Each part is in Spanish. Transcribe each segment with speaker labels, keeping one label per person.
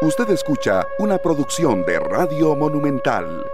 Speaker 1: Usted escucha una producción de Radio Monumental.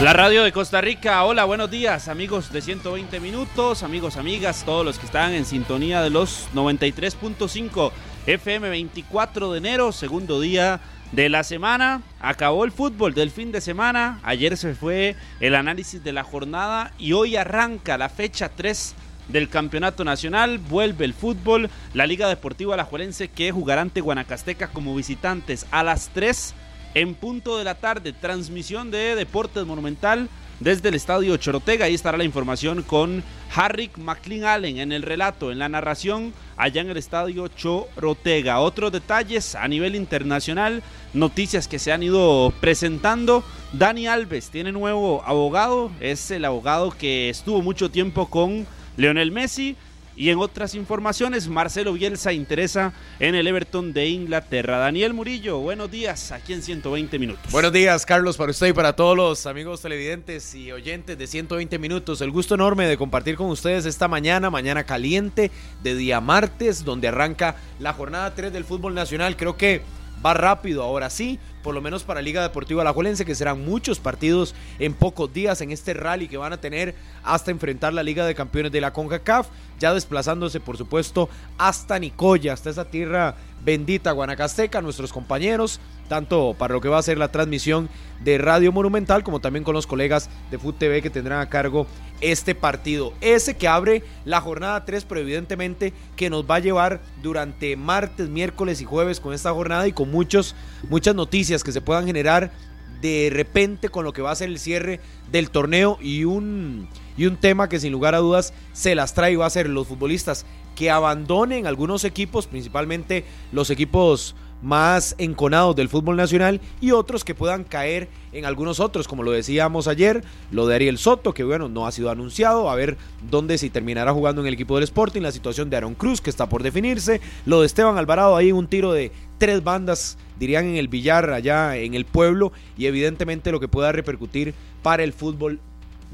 Speaker 2: La radio de Costa Rica, hola, buenos días amigos de 120 minutos, amigos, amigas, todos los que están en sintonía de los 93.5 FM 24 de enero, segundo día de la semana, acabó el fútbol del fin de semana, ayer se fue el análisis de la jornada y hoy arranca la fecha 3 del Campeonato Nacional, vuelve el fútbol, la Liga Deportiva Alajuelense que jugará ante Guanacasteca como visitantes a las 3 en punto de la tarde, transmisión de Deportes Monumental desde el Estadio Chorotega. Ahí estará la información con Harrick McLean Allen en el relato, en la narración, allá en el Estadio Chorotega. Otros detalles a nivel internacional, noticias que se han ido presentando. Dani Alves tiene nuevo abogado, es el abogado que estuvo mucho tiempo con Leonel Messi. Y en otras informaciones, Marcelo Bielsa interesa en el Everton de Inglaterra. Daniel Murillo, buenos días, aquí en 120 minutos.
Speaker 3: Buenos días, Carlos, para usted y para todos los amigos televidentes y oyentes de 120 minutos. El gusto enorme de compartir con ustedes esta mañana, mañana caliente de día martes, donde arranca la jornada 3 del fútbol nacional. Creo que va rápido ahora sí, por lo menos para Liga Deportiva Alajuelense, que serán muchos partidos en pocos días en este rally que van a tener hasta enfrentar la Liga de Campeones de la CONCACAF, ya desplazándose por supuesto hasta Nicoya, hasta esa tierra bendita guanacasteca, nuestros compañeros, tanto para lo que va a ser la transmisión de Radio Monumental como también con los colegas de FUT TV que tendrán a cargo este partido. Ese que abre la jornada 3, pero evidentemente que nos va a llevar durante martes, miércoles y jueves con esta jornada y con muchos, muchas noticias que se puedan generar de repente con lo que va a ser el cierre del torneo y un, y un tema que sin lugar a dudas se las trae y va a ser los futbolistas que abandonen algunos equipos, principalmente los equipos más enconados del fútbol nacional y otros que puedan caer en algunos otros, como lo decíamos ayer, lo de Ariel Soto, que bueno, no ha sido anunciado, a ver dónde si terminará jugando en el equipo del Sporting, la situación de Aaron Cruz, que está por definirse, lo de Esteban Alvarado, ahí un tiro de tres bandas, dirían en el billar, allá en el pueblo, y evidentemente lo que pueda repercutir para el fútbol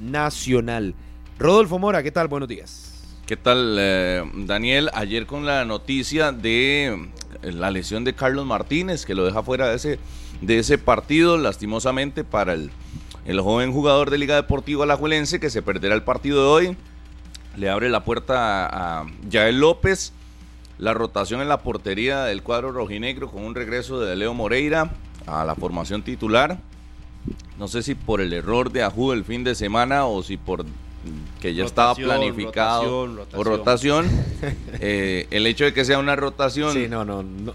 Speaker 3: nacional. Rodolfo Mora, ¿qué tal? Buenos días.
Speaker 4: ¿Qué tal, eh, Daniel? Ayer con la noticia de eh, la lesión de Carlos Martínez, que lo deja fuera de ese, de ese partido, lastimosamente para el, el joven jugador de Liga Deportiva Alajuelense, que se perderá el partido de hoy. Le abre la puerta a, a Yael López. La rotación en la portería del cuadro rojinegro con un regreso de Leo Moreira a la formación titular. No sé si por el error de Ajú el fin de semana o si por que ya rotación, estaba planificado rotación, rotación. o rotación. eh, el hecho de que sea una rotación.
Speaker 3: Sí, no, no. no,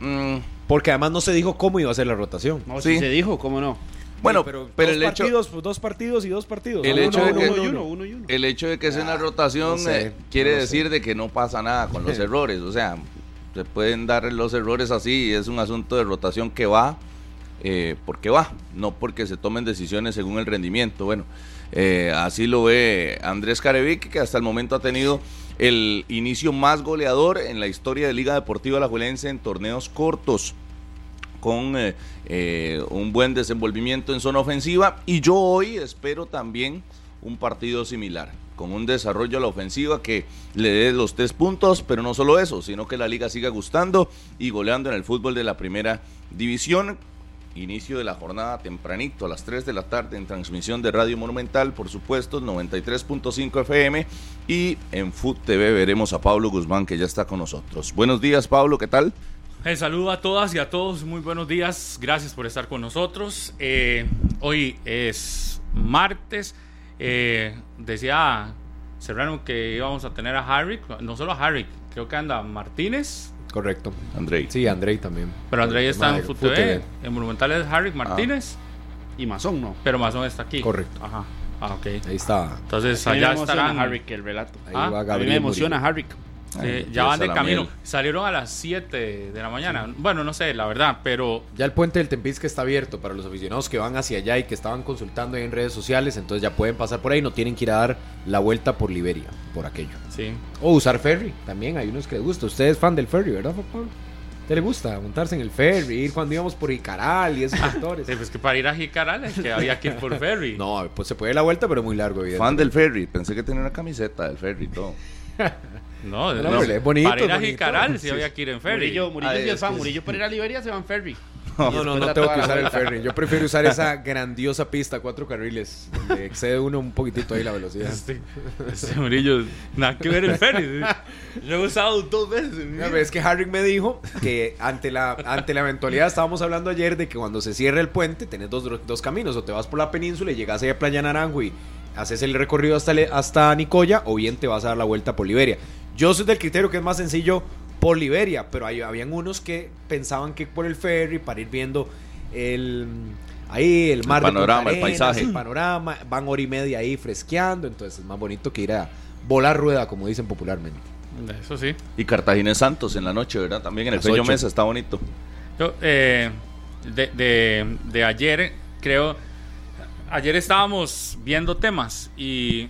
Speaker 3: no. Mm. Porque además no se dijo cómo iba a ser la rotación.
Speaker 2: No, sí. Si se dijo, cómo no.
Speaker 4: Bueno, sí, pero, pero
Speaker 3: dos
Speaker 4: el
Speaker 3: partidos,
Speaker 4: hecho,
Speaker 3: dos partidos y dos partidos. Ah,
Speaker 4: El hecho de que el hecho de que sea una rotación no sé, eh, quiere no decir sé. de que no pasa nada con los errores, o sea, se pueden dar los errores así, y es un asunto de rotación que va eh, porque va, no porque se tomen decisiones según el rendimiento. Bueno, eh, así lo ve Andrés Carevic, que hasta el momento ha tenido el inicio más goleador en la historia de Liga Deportiva Alajuelense en torneos cortos, con eh, eh, un buen desenvolvimiento en zona ofensiva. Y yo hoy espero también un partido similar, con un desarrollo a la ofensiva que le dé los tres puntos, pero no solo eso, sino que la liga siga gustando y goleando en el fútbol de la primera división, inicio de la jornada tempranito a las 3 de la tarde en transmisión de Radio Monumental, por supuesto, 93.5 FM y en Food TV veremos a Pablo Guzmán que ya está con nosotros. Buenos días, Pablo, ¿qué tal?
Speaker 5: El saludo a todas y a todos, muy buenos días, gracias por estar con nosotros. Eh, hoy es martes, eh, decía Serrano que íbamos a tener a Harry, no solo a Harry, creo que anda Martínez,
Speaker 3: Correcto.
Speaker 4: Andrei.
Speaker 3: Sí, Andrei también.
Speaker 5: Pero Andrei está Madre, en FUTV. En Monumental es Harry Martínez.
Speaker 2: Ah. Y Mazón, ¿no?
Speaker 5: Pero Mazón está aquí.
Speaker 3: Correcto.
Speaker 5: Ajá. Ah, ok.
Speaker 3: Ahí está.
Speaker 5: Entonces, allá estarán.
Speaker 2: Harry, el relato.
Speaker 5: Ahí ¿Ah? va Gabriel.
Speaker 2: A mí me emociona Harry.
Speaker 5: Sí, ya van de camino. Miel. Salieron a las 7 de la mañana. Sí. Bueno, no sé, la verdad, pero.
Speaker 3: Ya el puente del Tempiz que está abierto para los aficionados que van hacia allá y que estaban consultando en redes sociales. Entonces ya pueden pasar por ahí. No tienen que ir a dar la vuelta por Liberia, por aquello.
Speaker 5: Sí.
Speaker 3: O usar ferry. También hay unos que les gusta. Usted es fan del ferry, ¿verdad, Pablo? ¿Te le gusta montarse en el ferry? Ir cuando íbamos por Jicaral y esos sectores.
Speaker 5: pues que para ir a Jicaral es que había que ir por ferry.
Speaker 3: No, pues se puede dar la vuelta, pero muy largo,
Speaker 4: Fan del ferry. Pensé que tenía una camiseta del ferry y todo.
Speaker 3: No,
Speaker 5: No, de
Speaker 3: pero es bonito,
Speaker 5: Para ir a
Speaker 3: bonito.
Speaker 5: Jicaral si
Speaker 3: Sí.
Speaker 5: había que ir en ferry.
Speaker 2: Murillo, Murillo
Speaker 4: Ah,
Speaker 2: es bien
Speaker 4: es
Speaker 2: fan.
Speaker 4: que-
Speaker 2: Murillo para ir a Liberia se va en ferry. Y
Speaker 3: No, no,
Speaker 2: después
Speaker 3: no
Speaker 2: la
Speaker 3: tengo
Speaker 2: toda
Speaker 3: que
Speaker 2: la
Speaker 3: usar el
Speaker 2: vuelta.
Speaker 3: ferry. Yo prefiero usar esa grandiosa pista, cuatro carriles. donde excede uno un poquitito ahí la velocidad.
Speaker 5: Este, este Murillo, nada que ver el ferry. Yo he usado dos veces. en mi
Speaker 3: Una
Speaker 5: vida.
Speaker 3: vez que Harry me dijo que ante la, ante la eventualidad, estábamos hablando ayer de que cuando se cierra el puente, tenés dos, dos caminos: o te vas por la península y llegas ahí a Playa Naranjo y haces el recorrido hasta, le- hasta Nicoya, o bien te vas a dar la vuelta por Liberia. Yo soy del criterio que es más sencillo por Liberia, pero hay, habían unos que pensaban que por el ferry para ir viendo el. Ahí el mar de Punta
Speaker 4: panorama, el paisaje.
Speaker 3: el panorama, van hora y media ahí fresqueando, entonces es más bonito que ir a volar rueda, como dicen popularmente.
Speaker 5: Eso sí.
Speaker 4: Y Cartagena es Santos en la noche, ¿verdad? También en el
Speaker 3: Las
Speaker 4: Peño
Speaker 3: ocho.
Speaker 4: Mesa está bonito.
Speaker 5: Yo, eh, de, de- de ayer, creo, ayer estábamos viendo temas y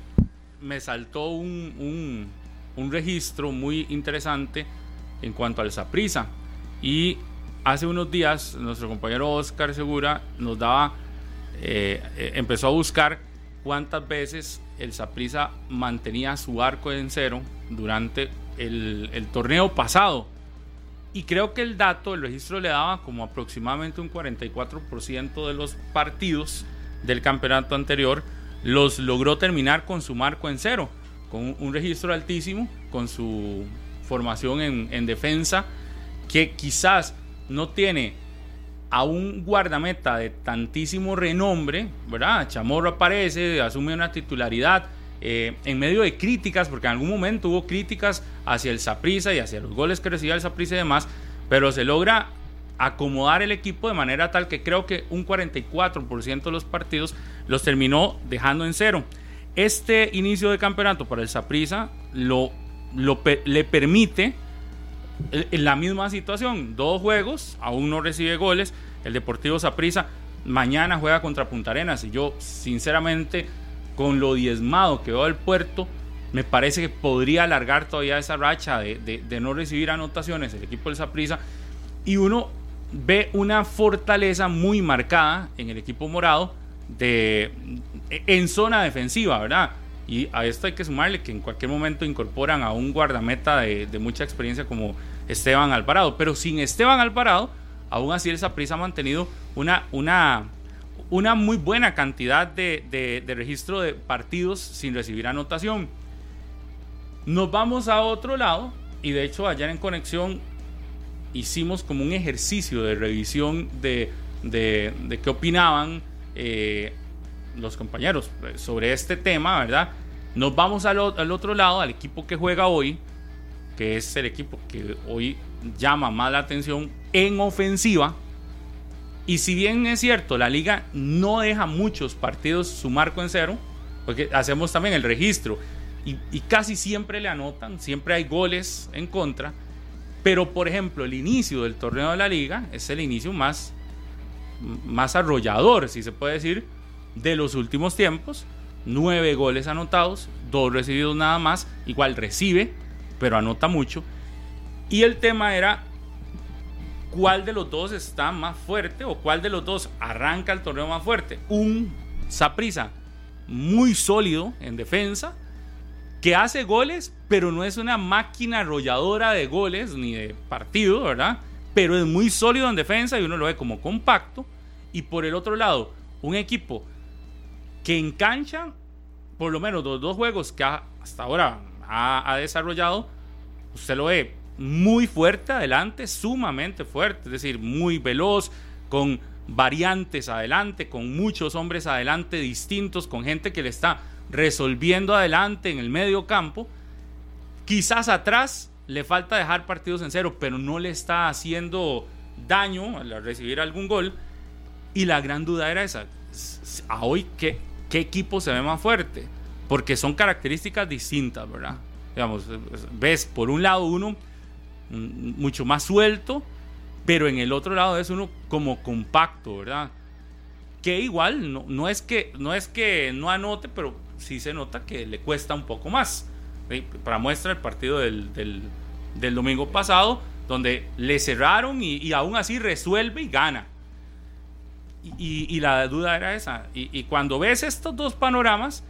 Speaker 5: me saltó un, un- un registro muy interesante en cuanto al Saprisa. Y hace unos días nuestro compañero Oscar Segura nos daba, eh, eh, empezó a buscar cuántas veces el Saprisa mantenía su arco en cero durante el- el torneo pasado. Y creo que el dato, el registro le daba como aproximadamente un 44% de los partidos del campeonato anterior, los logró terminar con su marco en cero, con un- un registro altísimo, con su formación en, en defensa, que quizás no tiene a un guardameta de tantísimo renombre, ¿verdad? Chamorro aparece, asume una titularidad eh, en medio de críticas, porque en algún momento hubo críticas hacia el Saprisa y hacia los goles que recibía el Saprisa y demás, pero se logra acomodar el equipo de manera tal que creo que un 44% de los partidos los terminó dejando en cero. Este inicio de campeonato para el Saprisa lo, lo pe- le permite el- Eh, en la misma situación, dos juegos, aún no recibe goles. El Deportivo Saprissa mañana juega contra Punta Arenas y yo, sinceramente, con lo diezmado que veo el puerto, me parece que podría alargar todavía esa racha de, de- de no recibir anotaciones el equipo del Saprissa. Y uno ve una fortaleza muy marcada en el equipo morado de, en zona defensiva, ¿verdad? Y a esto hay que sumarle que en cualquier momento incorporan a un guardameta de, de mucha experiencia como Esteban Alvarado. Pero sin Esteban Alvarado, aún así el Saprissa ha mantenido una, una, una muy buena cantidad de, de- de registro de partidos sin recibir anotación. Nos vamos a otro lado y de hecho ayer en conexión hicimos como un ejercicio de revisión de, de- de qué opinaban eh, los compañeros eh, sobre este tema, ¿verdad? Nos vamos al, o- al otro lado, al equipo que juega hoy, que es el equipo que hoy llama más la atención en ofensiva. Y si bien es cierto, la liga no deja muchos partidos su marco en cero, porque hacemos también el registro y, y casi siempre le anotan, siempre hay goles en contra. Pero, por ejemplo, el inicio del torneo de la liga es el inicio más, más arrollador, si se puede decir, de los últimos tiempos. Nueve goles anotados, dos recibidos nada más. Igual recibe, pero anota mucho. Y el tema era cuál de los dos está más fuerte o cuál de los dos arranca el torneo más fuerte. Un Saprisa muy sólido en defensa, que hace goles, pero no es una máquina arrolladora de goles ni de partido, ¿verdad? Pero es muy sólido en defensa y uno lo ve como compacto. Y por el otro lado, un equipo que en cancha, por lo menos los dos juegos que ha- hasta ahora ha, ha desarrollado, usted lo ve muy fuerte adelante, sumamente fuerte, es decir, muy veloz, con variantes adelante, con muchos hombres adelante distintos, con gente que le está resolviendo adelante en el medio campo. Quizás atrás le falta dejar partidos en cero, pero no le está haciendo daño al recibir algún gol. Y la gran duda era esa. s- s- A hoy, ¿qué, qué equipo se ve más fuerte? Porque son características distintas, ¿verdad? Digamos, eh, ves por un lado uno mm, mucho más suelto, pero en el otro lado es uno como compacto, ¿verdad? Que igual, no, no, es, que, no es que no anote, pero sí se nota que le cuesta un poco más. ¿sí? Para muestra el partido del, del- del domingo pasado, donde le cerraron y- y aún así resuelve y gana. Y, y- y la duda era esa. Y, y cuando ves estos dos panoramas,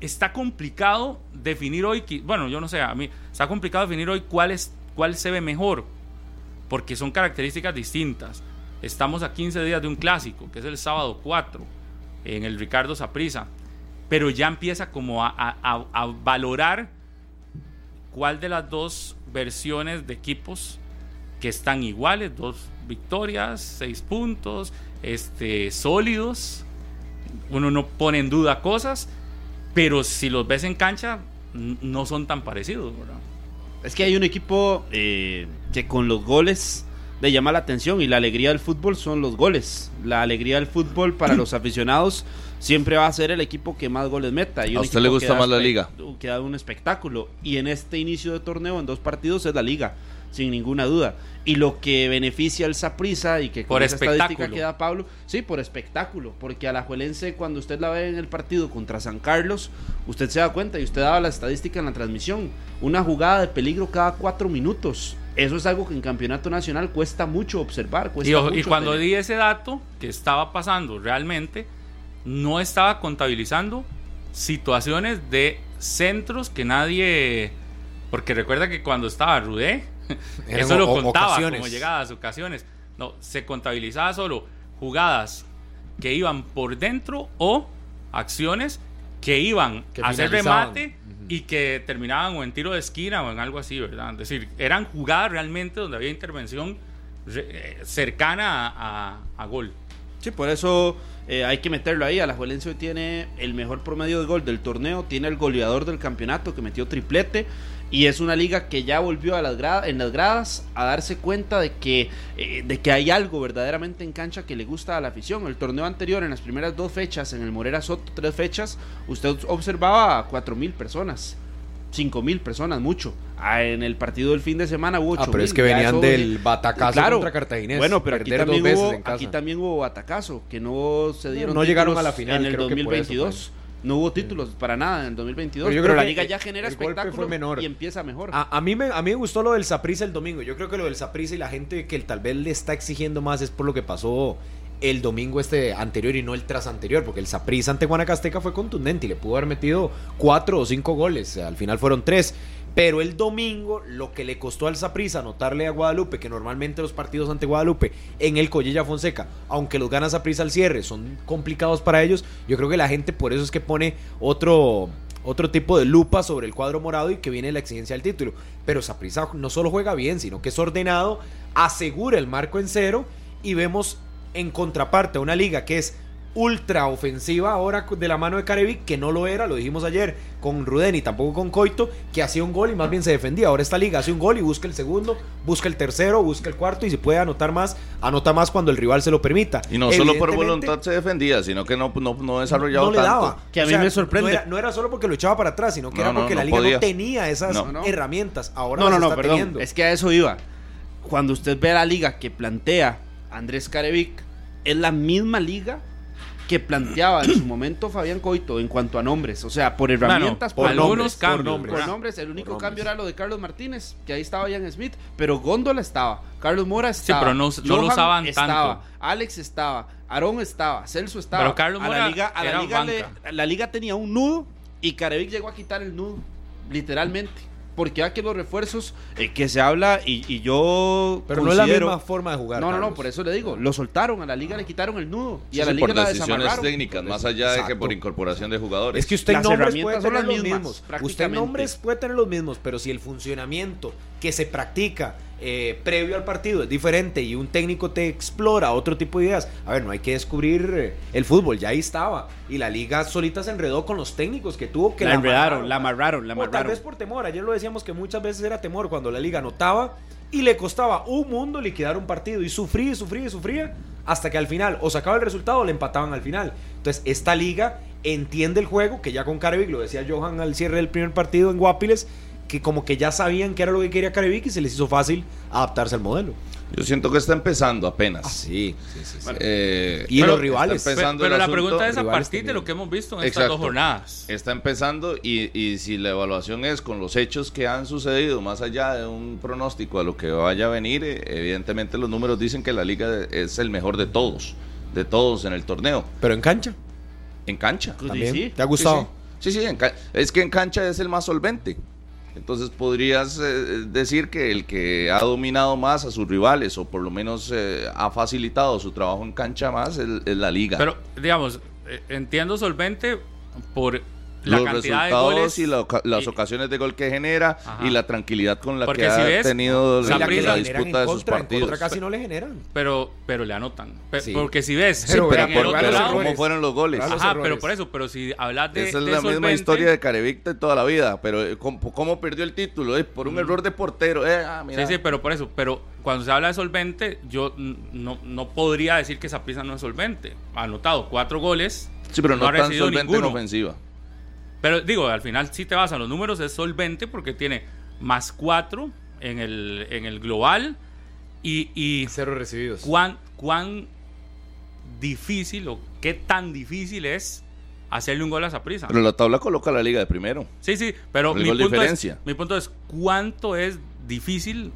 Speaker 5: está complicado definir hoy, qui- bueno, yo no sé, a mí está complicado definir hoy cuál, es, cuál se ve mejor, porque son características distintas. Estamos a 15 días de un clásico, que es el sábado 4, en el Ricardo Saprisa, pero ya empieza como a, a- a- a valorar cuál de las dos versiones de equipos que están iguales, dos victorias, seis puntos, este, sólidos, uno no pone en duda cosas, pero si los ves en cancha, n- no son tan parecidos, ¿verdad?
Speaker 2: Es que hay un equipo eh, que con los goles le llama la atención y la alegría del fútbol son los goles. La alegría del fútbol para los aficionados siempre va a ser el equipo que más goles meta. Y
Speaker 4: ¿A
Speaker 2: un
Speaker 4: usted le
Speaker 2: equipo
Speaker 4: gusta
Speaker 2: que da
Speaker 4: más la
Speaker 2: espe- uh,
Speaker 4: liga?
Speaker 2: Que da un espectáculo. Y en este inicio de torneo, en dos partidos, es la liga, sin ninguna duda. Y lo que beneficia al Saprisa y que con
Speaker 5: Por
Speaker 2: esa estadística
Speaker 5: espectáculo.
Speaker 2: que da Pablo, sí, por espectáculo. Porque a la Juelense, cuando usted la ve en el partido contra San Carlos, usted se da cuenta y usted daba la estadística en la transmisión. Una jugada de peligro cada cuatro minutos. Eso es algo que en campeonato nacional cuesta mucho observar.
Speaker 3: Pues
Speaker 2: cuesta
Speaker 5: Y, ojo, y
Speaker 2: mucho
Speaker 5: cuando
Speaker 2: tener.
Speaker 5: di ese dato que estaba pasando realmente, no estaba contabilizando situaciones de centros que nadie... Porque recuerda que cuando estaba Rudé,
Speaker 3: Eran
Speaker 5: eso lo
Speaker 3: o- o-
Speaker 5: contaba
Speaker 3: ocasiones.
Speaker 5: como llegadas, ocasiones. No, se contabilizaba solo jugadas que iban por dentro o acciones que iban
Speaker 3: Que
Speaker 5: a hacer
Speaker 3: finalizaban.
Speaker 5: remate y que terminaban o en tiro de esquina o en algo así, ¿verdad? Es decir, eran jugadas realmente donde había intervención re- eh, cercana a, a- a gol.
Speaker 2: Sí, por eso eh, hay que meterlo ahí. Alajuelense hoy tiene el mejor promedio de gol del torneo, tiene el goleador del campeonato que metió triplete y es una liga que ya volvió a las gra- en las gradas a darse cuenta de que, eh, de que hay algo verdaderamente en cancha que le gusta a la afición. El torneo anterior, en las primeras dos fechas, en el Morera Soto, tres fechas, usted observaba a 4.000 personas. 5.000 personas, mucho. Ah, en el partido del fin de semana hubo 8.000.
Speaker 3: Ah, pero es que
Speaker 2: ya
Speaker 3: venían
Speaker 2: eso-
Speaker 3: del batacazo
Speaker 2: Claro.
Speaker 3: contra Cartaginés.
Speaker 2: Bueno, pero aquí
Speaker 3: perder dos
Speaker 2: también,
Speaker 3: veces
Speaker 2: hubo,
Speaker 3: en casa.
Speaker 2: aquí también hubo batacazo, que no se dieron
Speaker 3: No llegaron
Speaker 2: títulos
Speaker 3: a la final,
Speaker 2: en el
Speaker 3: creo que por eso pues.
Speaker 2: 2022. no hubo títulos para nada en el 2022,
Speaker 3: Pero
Speaker 2: pero,
Speaker 3: yo creo
Speaker 2: la
Speaker 3: que
Speaker 2: liga ya genera
Speaker 3: el golpe fue
Speaker 2: espectáculo
Speaker 3: menor. Ah,
Speaker 2: y empieza mejor.
Speaker 3: A, a mí me, a mí me gustó lo del Saprisa el domingo. Yo creo que lo del Saprisa y la gente que tal vez le está exigiendo más es por lo que pasó el domingo este anterior y no el tras anterior, porque el Saprisa ante Guanacasteca fue contundente y le pudo haber metido cuatro o cinco goles. Al final fueron tres. Pero el domingo, lo que le costó al Saprisa anotarle a Guadalupe, que normalmente los partidos ante Guadalupe en el Collella Fonseca, aunque los gana Saprisa al cierre, son complicados para ellos. Yo creo que la gente por eso es que pone otro, otro tipo de lupa sobre el cuadro morado y que viene la exigencia del título. Pero Saprissa no solo juega bien, sino que es ordenado, asegura el marco en cero y vemos en contraparte a una liga que es ultra ofensiva ahora de la mano de Carevic, que no lo era, lo dijimos ayer con Rudén y tampoco con Coito, que hacía un gol y más bien se defendía. Ahora esta liga hace un gol y busca el segundo, busca el tercero, busca el cuarto y si puede anotar más, anota más cuando el rival se lo permita.
Speaker 4: Y no solo por
Speaker 3: Evidentemente,
Speaker 4: voluntad se defendía, sino que no, no, no desarrollado
Speaker 3: no le
Speaker 4: tanto.
Speaker 3: daba.
Speaker 2: Que a mí me sorprende.
Speaker 3: No era, no era solo porque lo echaba para atrás, sino que
Speaker 4: No,
Speaker 3: era
Speaker 4: no,
Speaker 3: porque
Speaker 4: no
Speaker 3: la liga
Speaker 4: podía.
Speaker 3: no tenía esas
Speaker 4: No.
Speaker 2: No.
Speaker 3: herramientas. Ahora
Speaker 2: no,
Speaker 3: las
Speaker 2: no, no,
Speaker 3: está
Speaker 2: perdón.
Speaker 3: teniendo.
Speaker 2: Es que a eso iba. Cuando usted ve la liga que plantea Andrés Carevic, es la misma liga que planteaba en su momento Fabián Coito en cuanto a nombres. O sea, por herramientas,
Speaker 5: por
Speaker 2: por
Speaker 5: algunos
Speaker 2: nombres,
Speaker 5: cambios,
Speaker 2: por nombres.
Speaker 5: ¿verdad?
Speaker 2: Por nombres, el único
Speaker 4: nombres.
Speaker 2: cambio era lo de Carlos Martínez, que ahí estaba Ian Smith, pero Góndola estaba, Carlos Mora
Speaker 5: Sí,
Speaker 2: estaba.
Speaker 5: pero no- no lo
Speaker 2: Johan
Speaker 5: usaban
Speaker 2: estaba,
Speaker 5: tanto.
Speaker 2: Alex estaba, Aarón estaba, Celso estaba.
Speaker 5: Pero Carlos
Speaker 2: a la
Speaker 5: Mora
Speaker 2: liga, a la
Speaker 5: era
Speaker 2: liga le-
Speaker 5: banca.
Speaker 2: la liga tenía un nudo y Carevic llegó a quitar el nudo, literalmente. Porque ya que los refuerzos eh, que se habla y, y yo.
Speaker 3: Pero no es la
Speaker 2: considero-
Speaker 3: misma forma de jugar.
Speaker 2: No, no, no,
Speaker 3: Carlos.
Speaker 2: por eso le digo. Lo soltaron, a la liga le quitaron el nudo y
Speaker 4: Sí,
Speaker 2: a la
Speaker 4: sí,
Speaker 2: liga
Speaker 4: por
Speaker 2: la
Speaker 4: decisiones
Speaker 2: desamarraron.
Speaker 4: técnicas, más allá de que
Speaker 3: Exacto.
Speaker 4: por incorporación de jugadores.
Speaker 3: Es que usted
Speaker 2: Las
Speaker 3: nombres puede
Speaker 2: herramientas
Speaker 3: tener
Speaker 2: son las
Speaker 3: los
Speaker 2: mismas,
Speaker 3: mismos. Usted
Speaker 2: prácticamente.
Speaker 3: nombres puede tener los mismos, pero si el funcionamiento que se practica eh, previo al partido es diferente y un técnico te explora otro tipo de ideas, a ver, no hay que descubrir eh, el fútbol, ya ahí estaba. Y la liga solita se enredó con los técnicos que tuvo que...
Speaker 2: la enredaron,
Speaker 3: amarraron.
Speaker 2: la amarraron, la
Speaker 3: O tal
Speaker 2: amarraron.
Speaker 3: vez por temor, ayer lo decíamos que muchas veces era temor cuando la liga anotaba y le costaba un mundo liquidar un partido y sufría y sufría y sufría hasta que al final o sacaba el resultado o le empataban al final. Entonces esta liga entiende el juego que ya con Carevic, lo decía Johan al cierre del primer partido en Guapiles, que como que ya sabían que era lo que quería Carevic y se les hizo fácil adaptarse al modelo.
Speaker 4: Yo siento que está empezando apenas.
Speaker 3: Ah, Sí, sí, sí.
Speaker 4: Eh,
Speaker 3: Y
Speaker 4: pero
Speaker 3: los rivales.
Speaker 4: está
Speaker 5: Pe- Pero,
Speaker 4: empezando el
Speaker 5: la
Speaker 4: asunto.
Speaker 5: pregunta es a
Speaker 3: rivales
Speaker 5: partir de
Speaker 3: también.
Speaker 5: lo que hemos visto en estas
Speaker 4: Exacto.
Speaker 5: dos jornadas.
Speaker 4: Está empezando y, y si la evaluación es con los hechos que han sucedido, más allá de un pronóstico a lo que vaya a venir, eh, evidentemente los números dicen que la liga es el mejor de todos, de todos en el torneo,
Speaker 3: Pero en cancha
Speaker 4: en cancha.
Speaker 2: Pues
Speaker 3: también.
Speaker 2: sí.
Speaker 3: ¿Te ha gustado?
Speaker 4: Sí, sí. Sí, sí, en ca- es que en cancha es el más solvente. Entonces podrías eh, decir que el que ha dominado más a sus rivales o por lo menos eh, ha facilitado su trabajo en cancha más es, es la liga.
Speaker 5: Pero, digamos, eh, entiendo solvente por la
Speaker 4: los
Speaker 5: cantidad de
Speaker 4: resultados
Speaker 5: goles.
Speaker 4: y la oca- las
Speaker 5: y-
Speaker 4: ocasiones de gol que genera
Speaker 5: Ajá.
Speaker 4: y la tranquilidad con la
Speaker 5: Porque
Speaker 4: que
Speaker 5: si
Speaker 4: ha
Speaker 5: ves,
Speaker 4: tenido la,
Speaker 5: Saprissa-
Speaker 4: la
Speaker 5: generan
Speaker 4: disputa de sus partidos.
Speaker 3: casi no le generan.
Speaker 5: pero, pero le anotan. Pe-
Speaker 3: Sí.
Speaker 5: Porque si ves,
Speaker 3: Sí, pero
Speaker 5: en
Speaker 4: Pero,
Speaker 5: el
Speaker 4: por-
Speaker 5: otro
Speaker 4: pero
Speaker 5: lado-
Speaker 4: ¿cómo
Speaker 3: errores.
Speaker 4: fueron los goles?
Speaker 3: Claro, los
Speaker 5: Ajá, pero
Speaker 3: errores.
Speaker 5: por eso, pero si hablas de.
Speaker 4: Esa es
Speaker 5: de
Speaker 4: la misma
Speaker 5: solvente,
Speaker 4: historia de Carevicta toda la vida, pero eh, ¿cómo, cómo perdió el título? Eh, por un error de portero. Eh, ah, mira.
Speaker 5: Mm. Sí, sí, pero por eso. Pero cuando se habla de solvente, yo n- no, no podría decir que Saprisa no es solvente. Ha anotado cuatro goles.
Speaker 4: Sí, pero no,
Speaker 5: ha
Speaker 4: tan
Speaker 5: recibido
Speaker 4: solvente
Speaker 5: ninguno.
Speaker 4: en ofensiva.
Speaker 5: Pero digo, al final si te vas a los números es solvente porque tiene más cuatro en el, en el global y, y
Speaker 3: Cero recibidos.
Speaker 5: cuán, cuán difícil o qué tan difícil es hacerle un gol a esa prisa.
Speaker 4: Pero la tabla coloca a la liga de primero.
Speaker 5: Sí, sí, pero
Speaker 4: El
Speaker 5: mi
Speaker 4: gol
Speaker 5: punto,
Speaker 4: diferencia.
Speaker 5: Es, mi punto es cuánto es difícil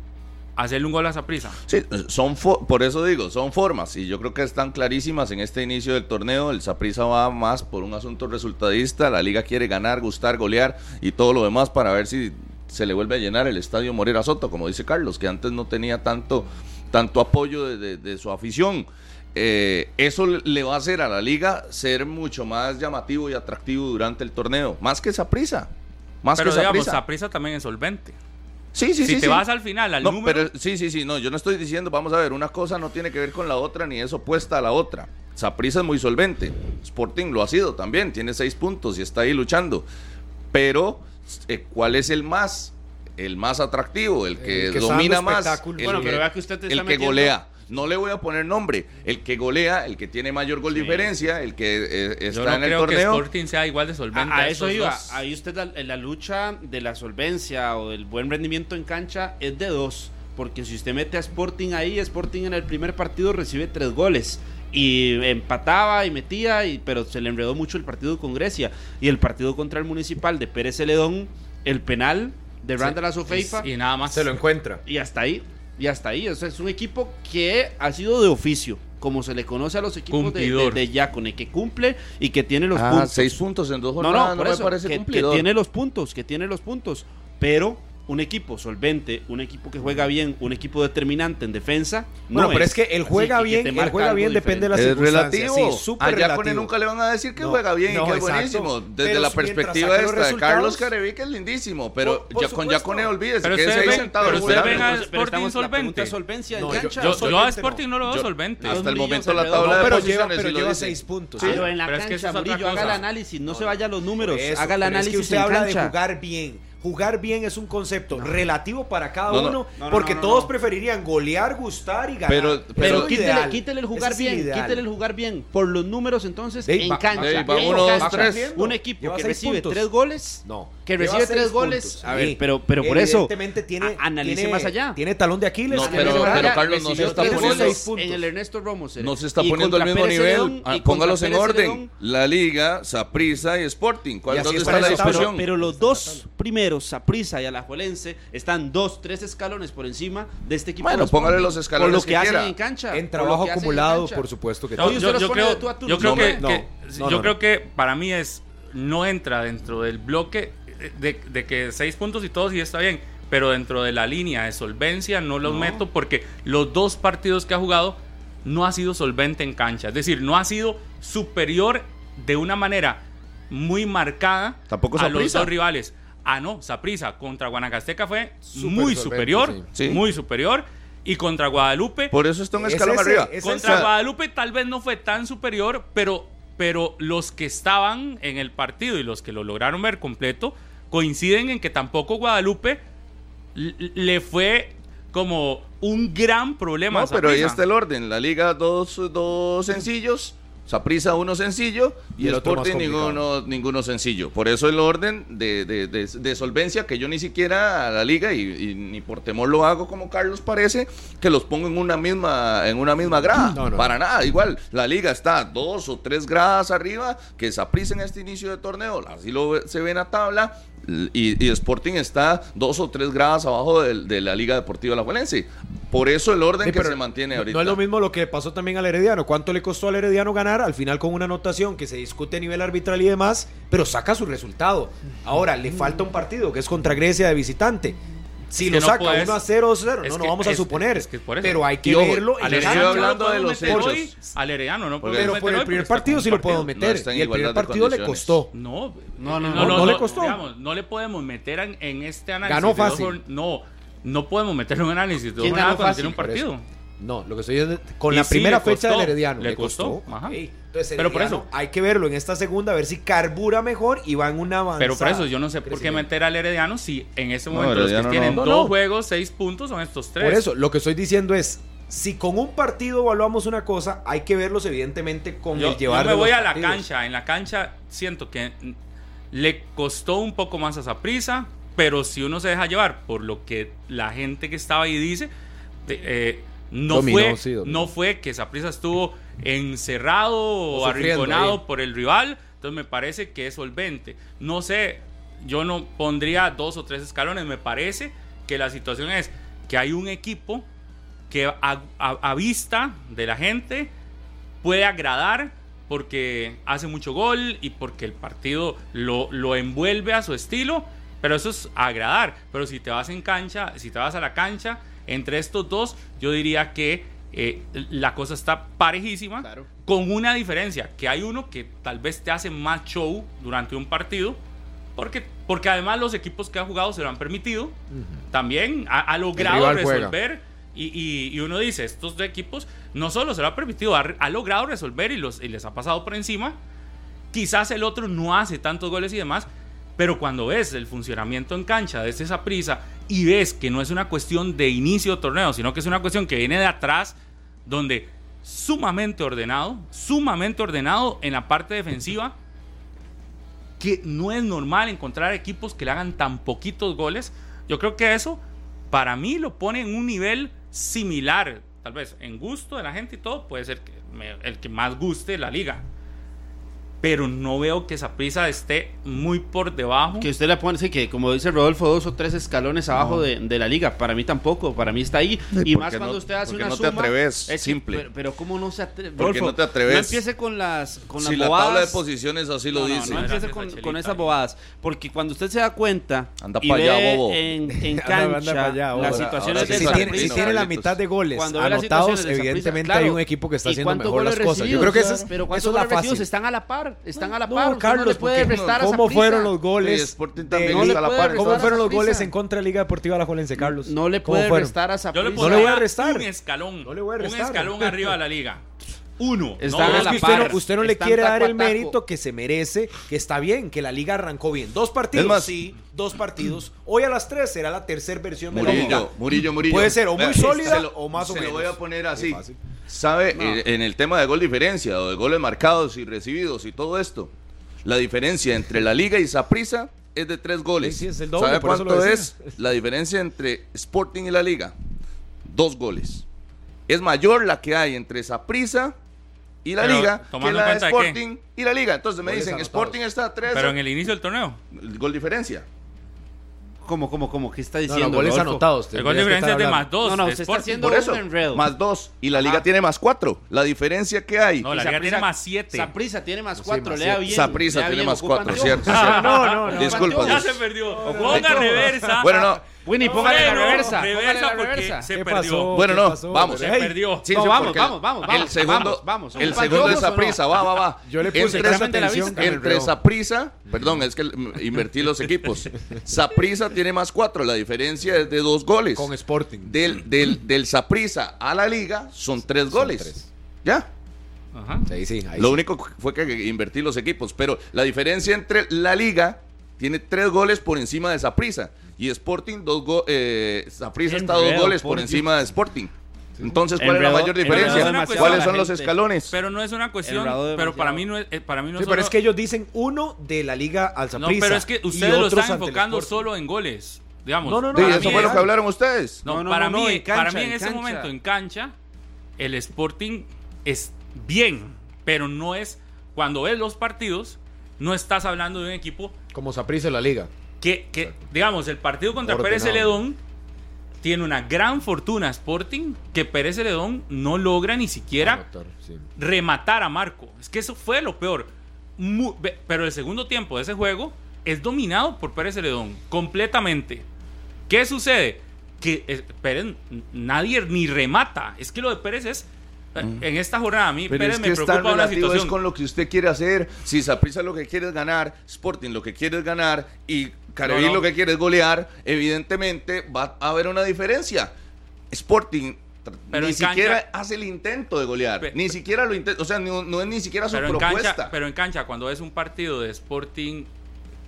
Speaker 5: hacerle un gol a esa prisa.
Speaker 4: Sí, eh, son fo- por eso digo, son formas y yo creo que están clarísimas en este inicio del torneo. El Saprissa va más por un asunto resultadista, la liga quiere ganar, gustar, golear y todo lo demás para ver si se le vuelve a llenar el estadio Morera Soto, como dice Carlos, que antes no tenía tanto, tanto apoyo de, de- de su afición. Eh, eso le- le va a hacer a la liga ser mucho más llamativo y atractivo durante el torneo, más que Saprissa, más
Speaker 5: pero
Speaker 4: que
Speaker 5: digamos,
Speaker 4: Saprissa.
Speaker 5: esa prisa también es solvente.
Speaker 4: Sí, sí,
Speaker 5: si
Speaker 4: sí,
Speaker 5: te
Speaker 4: sí.
Speaker 5: vas al final, al
Speaker 4: No,
Speaker 5: número...
Speaker 4: pero sí, sí, sí, no, yo no estoy diciendo, vamos a ver, una cosa no tiene que ver con la otra ni es opuesta a la otra. Saprissa es muy solvente, Sporting lo ha sido también, tiene seis puntos y está ahí luchando. Pero, eh, ¿cuál es el más? El más atractivo, el que,
Speaker 3: El que está
Speaker 4: domina
Speaker 3: dando
Speaker 4: más,
Speaker 3: espectáculo.
Speaker 4: el,
Speaker 2: Bueno,
Speaker 4: que,
Speaker 2: pero vea que usted te
Speaker 4: el
Speaker 2: está
Speaker 4: que
Speaker 2: metiendo-
Speaker 4: golea. No le voy a poner nombre, el que golea, el que tiene mayor gol diferencia, el que eh,
Speaker 5: Yo
Speaker 4: está
Speaker 5: no
Speaker 4: en el
Speaker 5: creo que
Speaker 4: torneo.
Speaker 5: Sporting sea igual de solvente.
Speaker 2: A, a eso
Speaker 5: estos
Speaker 2: iba.
Speaker 5: dos.
Speaker 2: Ahí usted la, en la lucha de la solvencia o del buen rendimiento en cancha es de dos. Porque si usted mete a Sporting ahí, Sporting en el primer partido recibe tres goles. Y empataba y metía, y, pero se le enredó mucho el partido con Grecia. Y el partido contra el Municipal de Pérez Celedón, el penal de Randall Azofeifa.
Speaker 5: Y nada más.
Speaker 3: Se lo encuentra.
Speaker 2: Y hasta ahí, y hasta ahí. O sea, es un equipo que ha sido de oficio, como se le conoce a los equipos de, de,
Speaker 5: Cumplidor.
Speaker 2: de Yacone, que cumple y que tiene los
Speaker 4: Ah,
Speaker 2: puntos.
Speaker 4: seis puntos en dos
Speaker 2: No,
Speaker 4: jornadas,
Speaker 2: no,
Speaker 4: no,
Speaker 2: por
Speaker 4: me
Speaker 2: eso,
Speaker 4: parece
Speaker 2: que, que
Speaker 4: cumplidor.
Speaker 2: tiene los puntos, que tiene los puntos. Pero un equipo solvente, un equipo que juega bien, un equipo determinante en defensa.
Speaker 3: Bueno,
Speaker 2: no
Speaker 3: pero es
Speaker 2: es
Speaker 3: que el
Speaker 2: Así
Speaker 3: juega
Speaker 2: que- que
Speaker 3: bien,
Speaker 2: te
Speaker 3: el
Speaker 2: marca
Speaker 3: juega
Speaker 2: algo
Speaker 3: bien depende de las
Speaker 4: Es
Speaker 3: circunstancias.
Speaker 4: relativo.
Speaker 3: Sí, súper
Speaker 4: Allá
Speaker 3: relativo.
Speaker 4: Cone nunca le van a decir que
Speaker 3: No,
Speaker 4: juega bien
Speaker 3: no,
Speaker 4: y que es
Speaker 3: exacto.
Speaker 4: buenísimo. Desde
Speaker 3: Pero si
Speaker 4: la
Speaker 3: mientras
Speaker 4: perspectiva
Speaker 3: saca los
Speaker 4: esta de
Speaker 3: resultados-
Speaker 4: Carlos Carevica es lindísimo, pero
Speaker 3: Por- por
Speaker 4: ya, con
Speaker 3: supuesto.
Speaker 4: Yacone olvídese
Speaker 5: Pero
Speaker 4: que es
Speaker 5: ustedes
Speaker 4: ahí
Speaker 5: ven-
Speaker 4: sentado
Speaker 5: pero ustedes
Speaker 4: esperando.
Speaker 5: ven al
Speaker 2: Entonces, pero
Speaker 5: Sporting
Speaker 2: estamos- la pregunta
Speaker 5: solvente.
Speaker 2: es solvencia en
Speaker 3: No, yo-
Speaker 2: cancha.
Speaker 5: Yo, yo a
Speaker 3: Solvente,
Speaker 5: Sporting
Speaker 3: no.
Speaker 5: no lo veo
Speaker 4: Yo-
Speaker 5: solvente.
Speaker 4: hasta el
Speaker 2: Dos
Speaker 4: momento la
Speaker 2: millones alrededor.
Speaker 4: tabla de
Speaker 3: pero lleva,
Speaker 4: posiciones
Speaker 3: pero
Speaker 4: sí lo
Speaker 3: lleva
Speaker 4: dice.
Speaker 3: seis puntos. Ah,
Speaker 4: Sí.
Speaker 2: Pero en la
Speaker 5: pero es
Speaker 2: cancha,
Speaker 5: que eso es otra
Speaker 2: Murillo, haga el
Speaker 5: cosa.
Speaker 2: análisis, no, se vaya a los números,
Speaker 3: Eso,
Speaker 2: haga el
Speaker 3: pero
Speaker 2: análisis
Speaker 3: Es que usted
Speaker 2: en
Speaker 3: habla
Speaker 2: cancha.
Speaker 3: de jugar bien. Jugar bien es un concepto relativo para cada
Speaker 4: No, no.
Speaker 3: uno,
Speaker 2: No, no,
Speaker 3: porque
Speaker 2: no, no,
Speaker 3: todos
Speaker 2: no.
Speaker 3: preferirían golear, gustar y ganar.
Speaker 4: Pero-
Speaker 3: Eso es
Speaker 4: pero
Speaker 3: lo
Speaker 2: Pero quítele,
Speaker 3: ideal.
Speaker 2: quítele el
Speaker 3: Ese
Speaker 2: jugar
Speaker 3: es
Speaker 2: bien,
Speaker 3: ideal.
Speaker 2: quítele el jugar bien. Por los números entonces,
Speaker 3: Dave,
Speaker 2: en
Speaker 3: va-
Speaker 2: cancha.
Speaker 4: Dave,
Speaker 2: en
Speaker 4: va uno,
Speaker 2: cancha.
Speaker 4: dos, tres.
Speaker 2: Un equipo
Speaker 3: Lleva
Speaker 2: que
Speaker 3: seis
Speaker 2: recibe
Speaker 3: puntos.
Speaker 2: tres goles.
Speaker 3: No.
Speaker 2: Que
Speaker 3: Lleva
Speaker 2: recibe
Speaker 3: seis
Speaker 2: tres goles.
Speaker 3: puntos,
Speaker 2: A
Speaker 3: sí.
Speaker 2: ver, pero, pero por eso.
Speaker 3: Evidentemente tiene.
Speaker 2: a- analice
Speaker 3: tiene-
Speaker 2: más allá.
Speaker 3: Tiene talón de Aquiles.
Speaker 4: No,
Speaker 3: tiene
Speaker 4: pero-
Speaker 3: más allá.
Speaker 4: pero Carlos, no se
Speaker 2: Recibió
Speaker 4: está
Speaker 2: tres
Speaker 4: poniendo-
Speaker 2: goles en el Ernesto Ramos. eh.
Speaker 4: No se está
Speaker 2: Y
Speaker 4: poniendo al
Speaker 2: contra
Speaker 4: mismo
Speaker 2: Pérez Celedón
Speaker 4: nivel.
Speaker 2: y
Speaker 4: Ah,
Speaker 2: contra
Speaker 4: Póngalos en
Speaker 2: Pérez
Speaker 4: orden.
Speaker 2: Celedón.
Speaker 4: La Liga, Saprissa y Sporting.
Speaker 3: Y
Speaker 4: ¿Cuál,
Speaker 3: así
Speaker 4: ¿Dónde
Speaker 3: es
Speaker 4: está la
Speaker 3: para eso,
Speaker 4: discusión?
Speaker 2: Pues Pero, pero los dos primeros, Aprisa y Alajuelense, están dos, tres escalones por encima de este equipo.
Speaker 4: Bueno,
Speaker 2: de Sporting.
Speaker 4: póngale los escalones
Speaker 2: Por lo
Speaker 4: que
Speaker 2: que, hacen
Speaker 4: quiera.
Speaker 2: en cancha.
Speaker 3: En
Speaker 2: por lo
Speaker 3: trabajo
Speaker 2: que hacen en
Speaker 3: acumulado,
Speaker 2: cancha.
Speaker 3: por supuesto que
Speaker 5: No,
Speaker 2: Oye,
Speaker 5: yo,
Speaker 2: usted los
Speaker 5: yo
Speaker 2: pone de
Speaker 5: creo,
Speaker 2: tú a tú,
Speaker 5: yo
Speaker 2: no,
Speaker 5: creo
Speaker 4: hombre,
Speaker 5: que,
Speaker 3: no,
Speaker 5: que-
Speaker 3: no,
Speaker 5: yo
Speaker 3: no,
Speaker 5: creo
Speaker 3: no.
Speaker 5: que para mí es no entra dentro del bloque eh, de, de que seis puntos y todo sí está bien, pero dentro de la línea de solvencia no los meto porque los dos partidos que ha jugado no ha sido solvente en cancha, es decir, no ha sido superior de una manera muy marcada
Speaker 4: Tampoco
Speaker 5: a los
Speaker 4: Saprissa.
Speaker 5: dos rivales. Ah, no, Saprisa contra Guanacasteca fue
Speaker 3: Súper
Speaker 5: muy
Speaker 3: solvente,
Speaker 5: superior,
Speaker 4: sí. Sí.
Speaker 5: muy superior y contra Guadalupe
Speaker 4: Por eso está un
Speaker 3: Es
Speaker 4: escalón
Speaker 3: ese,
Speaker 4: arriba.
Speaker 3: es
Speaker 4: O
Speaker 5: contra
Speaker 4: sea,
Speaker 5: Guadalupe tal vez no fue tan superior, pero, pero los que estaban en el partido y los que lo lograron ver completo coinciden en que tampoco Guadalupe l- le fue como un gran problema.
Speaker 4: No,
Speaker 5: a
Speaker 4: pero ahí
Speaker 5: Saprissa.
Speaker 4: está el orden. La liga, dos, dos sencillos. Saprisa, uno sencillo.
Speaker 3: Y
Speaker 4: Y,
Speaker 3: el
Speaker 4: el
Speaker 3: otro más
Speaker 4: Sporting,
Speaker 3: complicado.
Speaker 4: ninguno, ninguno sencillo. Por eso el orden de, de- de- de solvencia, que yo ni siquiera a la liga, y, y ni por temor lo hago como Carlos parece, que los pongo en una misma, en una misma grada.
Speaker 3: No, no.
Speaker 4: Para nada. Igual, la liga está dos o tres gradas arriba que Saprisa en este inicio de torneo. Así lo ve- se ve en la tabla. Y, y Sporting está dos o tres gradas abajo del- de, la Liga Deportiva La Por eso el orden
Speaker 3: Sí,
Speaker 4: que
Speaker 3: pero
Speaker 4: se mantiene
Speaker 3: no-
Speaker 4: ahorita.
Speaker 3: No es lo mismo lo que pasó también al Herediano. ¿Cuánto le costó al Herediano ganar? Al final con una anotación que se discute a nivel arbitral y demás, pero saca su resultado. Ahora, le falta un partido que es contra Grecia de visitante. Si
Speaker 5: Es
Speaker 3: lo
Speaker 5: que no
Speaker 3: saca
Speaker 5: puedes-
Speaker 3: 1 a 0 o 0,
Speaker 5: es
Speaker 3: no, no
Speaker 5: que-
Speaker 3: vamos a
Speaker 5: es-
Speaker 3: suponer.
Speaker 5: es que por eso.
Speaker 3: pero hay que
Speaker 4: Y ojo,
Speaker 3: verlo en
Speaker 4: al
Speaker 3: cancha.
Speaker 4: Herediano- hablando de los
Speaker 5: meter hoy
Speaker 4: hechos.
Speaker 5: al Herediano, no podemos
Speaker 3: Pero
Speaker 4: Pero
Speaker 5: meter
Speaker 3: por
Speaker 5: hoy
Speaker 3: el
Speaker 5: porque
Speaker 3: primer
Speaker 5: está
Speaker 3: partido
Speaker 5: con
Speaker 3: sí lo podemos
Speaker 5: partido.
Speaker 4: No
Speaker 3: meter.
Speaker 4: está en
Speaker 3: y el primer
Speaker 4: igualdad de
Speaker 3: partido le
Speaker 4: condiciones.
Speaker 3: costó.
Speaker 5: No, eh,
Speaker 2: No, no,
Speaker 5: no, no,
Speaker 2: no,
Speaker 5: no,
Speaker 3: no le costó.
Speaker 5: digamos, no le podemos meter en, en este análisis.
Speaker 3: Ganó
Speaker 5: de dos
Speaker 3: fácil.
Speaker 5: jorn- no, no podemos meter un análisis de dos
Speaker 2: ¿Quién
Speaker 5: jornadas
Speaker 2: ganó
Speaker 5: cuando tiene un
Speaker 2: fácil?
Speaker 5: partido.
Speaker 3: No, lo que estoy diciendo es- con
Speaker 5: Y
Speaker 3: la
Speaker 5: sí,
Speaker 3: primera
Speaker 5: le
Speaker 3: fecha del
Speaker 5: costó,
Speaker 3: Herediano.
Speaker 5: le costó, ajá.
Speaker 3: Ok, Entonces,
Speaker 5: Pero por
Speaker 3: Herediano,
Speaker 5: eso.
Speaker 3: Hay que verlo en esta segunda, a ver si carbura mejor y va en una avanzada.
Speaker 5: Pero por eso yo no sé por qué
Speaker 3: Crecimiento.
Speaker 5: meter al Herediano si en ese
Speaker 4: No,
Speaker 5: momento los que
Speaker 4: Herediano
Speaker 5: tienen
Speaker 4: no.
Speaker 5: dos
Speaker 3: No, no.
Speaker 5: juegos, seis puntos son estos tres.
Speaker 3: Por eso, lo que estoy diciendo es, si con un partido evaluamos una cosa, hay que verlos evidentemente con
Speaker 5: Yo,
Speaker 3: el llevar
Speaker 5: yo me
Speaker 3: de
Speaker 5: voy
Speaker 3: los
Speaker 5: a la
Speaker 3: partidos.
Speaker 5: cancha. En la cancha siento que mm, le costó un poco más a prisa, pero si uno se deja llevar por lo que la gente que estaba ahí dice, te- eh, no,
Speaker 3: Dominó,
Speaker 5: fue,
Speaker 3: sí, dominó.
Speaker 5: no fue que Saprisa estuvo encerrado o
Speaker 3: sufriendo
Speaker 5: arrinconado
Speaker 3: ahí.
Speaker 5: por el rival. Entonces me parece que es solvente. No sé, yo no pondría dos o tres escalones. Me parece que la situación es que hay un equipo que a- a- a vista de la gente puede agradar porque hace mucho gol y porque el partido lo, lo envuelve a su estilo, pero eso es agradar. Pero si te vas en cancha, si te vas a la cancha, entre estos dos, yo diría que eh, la cosa está parejísima,
Speaker 3: Claro.
Speaker 5: con una diferencia, que hay uno que tal vez te hace más show durante un partido, porque, porque además los equipos que ha jugado se lo han permitido, también ha, ha logrado
Speaker 3: rival juega.
Speaker 5: resolver resolver. Y, y- y uno dice, estos dos equipos no solo se lo ha permitido, ha, ha logrado resolver y, los, y les ha pasado por encima. Quizás el otro no hace tantos goles y demás, pero cuando ves el funcionamiento en cancha de esa prisa y ves que no es una cuestión de inicio de torneo, sino que es una cuestión que viene de atrás, donde sumamente ordenado, sumamente ordenado en la parte defensiva, que no es normal encontrar equipos que le hagan tan poquitos goles. Yo creo que eso para mí lo pone en un nivel similar, tal vez en gusto de la gente y todo, puede ser que me- el que más guste la liga. Pero no veo que esa prisa esté muy por debajo.
Speaker 2: Que usted le pone, sí, que como dice Rodolfo, dos o tres escalones abajo de, de la liga. Para mí tampoco, para mí está ahí. Y
Speaker 4: ¿por
Speaker 2: más
Speaker 4: qué
Speaker 2: cuando
Speaker 4: no-
Speaker 2: usted hace
Speaker 4: por
Speaker 2: una
Speaker 4: qué no te
Speaker 2: suma.
Speaker 4: atreves?
Speaker 2: es que-
Speaker 4: Simple.
Speaker 2: pero, pero ¿cómo no se atreve?
Speaker 4: ¿Por qué
Speaker 2: Rodolfo,
Speaker 4: no te atreves?
Speaker 2: No empiece con las, con las
Speaker 4: si la
Speaker 2: bobadas.
Speaker 4: tabla de posiciones así lo
Speaker 2: No, no,
Speaker 4: dice.
Speaker 2: No, empiece
Speaker 5: Gracias,
Speaker 2: con,
Speaker 5: Chelita.
Speaker 2: con esas bobadas. Porque cuando usted se da cuenta
Speaker 4: Anda
Speaker 2: y
Speaker 4: pa' allá,
Speaker 2: ve
Speaker 4: bobo.
Speaker 2: en, en
Speaker 3: Anda, anda
Speaker 2: cancha
Speaker 3: pa' allá, bobo.
Speaker 2: las
Speaker 4: Ahora,
Speaker 2: situaciones
Speaker 4: ahora sí
Speaker 2: de
Speaker 3: Si
Speaker 4: Saprissa,
Speaker 3: tiene, si
Speaker 4: Saprissa,
Speaker 3: tiene la
Speaker 4: Carlitos.
Speaker 3: mitad de goles
Speaker 2: Cuando ve las situaciones
Speaker 3: anotados,
Speaker 2: de Saprissa,
Speaker 3: evidentemente
Speaker 2: claro.
Speaker 3: hay un equipo que está
Speaker 2: ¿Y
Speaker 3: haciendo
Speaker 2: cuántos
Speaker 3: mejor las
Speaker 2: goles
Speaker 3: cosas. Yo
Speaker 2: recibidos?
Speaker 3: creo que esa es,
Speaker 2: Pero
Speaker 3: esa
Speaker 2: ¿cuántos
Speaker 3: es la
Speaker 2: goles recibidos?
Speaker 3: fácil.
Speaker 2: Están a la par, están a la
Speaker 3: No,
Speaker 2: par. Usted no le
Speaker 3: Carlos,
Speaker 2: puede
Speaker 3: ¿por qué?
Speaker 2: restar a
Speaker 3: ¿Cómo
Speaker 2: Saprissa.
Speaker 3: fueron los
Speaker 4: Sí,
Speaker 3: goles?
Speaker 4: Sporting
Speaker 3: de-
Speaker 4: también
Speaker 2: No le
Speaker 4: está a la
Speaker 2: puede
Speaker 4: par.
Speaker 2: restar
Speaker 3: ¿Cómo fueron los
Speaker 2: Saprissa.
Speaker 3: goles en contra de Liga Deportiva Alajuelense, Carlos?
Speaker 2: No le
Speaker 3: ¿Cómo
Speaker 2: puede
Speaker 3: fueron?
Speaker 2: restar a Saprissa.
Speaker 5: Yo le
Speaker 3: No le voy a
Speaker 5: pondría
Speaker 3: restar.
Speaker 5: un escalón.
Speaker 3: No le voy a
Speaker 5: Un
Speaker 3: restar.
Speaker 5: escalón arriba de la liga. Uno.
Speaker 2: Están
Speaker 3: Pero
Speaker 5: no,
Speaker 2: a
Speaker 3: es
Speaker 5: dos.
Speaker 2: la
Speaker 3: que
Speaker 2: par.
Speaker 3: usted no, usted no le
Speaker 2: Están
Speaker 3: quiere dar
Speaker 2: taco a
Speaker 3: el
Speaker 2: taco.
Speaker 3: mérito que se merece, que está bien, que la liga arrancó bien. Dos partidos,
Speaker 4: Es más-
Speaker 3: sí, dos partidos. Hoy a las tres será la tercera versión de la liga.
Speaker 4: Murillo, Murillo, Murillo.
Speaker 3: Puede ser o muy
Speaker 4: Vea, este
Speaker 3: sólida
Speaker 4: se lo-
Speaker 3: o más o
Speaker 4: Se
Speaker 3: menos.
Speaker 4: lo voy a poner así.
Speaker 3: fácil.
Speaker 4: ¿Sabe? Eh, En el tema de gol diferencia o de goles marcados y recibidos y todo esto, la diferencia entre la Liga y Saprisa es de tres goles.
Speaker 3: Sí, sí, es el doble,
Speaker 4: ¿Sabe
Speaker 3: por eso lo
Speaker 4: cuánto es
Speaker 3: decía.
Speaker 4: la diferencia entre Sporting y la Liga? Dos goles. Es mayor la que hay entre Saprisa y la
Speaker 5: Pero,
Speaker 4: Liga que
Speaker 5: tomando en
Speaker 4: la de
Speaker 5: cuenta de qué.
Speaker 4: Sporting y la Liga. Entonces me
Speaker 3: Goles
Speaker 4: dicen,
Speaker 3: anotados.
Speaker 4: Sporting está a tres.
Speaker 5: Pero en el inicio del torneo.
Speaker 4: Gol diferencia.
Speaker 2: ¿Cómo, cómo, cómo? ¿Qué está
Speaker 3: No,
Speaker 2: diciendo?
Speaker 3: los goles
Speaker 2: Rodolfo?
Speaker 3: anotados.
Speaker 5: El gol de
Speaker 3: tendrías que
Speaker 5: diferencia es de
Speaker 3: estar
Speaker 5: más
Speaker 3: hablando.
Speaker 5: dos.
Speaker 2: No, no,
Speaker 5: de
Speaker 2: usted está
Speaker 5: Sporting.
Speaker 2: haciendo-
Speaker 4: Por eso,
Speaker 2: un enredo.
Speaker 4: más dos. Y la liga
Speaker 2: Ajá.
Speaker 4: tiene más cuatro. La diferencia que hay.
Speaker 5: No, la
Speaker 2: Y
Speaker 5: liga tiene
Speaker 2: Saprissa-
Speaker 5: más siete.
Speaker 2: Saprissa tiene más cuatro,
Speaker 3: más
Speaker 2: lea
Speaker 3: siete.
Speaker 2: bien.
Speaker 4: Saprissa
Speaker 2: lea
Speaker 4: tiene
Speaker 2: bien,
Speaker 4: más
Speaker 2: ocupan
Speaker 4: cuatro,
Speaker 2: dos.
Speaker 4: cierto,
Speaker 2: Ah,
Speaker 4: cierto.
Speaker 2: No, no, no.
Speaker 4: Disculpa,
Speaker 2: ocupan
Speaker 5: Ya
Speaker 2: dos.
Speaker 4: Dios.
Speaker 5: se perdió. Ponga reversa.
Speaker 4: Bueno, no.
Speaker 2: Winnie, póngale la
Speaker 5: Freno,
Speaker 2: reversa. póngale
Speaker 5: Reversa
Speaker 2: la reversa.
Speaker 5: porque se
Speaker 3: ¿Qué
Speaker 5: perdió.
Speaker 3: pasó?
Speaker 4: Bueno, no,
Speaker 3: pasó?
Speaker 4: vamos.
Speaker 5: Se
Speaker 3: Ey,
Speaker 5: perdió.
Speaker 4: Sí,
Speaker 2: No,
Speaker 4: sí,
Speaker 2: vamos,
Speaker 4: porque
Speaker 2: vamos, vamos,
Speaker 4: El
Speaker 2: vamos,
Speaker 4: segundo,
Speaker 2: vamos, vamos.
Speaker 4: el
Speaker 2: ¿Ocupan
Speaker 4: segundo
Speaker 2: globos
Speaker 4: de
Speaker 2: o no?
Speaker 4: Saprisa, va, va, va.
Speaker 3: Yo le puse
Speaker 4: entre
Speaker 2: examen de la
Speaker 4: atención,
Speaker 2: vista.
Speaker 4: entre
Speaker 3: Camerreo.
Speaker 4: Saprisa, perdón, es que mm, invertí los equipos. Saprisa tiene más cuatro, la diferencia es de dos goles.
Speaker 3: Con Sporting.
Speaker 4: Del, del, del Saprisa a la liga son tres goles.
Speaker 3: tres.
Speaker 4: Ya.
Speaker 5: Ajá.
Speaker 3: Ahí sí, ahí
Speaker 4: Lo
Speaker 3: sí.
Speaker 4: único fue que invertí los equipos, pero la diferencia entre la liga tiene tres goles por encima de Saprisa y Sporting dos go eh, Saprissa está dos
Speaker 2: Enredo,
Speaker 4: goles por
Speaker 2: por Dios.
Speaker 4: encima de Sporting. Entonces, ¿cuál es
Speaker 2: Enredo,
Speaker 4: la mayor
Speaker 5: enredo
Speaker 4: diferencia?
Speaker 5: demasiado
Speaker 4: ¿Cuáles
Speaker 5: la
Speaker 4: son los
Speaker 2: gente.
Speaker 4: escalones?
Speaker 5: Pero no es una cuestión.
Speaker 2: Enredado
Speaker 5: Pero para
Speaker 2: demasiado.
Speaker 5: mí no es. eh, Para mí no
Speaker 3: Sí, pero
Speaker 5: solo-
Speaker 3: es que ellos dicen uno de la liga al
Speaker 5: No,
Speaker 3: Saprissa.
Speaker 5: pero es que
Speaker 3: y
Speaker 5: ustedes lo
Speaker 3: otros
Speaker 5: están
Speaker 3: ante el
Speaker 5: enfocando
Speaker 3: Sporting.
Speaker 5: solo en goles. Digamos.
Speaker 3: No, no, no,
Speaker 4: Sí,
Speaker 5: para
Speaker 3: a
Speaker 4: eso
Speaker 5: mí
Speaker 4: fue
Speaker 5: es-
Speaker 4: lo que hablaron ustedes.
Speaker 5: No,
Speaker 2: No, no,
Speaker 5: para,
Speaker 2: no, no,
Speaker 5: mí,
Speaker 2: en cancha,
Speaker 5: para mí en,
Speaker 2: en
Speaker 5: ese
Speaker 2: cancha.
Speaker 5: momento, en cancha, el Sporting es bien, pero no es. Cuando ves los partidos, no estás hablando de un equipo
Speaker 3: Como Saprissa en la liga.
Speaker 5: que, que, digamos, el partido contra
Speaker 3: Ordenado.
Speaker 5: Pérez Celedón tiene una gran fortuna Sporting que Pérez Heredón no logra ni
Speaker 4: Ah,
Speaker 5: siquiera
Speaker 3: Anotar, sí.
Speaker 5: rematar a Marco. Es que eso fue lo peor. Mu- ve- pero el segundo tiempo de ese juego es dominado por Pérez Heredón, completamente. ¿Qué sucede? Que eh, Pérez, n- nadie ni remata. Es que lo de Pérez es. eh, En esta jornada a mí
Speaker 4: Mm. Pero
Speaker 5: Pérez
Speaker 4: es que
Speaker 5: me
Speaker 4: es tan
Speaker 5: preocupa una
Speaker 4: relativo,
Speaker 5: situación.
Speaker 4: es con lo que usted quiere hacer. Si Saprissa lo que quiere es ganar, Sporting lo que quiere es ganar y Carabil
Speaker 5: No, no.
Speaker 4: lo que quiere es golear, evidentemente va a haber una diferencia. Sporting tr-
Speaker 5: Pero
Speaker 4: ni
Speaker 5: en cancha-
Speaker 4: siquiera hace el intento de golear,
Speaker 5: Pe-
Speaker 4: ni
Speaker 5: pe-
Speaker 4: siquiera lo intenta, o sea, no, no es ni siquiera su
Speaker 5: pero en
Speaker 4: propuesta.
Speaker 5: cancha, pero en cancha cuando es un partido de Sporting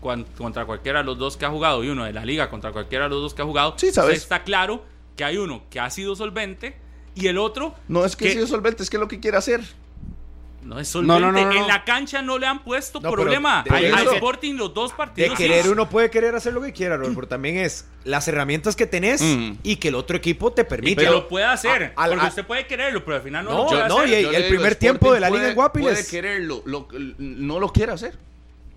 Speaker 5: cuan- contra cualquiera de los dos que ha jugado y uno de la liga contra cualquiera de los dos que ha jugado,
Speaker 4: Sí, sabes.
Speaker 5: está claro que hay uno que ha sido solvente y el otro
Speaker 4: no es que
Speaker 5: ¿Qué?
Speaker 4: sea solvente, es que es lo que quiere hacer.
Speaker 5: no es
Speaker 3: no,
Speaker 5: solvente.
Speaker 3: no, no.
Speaker 5: En la cancha no le han puesto
Speaker 3: No, pero
Speaker 5: problema.
Speaker 3: de
Speaker 5: Hay- Al
Speaker 4: eso-
Speaker 5: Sporting los dos
Speaker 3: De
Speaker 5: partidos. sí.
Speaker 3: querer uno puede querer hacer lo que quiera, Robert, pero también es las herramientas que tenés
Speaker 4: Mm.
Speaker 3: y que el otro equipo te
Speaker 5: Y
Speaker 3: permite.
Speaker 5: que lo puede hacer.
Speaker 3: A- a-
Speaker 5: porque
Speaker 3: a-
Speaker 5: usted puede quererlo, pero al final no,
Speaker 3: No,
Speaker 5: lo puede
Speaker 3: no,
Speaker 5: hacer.
Speaker 3: y-
Speaker 4: Yo
Speaker 3: el
Speaker 4: le digo,
Speaker 3: primer tiempo de la
Speaker 4: Sporting
Speaker 3: liga en Guapiles.
Speaker 4: Puede quererlo, lo- no lo quiere hacer.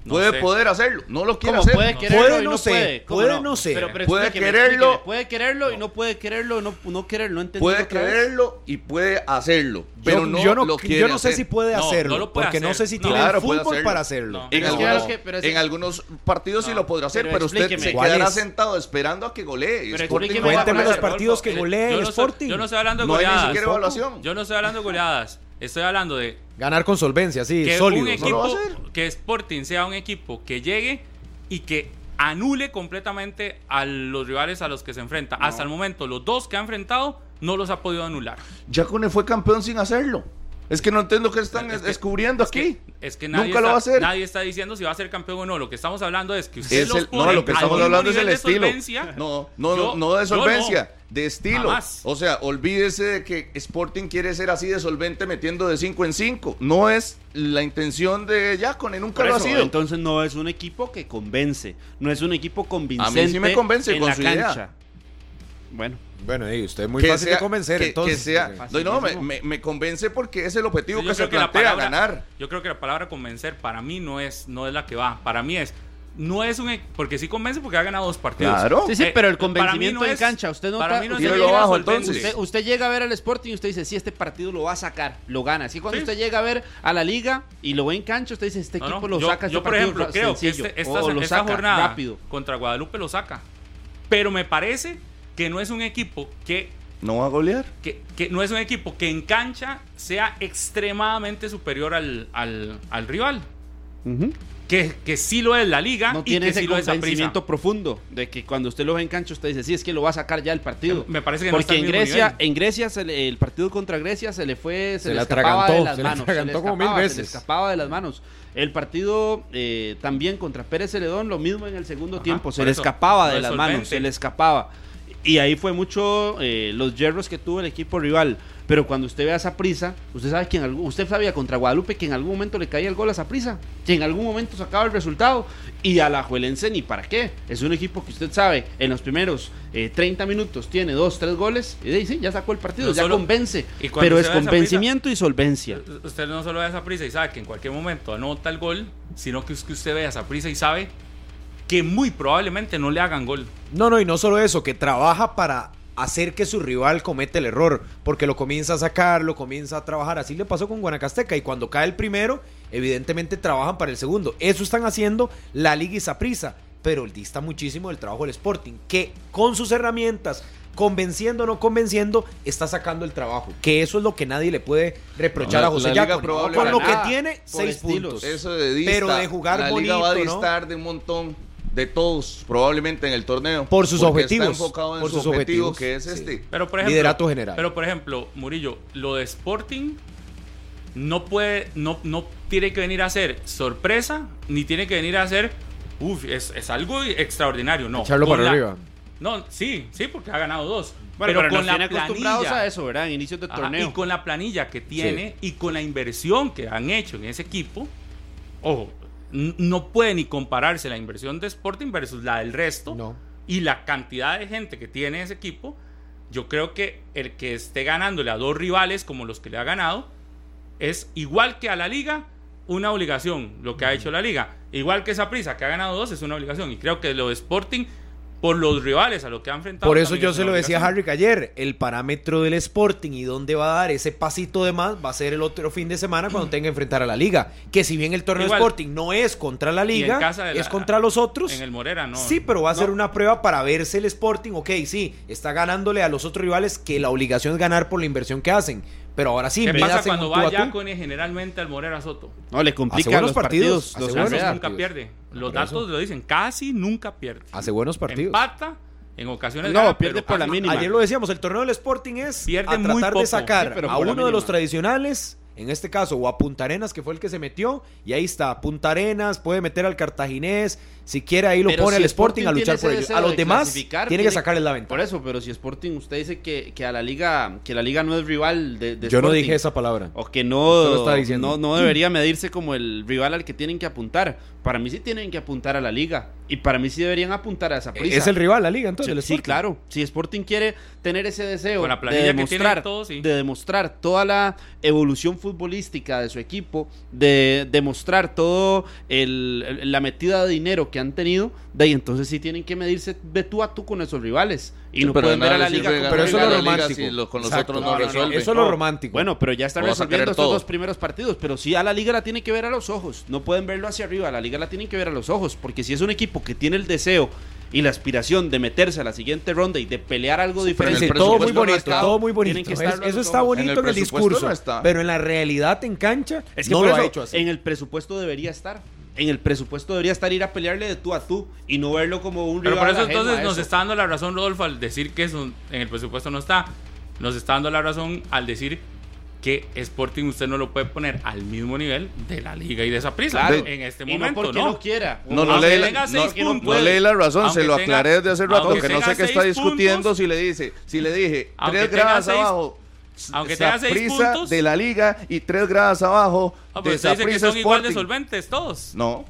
Speaker 5: No
Speaker 4: puede
Speaker 5: sé.
Speaker 4: poder hacerlo, no lo quiere
Speaker 2: ¿Cómo
Speaker 4: hacer.
Speaker 2: puede
Speaker 5: No.
Speaker 2: quererlo
Speaker 3: Puede,
Speaker 2: y
Speaker 3: no
Speaker 2: no
Speaker 3: sé,
Speaker 2: puede? ¿Cómo
Speaker 3: puede,
Speaker 2: no?
Speaker 3: no sé.
Speaker 2: Pero- pero
Speaker 4: Puede
Speaker 2: explíqueme,
Speaker 4: quererlo.
Speaker 2: explíqueme. Puede quererlo y no puede quererlo, no, no quererlo, no
Speaker 4: puede
Speaker 2: entenderlo otra vez.
Speaker 4: quererlo y puede hacerlo, pero
Speaker 3: yo,
Speaker 4: no
Speaker 3: yo no, yo
Speaker 4: lo quiere
Speaker 3: no sé
Speaker 4: hacer.
Speaker 3: si puede
Speaker 5: No, no
Speaker 3: hacerlo,
Speaker 5: lo puede
Speaker 3: porque no
Speaker 5: hacer.
Speaker 3: sé si
Speaker 5: No.
Speaker 3: tiene
Speaker 4: Claro,
Speaker 3: el fútbol
Speaker 4: puede hacerlo.
Speaker 3: para hacerlo.
Speaker 5: No.
Speaker 4: En,
Speaker 2: Pero es que
Speaker 4: algunos,
Speaker 2: claro que- pero es-
Speaker 4: en algunos partidos sí
Speaker 5: No,
Speaker 4: lo podrá hacer,
Speaker 2: pero
Speaker 4: pero, usted se
Speaker 2: explíqueme.
Speaker 3: ¿Cuál
Speaker 4: quedará
Speaker 3: es?
Speaker 4: sentado esperando a que golee.
Speaker 2: Pero
Speaker 4: Sporting
Speaker 2: explíqueme
Speaker 4: no va a
Speaker 3: Cuénteme
Speaker 4: golear.
Speaker 3: los partidos que
Speaker 5: Yo-
Speaker 3: golea
Speaker 5: yo
Speaker 3: el
Speaker 5: no estoy-
Speaker 3: Sporting.
Speaker 5: Yo no estoy hablando de
Speaker 4: No hay ni
Speaker 5: goleadas.
Speaker 4: siquiera evaluación.
Speaker 5: Yo no estoy hablando de goleadas. Estoy hablando de
Speaker 3: Ganar con solvencia, sí,
Speaker 5: que
Speaker 3: sólido.
Speaker 5: un
Speaker 4: lo
Speaker 5: equipo,
Speaker 4: va a hacer.
Speaker 5: que Sporting sea un equipo que llegue y que anule completamente a los rivales a los que se enfrenta. Hasta el momento, los dos que ha enfrentado no los ha podido anular.
Speaker 4: Yacone fue campeón sin hacerlo. Es que no entiendo qué están
Speaker 5: Es que-
Speaker 4: descubriendo
Speaker 5: Es
Speaker 4: aquí.
Speaker 5: que, es que nadie,
Speaker 4: Nunca lo
Speaker 5: está,
Speaker 4: va a hacer.
Speaker 5: nadie está diciendo si va a ser campeón o no. Lo que estamos hablando es que usted
Speaker 4: Es
Speaker 5: los
Speaker 4: el-
Speaker 5: pone
Speaker 4: no, lo que
Speaker 5: al
Speaker 4: estamos
Speaker 5: mismo
Speaker 4: hablando es el
Speaker 5: nivel de
Speaker 4: estilo.
Speaker 5: solvencia.
Speaker 4: No, no,
Speaker 5: Yo-
Speaker 4: no, no de
Speaker 5: yo
Speaker 4: solvencia, de estilo.
Speaker 5: Jamás.
Speaker 4: O sea, olvídese de que Sporting quiere ser así de solvente metiendo de 5 en 5. No es la intención de Yacone, nunca
Speaker 2: Por
Speaker 4: lo ha
Speaker 2: eso,
Speaker 4: sido.
Speaker 2: Entonces no es un equipo que convence, no es un equipo convincente.
Speaker 4: me convence
Speaker 2: en
Speaker 4: con
Speaker 2: la
Speaker 4: su idea.
Speaker 2: cancha. Bueno,
Speaker 3: Bueno, y usted es muy
Speaker 4: Que
Speaker 3: fácil
Speaker 4: sea-
Speaker 3: de convencer,
Speaker 4: que- que
Speaker 3: entonces.
Speaker 4: sea-
Speaker 3: porque-
Speaker 4: no, no, me,
Speaker 2: Facilísimo.
Speaker 4: me- me convence porque es el objetivo
Speaker 5: Yo
Speaker 4: que se
Speaker 5: creo que la
Speaker 4: plantea,
Speaker 5: palabra-
Speaker 4: ganar.
Speaker 5: Yo creo que la palabra convencer para mí no es, no es la que va. Para mí es. No es un. e- Porque sí convence porque ha ganado dos partidos.
Speaker 4: Claro.
Speaker 2: Sí, sí, pero el convencimiento
Speaker 5: Eh, para mí
Speaker 2: en cancha, usted no
Speaker 5: Para
Speaker 2: está-
Speaker 5: mí no es
Speaker 4: Tíralo
Speaker 5: el líder
Speaker 4: abajo,
Speaker 5: solvente.
Speaker 4: entonces.
Speaker 2: usted, usted llega a ver al Sporting y usted dice, sí, este partido lo va a sacar, lo gana. Así que cuando
Speaker 5: Sí.
Speaker 2: usted llega a ver a la liga y lo ve en cancha, usted dice, este
Speaker 5: No, no,
Speaker 2: equipo lo
Speaker 5: yo,
Speaker 2: saca.
Speaker 5: yo,
Speaker 2: este
Speaker 5: por
Speaker 2: partido
Speaker 5: ejemplo,
Speaker 2: lo-
Speaker 5: creo que
Speaker 2: sencillo,
Speaker 5: este-
Speaker 2: o
Speaker 5: esta,
Speaker 2: lo
Speaker 5: esta
Speaker 2: saca
Speaker 5: jornada
Speaker 2: rápido.
Speaker 5: contra Guadalupe lo saca. Pero me parece que no es un equipo que
Speaker 4: No va a golear.
Speaker 5: que, que no es un equipo que en cancha sea extremadamente superior al, al, al rival. que, que sí lo es la liga
Speaker 2: No
Speaker 5: y
Speaker 2: tiene
Speaker 5: que
Speaker 2: ese
Speaker 5: sí lo es Saprissa.
Speaker 2: convencimiento profundo de que cuando usted lo ve en cancha, usted dice, sí, es que lo va a sacar ya el partido.
Speaker 5: Me parece que no está
Speaker 2: Porque
Speaker 5: al
Speaker 2: en
Speaker 5: mismo
Speaker 2: Grecia,
Speaker 5: nivel.
Speaker 2: en Grecia se le- el partido contra Grecia se le fue, se,
Speaker 3: Se
Speaker 2: le
Speaker 3: le
Speaker 2: escapaba de
Speaker 3: atragantó,
Speaker 2: las
Speaker 3: se le
Speaker 2: manos.
Speaker 3: atragantó como mil
Speaker 2: escapaba, Se le
Speaker 3: veces.
Speaker 2: escapaba de las manos. El partido eh, también contra Pérez Celedón, lo mismo en el segundo
Speaker 5: Ajá,
Speaker 2: tiempo, se
Speaker 5: por
Speaker 2: le
Speaker 5: eso,
Speaker 2: escapaba
Speaker 5: no
Speaker 2: de
Speaker 5: es
Speaker 2: las manos,
Speaker 5: solvente.
Speaker 2: se le escapaba. Y ahí fue mucho eh, los hierros que tuvo el equipo rival. Pero cuando usted ve a esa prisa, usted sabe que en algún- usted sabía contra Guadalupe que en algún momento le caía el gol a esa prisa, que en algún momento sacaba el resultado. Y a la Juelense ni para qué. Es un equipo que usted sabe, en los primeros eh, 30 minutos tiene dos, tres goles. Y de ahí sí, ya sacó el partido,
Speaker 5: No
Speaker 2: ya
Speaker 5: solo-
Speaker 2: convence.
Speaker 5: y cuando
Speaker 2: Pero
Speaker 5: se
Speaker 2: es
Speaker 5: ve esa
Speaker 2: convencimiento y solvencia.
Speaker 5: Usted no solo ve a Saprissa y sabe que en cualquier momento anota el gol, sino que es que usted ve a Saprissa y sabe que muy probablemente no le hagan gol.
Speaker 3: No, no, y no solo eso, que trabaja para hacer que su rival cometa el error, porque lo comienza a sacar, lo comienza a trabajar. Así le pasó con Guanacasteca, y cuando cae el primero, evidentemente trabajan para el segundo. Eso están haciendo la Liga y Saprissa, pero dista muchísimo del trabajo del Sporting, que con sus herramientas, convenciendo o no convenciendo, está sacando el trabajo. Que eso es lo que nadie le puede reprochar
Speaker 4: No,
Speaker 3: a José
Speaker 4: la Liga
Speaker 3: Yacone.
Speaker 4: probable
Speaker 3: Con lo que
Speaker 2: ganada
Speaker 3: tiene,
Speaker 2: por
Speaker 3: seis
Speaker 2: estilos.
Speaker 3: puntos.
Speaker 4: Eso de dista.
Speaker 3: Pero de jugar
Speaker 4: la liga va a
Speaker 3: bonito, ¿no?
Speaker 4: distar de un montón de todos, probablemente en el torneo.
Speaker 3: Por sus
Speaker 4: porque
Speaker 3: objetivos,
Speaker 4: Está enfocado en
Speaker 3: por
Speaker 4: su
Speaker 3: sus
Speaker 4: objetivo,
Speaker 3: objetivos,
Speaker 4: que es
Speaker 3: sí.
Speaker 4: este.
Speaker 5: Pero por ejemplo,
Speaker 3: Liderato general.
Speaker 5: Pero por ejemplo, Murillo, lo de Sporting no puede, no, no tiene que venir a ser sorpresa, ni tiene que venir a ser, uff, es, es algo extraordinario, no.
Speaker 3: Echarlo
Speaker 5: Con
Speaker 3: para
Speaker 5: la-
Speaker 3: arriba.
Speaker 5: No, sí, sí, porque ha ganado dos.
Speaker 2: Bueno, pero,
Speaker 5: con
Speaker 2: nos
Speaker 5: la
Speaker 2: tiene acostumbrados
Speaker 5: planilla-
Speaker 2: a eso, ¿verdad? En inicios de
Speaker 5: Ajá,
Speaker 2: torneo.
Speaker 5: y con la planilla que tiene y con la inversión que han hecho en ese equipo, ojo, n- no puede ni compararse la inversión de Sporting versus la del resto
Speaker 3: No.
Speaker 5: y la cantidad de gente que tiene ese equipo. Yo creo que el que esté ganándole a dos rivales como los que le ha ganado es igual que a la liga una obligación lo que ha hecho la liga. Igual que esa prisa que ha ganado dos es una obligación y creo que lo de Sporting por los rivales a los que ha enfrentado.
Speaker 3: Por eso
Speaker 5: también
Speaker 3: yo
Speaker 5: es
Speaker 3: se
Speaker 5: una
Speaker 3: lo decía a
Speaker 5: obligación.
Speaker 3: Harry que ayer, el parámetro del Sporting y dónde va a dar ese pasito de más va a ser el otro fin de semana cuando tenga que enfrentar a la liga. Que si bien el torneo
Speaker 5: Igual.
Speaker 3: Sporting no es contra la
Speaker 5: Y en
Speaker 3: liga,
Speaker 5: casa de la-
Speaker 3: es contra los otros.
Speaker 5: En el Morera, no.
Speaker 3: Sí, pero va a
Speaker 5: No,
Speaker 3: ser una prueba para verse el Sporting. Ok, sí, está ganándole a los otros rivales que la obligación es ganar por la inversión que hacen. Pero ahora sí,
Speaker 5: ¿Qué pasa
Speaker 3: mídase en
Speaker 5: cuando
Speaker 3: un tú
Speaker 5: va
Speaker 3: a tú.
Speaker 5: Yacone generalmente al Morera Soto?
Speaker 2: No, le
Speaker 3: Hace
Speaker 2: complica
Speaker 3: buenos
Speaker 2: los partidos.
Speaker 3: partidos,
Speaker 2: los
Speaker 3: hace buenos
Speaker 5: Casi nunca
Speaker 2: pues.
Speaker 3: partidos.
Speaker 5: pierde. Los
Speaker 3: Por eso.
Speaker 5: datos lo dicen, casi nunca pierde.
Speaker 3: Hace buenos partidos.
Speaker 5: Empata, en ocasiones
Speaker 2: No,
Speaker 5: gana,
Speaker 2: pierde
Speaker 5: pero
Speaker 2: por la
Speaker 5: casi-
Speaker 2: mínima.
Speaker 3: Ayer lo decíamos, el torneo del Sporting es
Speaker 5: Pierde
Speaker 3: a
Speaker 5: muy
Speaker 3: tratar
Speaker 5: poco,
Speaker 3: de sacar
Speaker 2: sí, pero
Speaker 3: a
Speaker 2: por la
Speaker 3: uno de los
Speaker 2: mínima.
Speaker 3: tradicionales, en este caso, o a Punta Arenas, que fue el que se metió, y ahí está, Punta Arenas, puede meter al Cartaginés, si quiere ahí lo
Speaker 2: Pero
Speaker 3: pone
Speaker 2: si
Speaker 3: al Sporting,
Speaker 2: Sporting tiene
Speaker 3: a luchar
Speaker 2: ese
Speaker 3: por ello.
Speaker 2: deseo
Speaker 3: A
Speaker 2: de
Speaker 3: los demás
Speaker 2: clasificar,
Speaker 3: tiene que
Speaker 2: tiene-
Speaker 3: sacarles la ventaja.
Speaker 2: Por eso, pero si Sporting, usted dice que, que a la liga, que la liga no es rival de, de
Speaker 3: Yo no
Speaker 2: Sporting. Oh,
Speaker 3: dije esa palabra.
Speaker 2: O que
Speaker 3: Usted lo
Speaker 2: no,
Speaker 3: está diciendo.
Speaker 2: no, no debería medirse como el rival al que tienen que apuntar. Para mí sí tienen que apuntar a la liga. Y para mí sí deberían apuntar a esa prisa.
Speaker 3: Es el rival, la liga, entonces. el
Speaker 2: Sí,
Speaker 3: Sporting.
Speaker 2: claro. Si Sporting quiere tener ese deseo
Speaker 5: Con la
Speaker 2: de
Speaker 5: planilla que
Speaker 2: demostrar,
Speaker 5: tienen todos, sí.
Speaker 2: de demostrar toda la evolución futbolística de su equipo, de demostrar todo el, el- la metida de dinero que han tenido, de ahí entonces sí tienen que medirse de tú a tú con esos rivales y no
Speaker 4: pero
Speaker 2: pueden
Speaker 4: de
Speaker 2: ver
Speaker 4: nada
Speaker 2: a la
Speaker 4: le
Speaker 2: liga.
Speaker 4: sirve
Speaker 2: como
Speaker 4: ganar
Speaker 3: Pero eso es
Speaker 4: la
Speaker 3: lo
Speaker 2: rival.
Speaker 4: liga
Speaker 3: romántico.
Speaker 4: si lo- con los
Speaker 3: Exacto.
Speaker 4: otros no
Speaker 3: No, no, no,
Speaker 4: resuelve.
Speaker 3: Eso es lo romántico.
Speaker 2: Bueno, pero ya están
Speaker 4: Vamos a
Speaker 2: resolviendo
Speaker 4: querer
Speaker 2: estos
Speaker 4: todo.
Speaker 2: dos primeros partidos, pero sí a la liga la tienen que ver a los ojos, no pueden verlo hacia arriba, a la liga la tienen que ver a los ojos, porque si es un equipo que tiene el deseo y la aspiración de meterse a la siguiente ronda y de pelear algo
Speaker 4: pero en
Speaker 2: diferente,
Speaker 4: el
Speaker 3: Sí, todo muy
Speaker 4: presupuesto
Speaker 3: bonito,
Speaker 4: marcado,
Speaker 3: todo muy
Speaker 2: tienen
Speaker 3: bonito.
Speaker 2: que
Speaker 3: Es-
Speaker 2: estarlo a
Speaker 3: eso
Speaker 2: los
Speaker 3: está
Speaker 2: ojos.
Speaker 3: bonito
Speaker 4: En
Speaker 3: en
Speaker 4: el
Speaker 3: el,
Speaker 4: presupuesto
Speaker 3: discurso,
Speaker 4: no está.
Speaker 3: pero en la realidad en cancha
Speaker 2: Es que
Speaker 3: no
Speaker 2: por
Speaker 3: lo ha
Speaker 2: eso,
Speaker 3: hecho así.
Speaker 2: en el presupuesto debería estar. En el presupuesto debería estar ir a pelearle de tú a tú y no verlo como un
Speaker 5: Pero por
Speaker 2: rival
Speaker 5: eso
Speaker 2: ajeno a
Speaker 5: entonces nos
Speaker 2: eso.
Speaker 5: está dando la razón, Rodolfo, al decir que eso en el presupuesto no está. Nos está dando la razón al decir que Sporting usted no lo puede poner al mismo nivel de la liga y de esa prisa
Speaker 4: Claro.
Speaker 5: en este
Speaker 2: Y no
Speaker 5: momento.
Speaker 2: porque no, quiera.
Speaker 4: No, no
Speaker 5: Aunque
Speaker 4: leí, la,
Speaker 5: tenga
Speaker 4: no-
Speaker 5: seis
Speaker 4: no
Speaker 5: puntos.
Speaker 4: leí la razón, se
Speaker 5: Aunque
Speaker 4: lo
Speaker 5: tenga-
Speaker 4: aclaré desde hace rato,
Speaker 5: aunque
Speaker 4: que no
Speaker 5: tenga
Speaker 4: sé qué está
Speaker 5: seis
Speaker 4: discutiendo
Speaker 5: puntos.
Speaker 4: si le dice, si le dije,
Speaker 5: Aunque
Speaker 4: tres
Speaker 5: tenga
Speaker 4: gradas
Speaker 5: seis-
Speaker 4: abajo.
Speaker 5: aunque tenga seis
Speaker 4: Saprissa
Speaker 5: puntos.
Speaker 4: de la liga y tres gradas abajo
Speaker 5: Ah, pero
Speaker 4: de
Speaker 5: usted dice que
Speaker 4: Saprissa
Speaker 5: son igual de
Speaker 4: Sporting.
Speaker 5: solventes todos.
Speaker 4: No.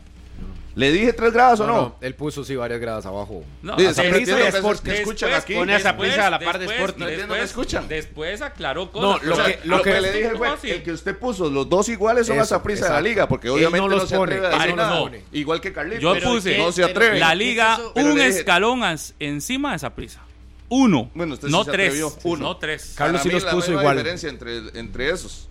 Speaker 4: ¿Le dije tres gradas o
Speaker 3: No, no,
Speaker 4: no?
Speaker 3: él puso sí varias gradas abajo.
Speaker 5: No,
Speaker 4: Dice,
Speaker 5: o sea,
Speaker 4: Saprissa
Speaker 3: Saprissa y
Speaker 4: y Sporting.
Speaker 3: Sporting.
Speaker 4: que escuchan
Speaker 5: después-
Speaker 4: aquí.
Speaker 2: Pone a Saprissa
Speaker 5: después-
Speaker 2: a la par de
Speaker 5: después-
Speaker 2: Sporting.
Speaker 4: No entiendo, no escuchan.
Speaker 5: Después aclaró
Speaker 3: No,
Speaker 5: cosas.
Speaker 3: lo
Speaker 4: O sea,
Speaker 3: que-
Speaker 4: lo que,
Speaker 3: que-
Speaker 4: le dije fue,
Speaker 5: No, sí.
Speaker 4: el que usted puso, los dos iguales son
Speaker 3: Eso,
Speaker 4: a Saprissa de la
Speaker 3: exacto.
Speaker 4: liga, porque
Speaker 3: Él
Speaker 4: obviamente
Speaker 3: no
Speaker 4: no,
Speaker 3: los
Speaker 4: se
Speaker 3: pone.
Speaker 4: atreve a decir
Speaker 5: Ah, no,
Speaker 4: nada.
Speaker 5: no.
Speaker 4: Igual que Carlitos.
Speaker 5: Yo
Speaker 4: Pero
Speaker 5: puse-
Speaker 4: No se atreve.
Speaker 5: La liga,
Speaker 2: Pero
Speaker 5: un
Speaker 4: le dije-
Speaker 5: escalón ans- encima de esa prisa. Uno.
Speaker 4: Bueno, usted sí
Speaker 5: no
Speaker 4: se
Speaker 5: tres.
Speaker 4: atrevió. Uno.
Speaker 5: No tres.
Speaker 3: Ca- Carlos
Speaker 4: Para
Speaker 3: sí
Speaker 4: mí
Speaker 3: los
Speaker 4: la
Speaker 3: puso
Speaker 4: misma
Speaker 3: igual.
Speaker 4: diferencia entre, entre esos.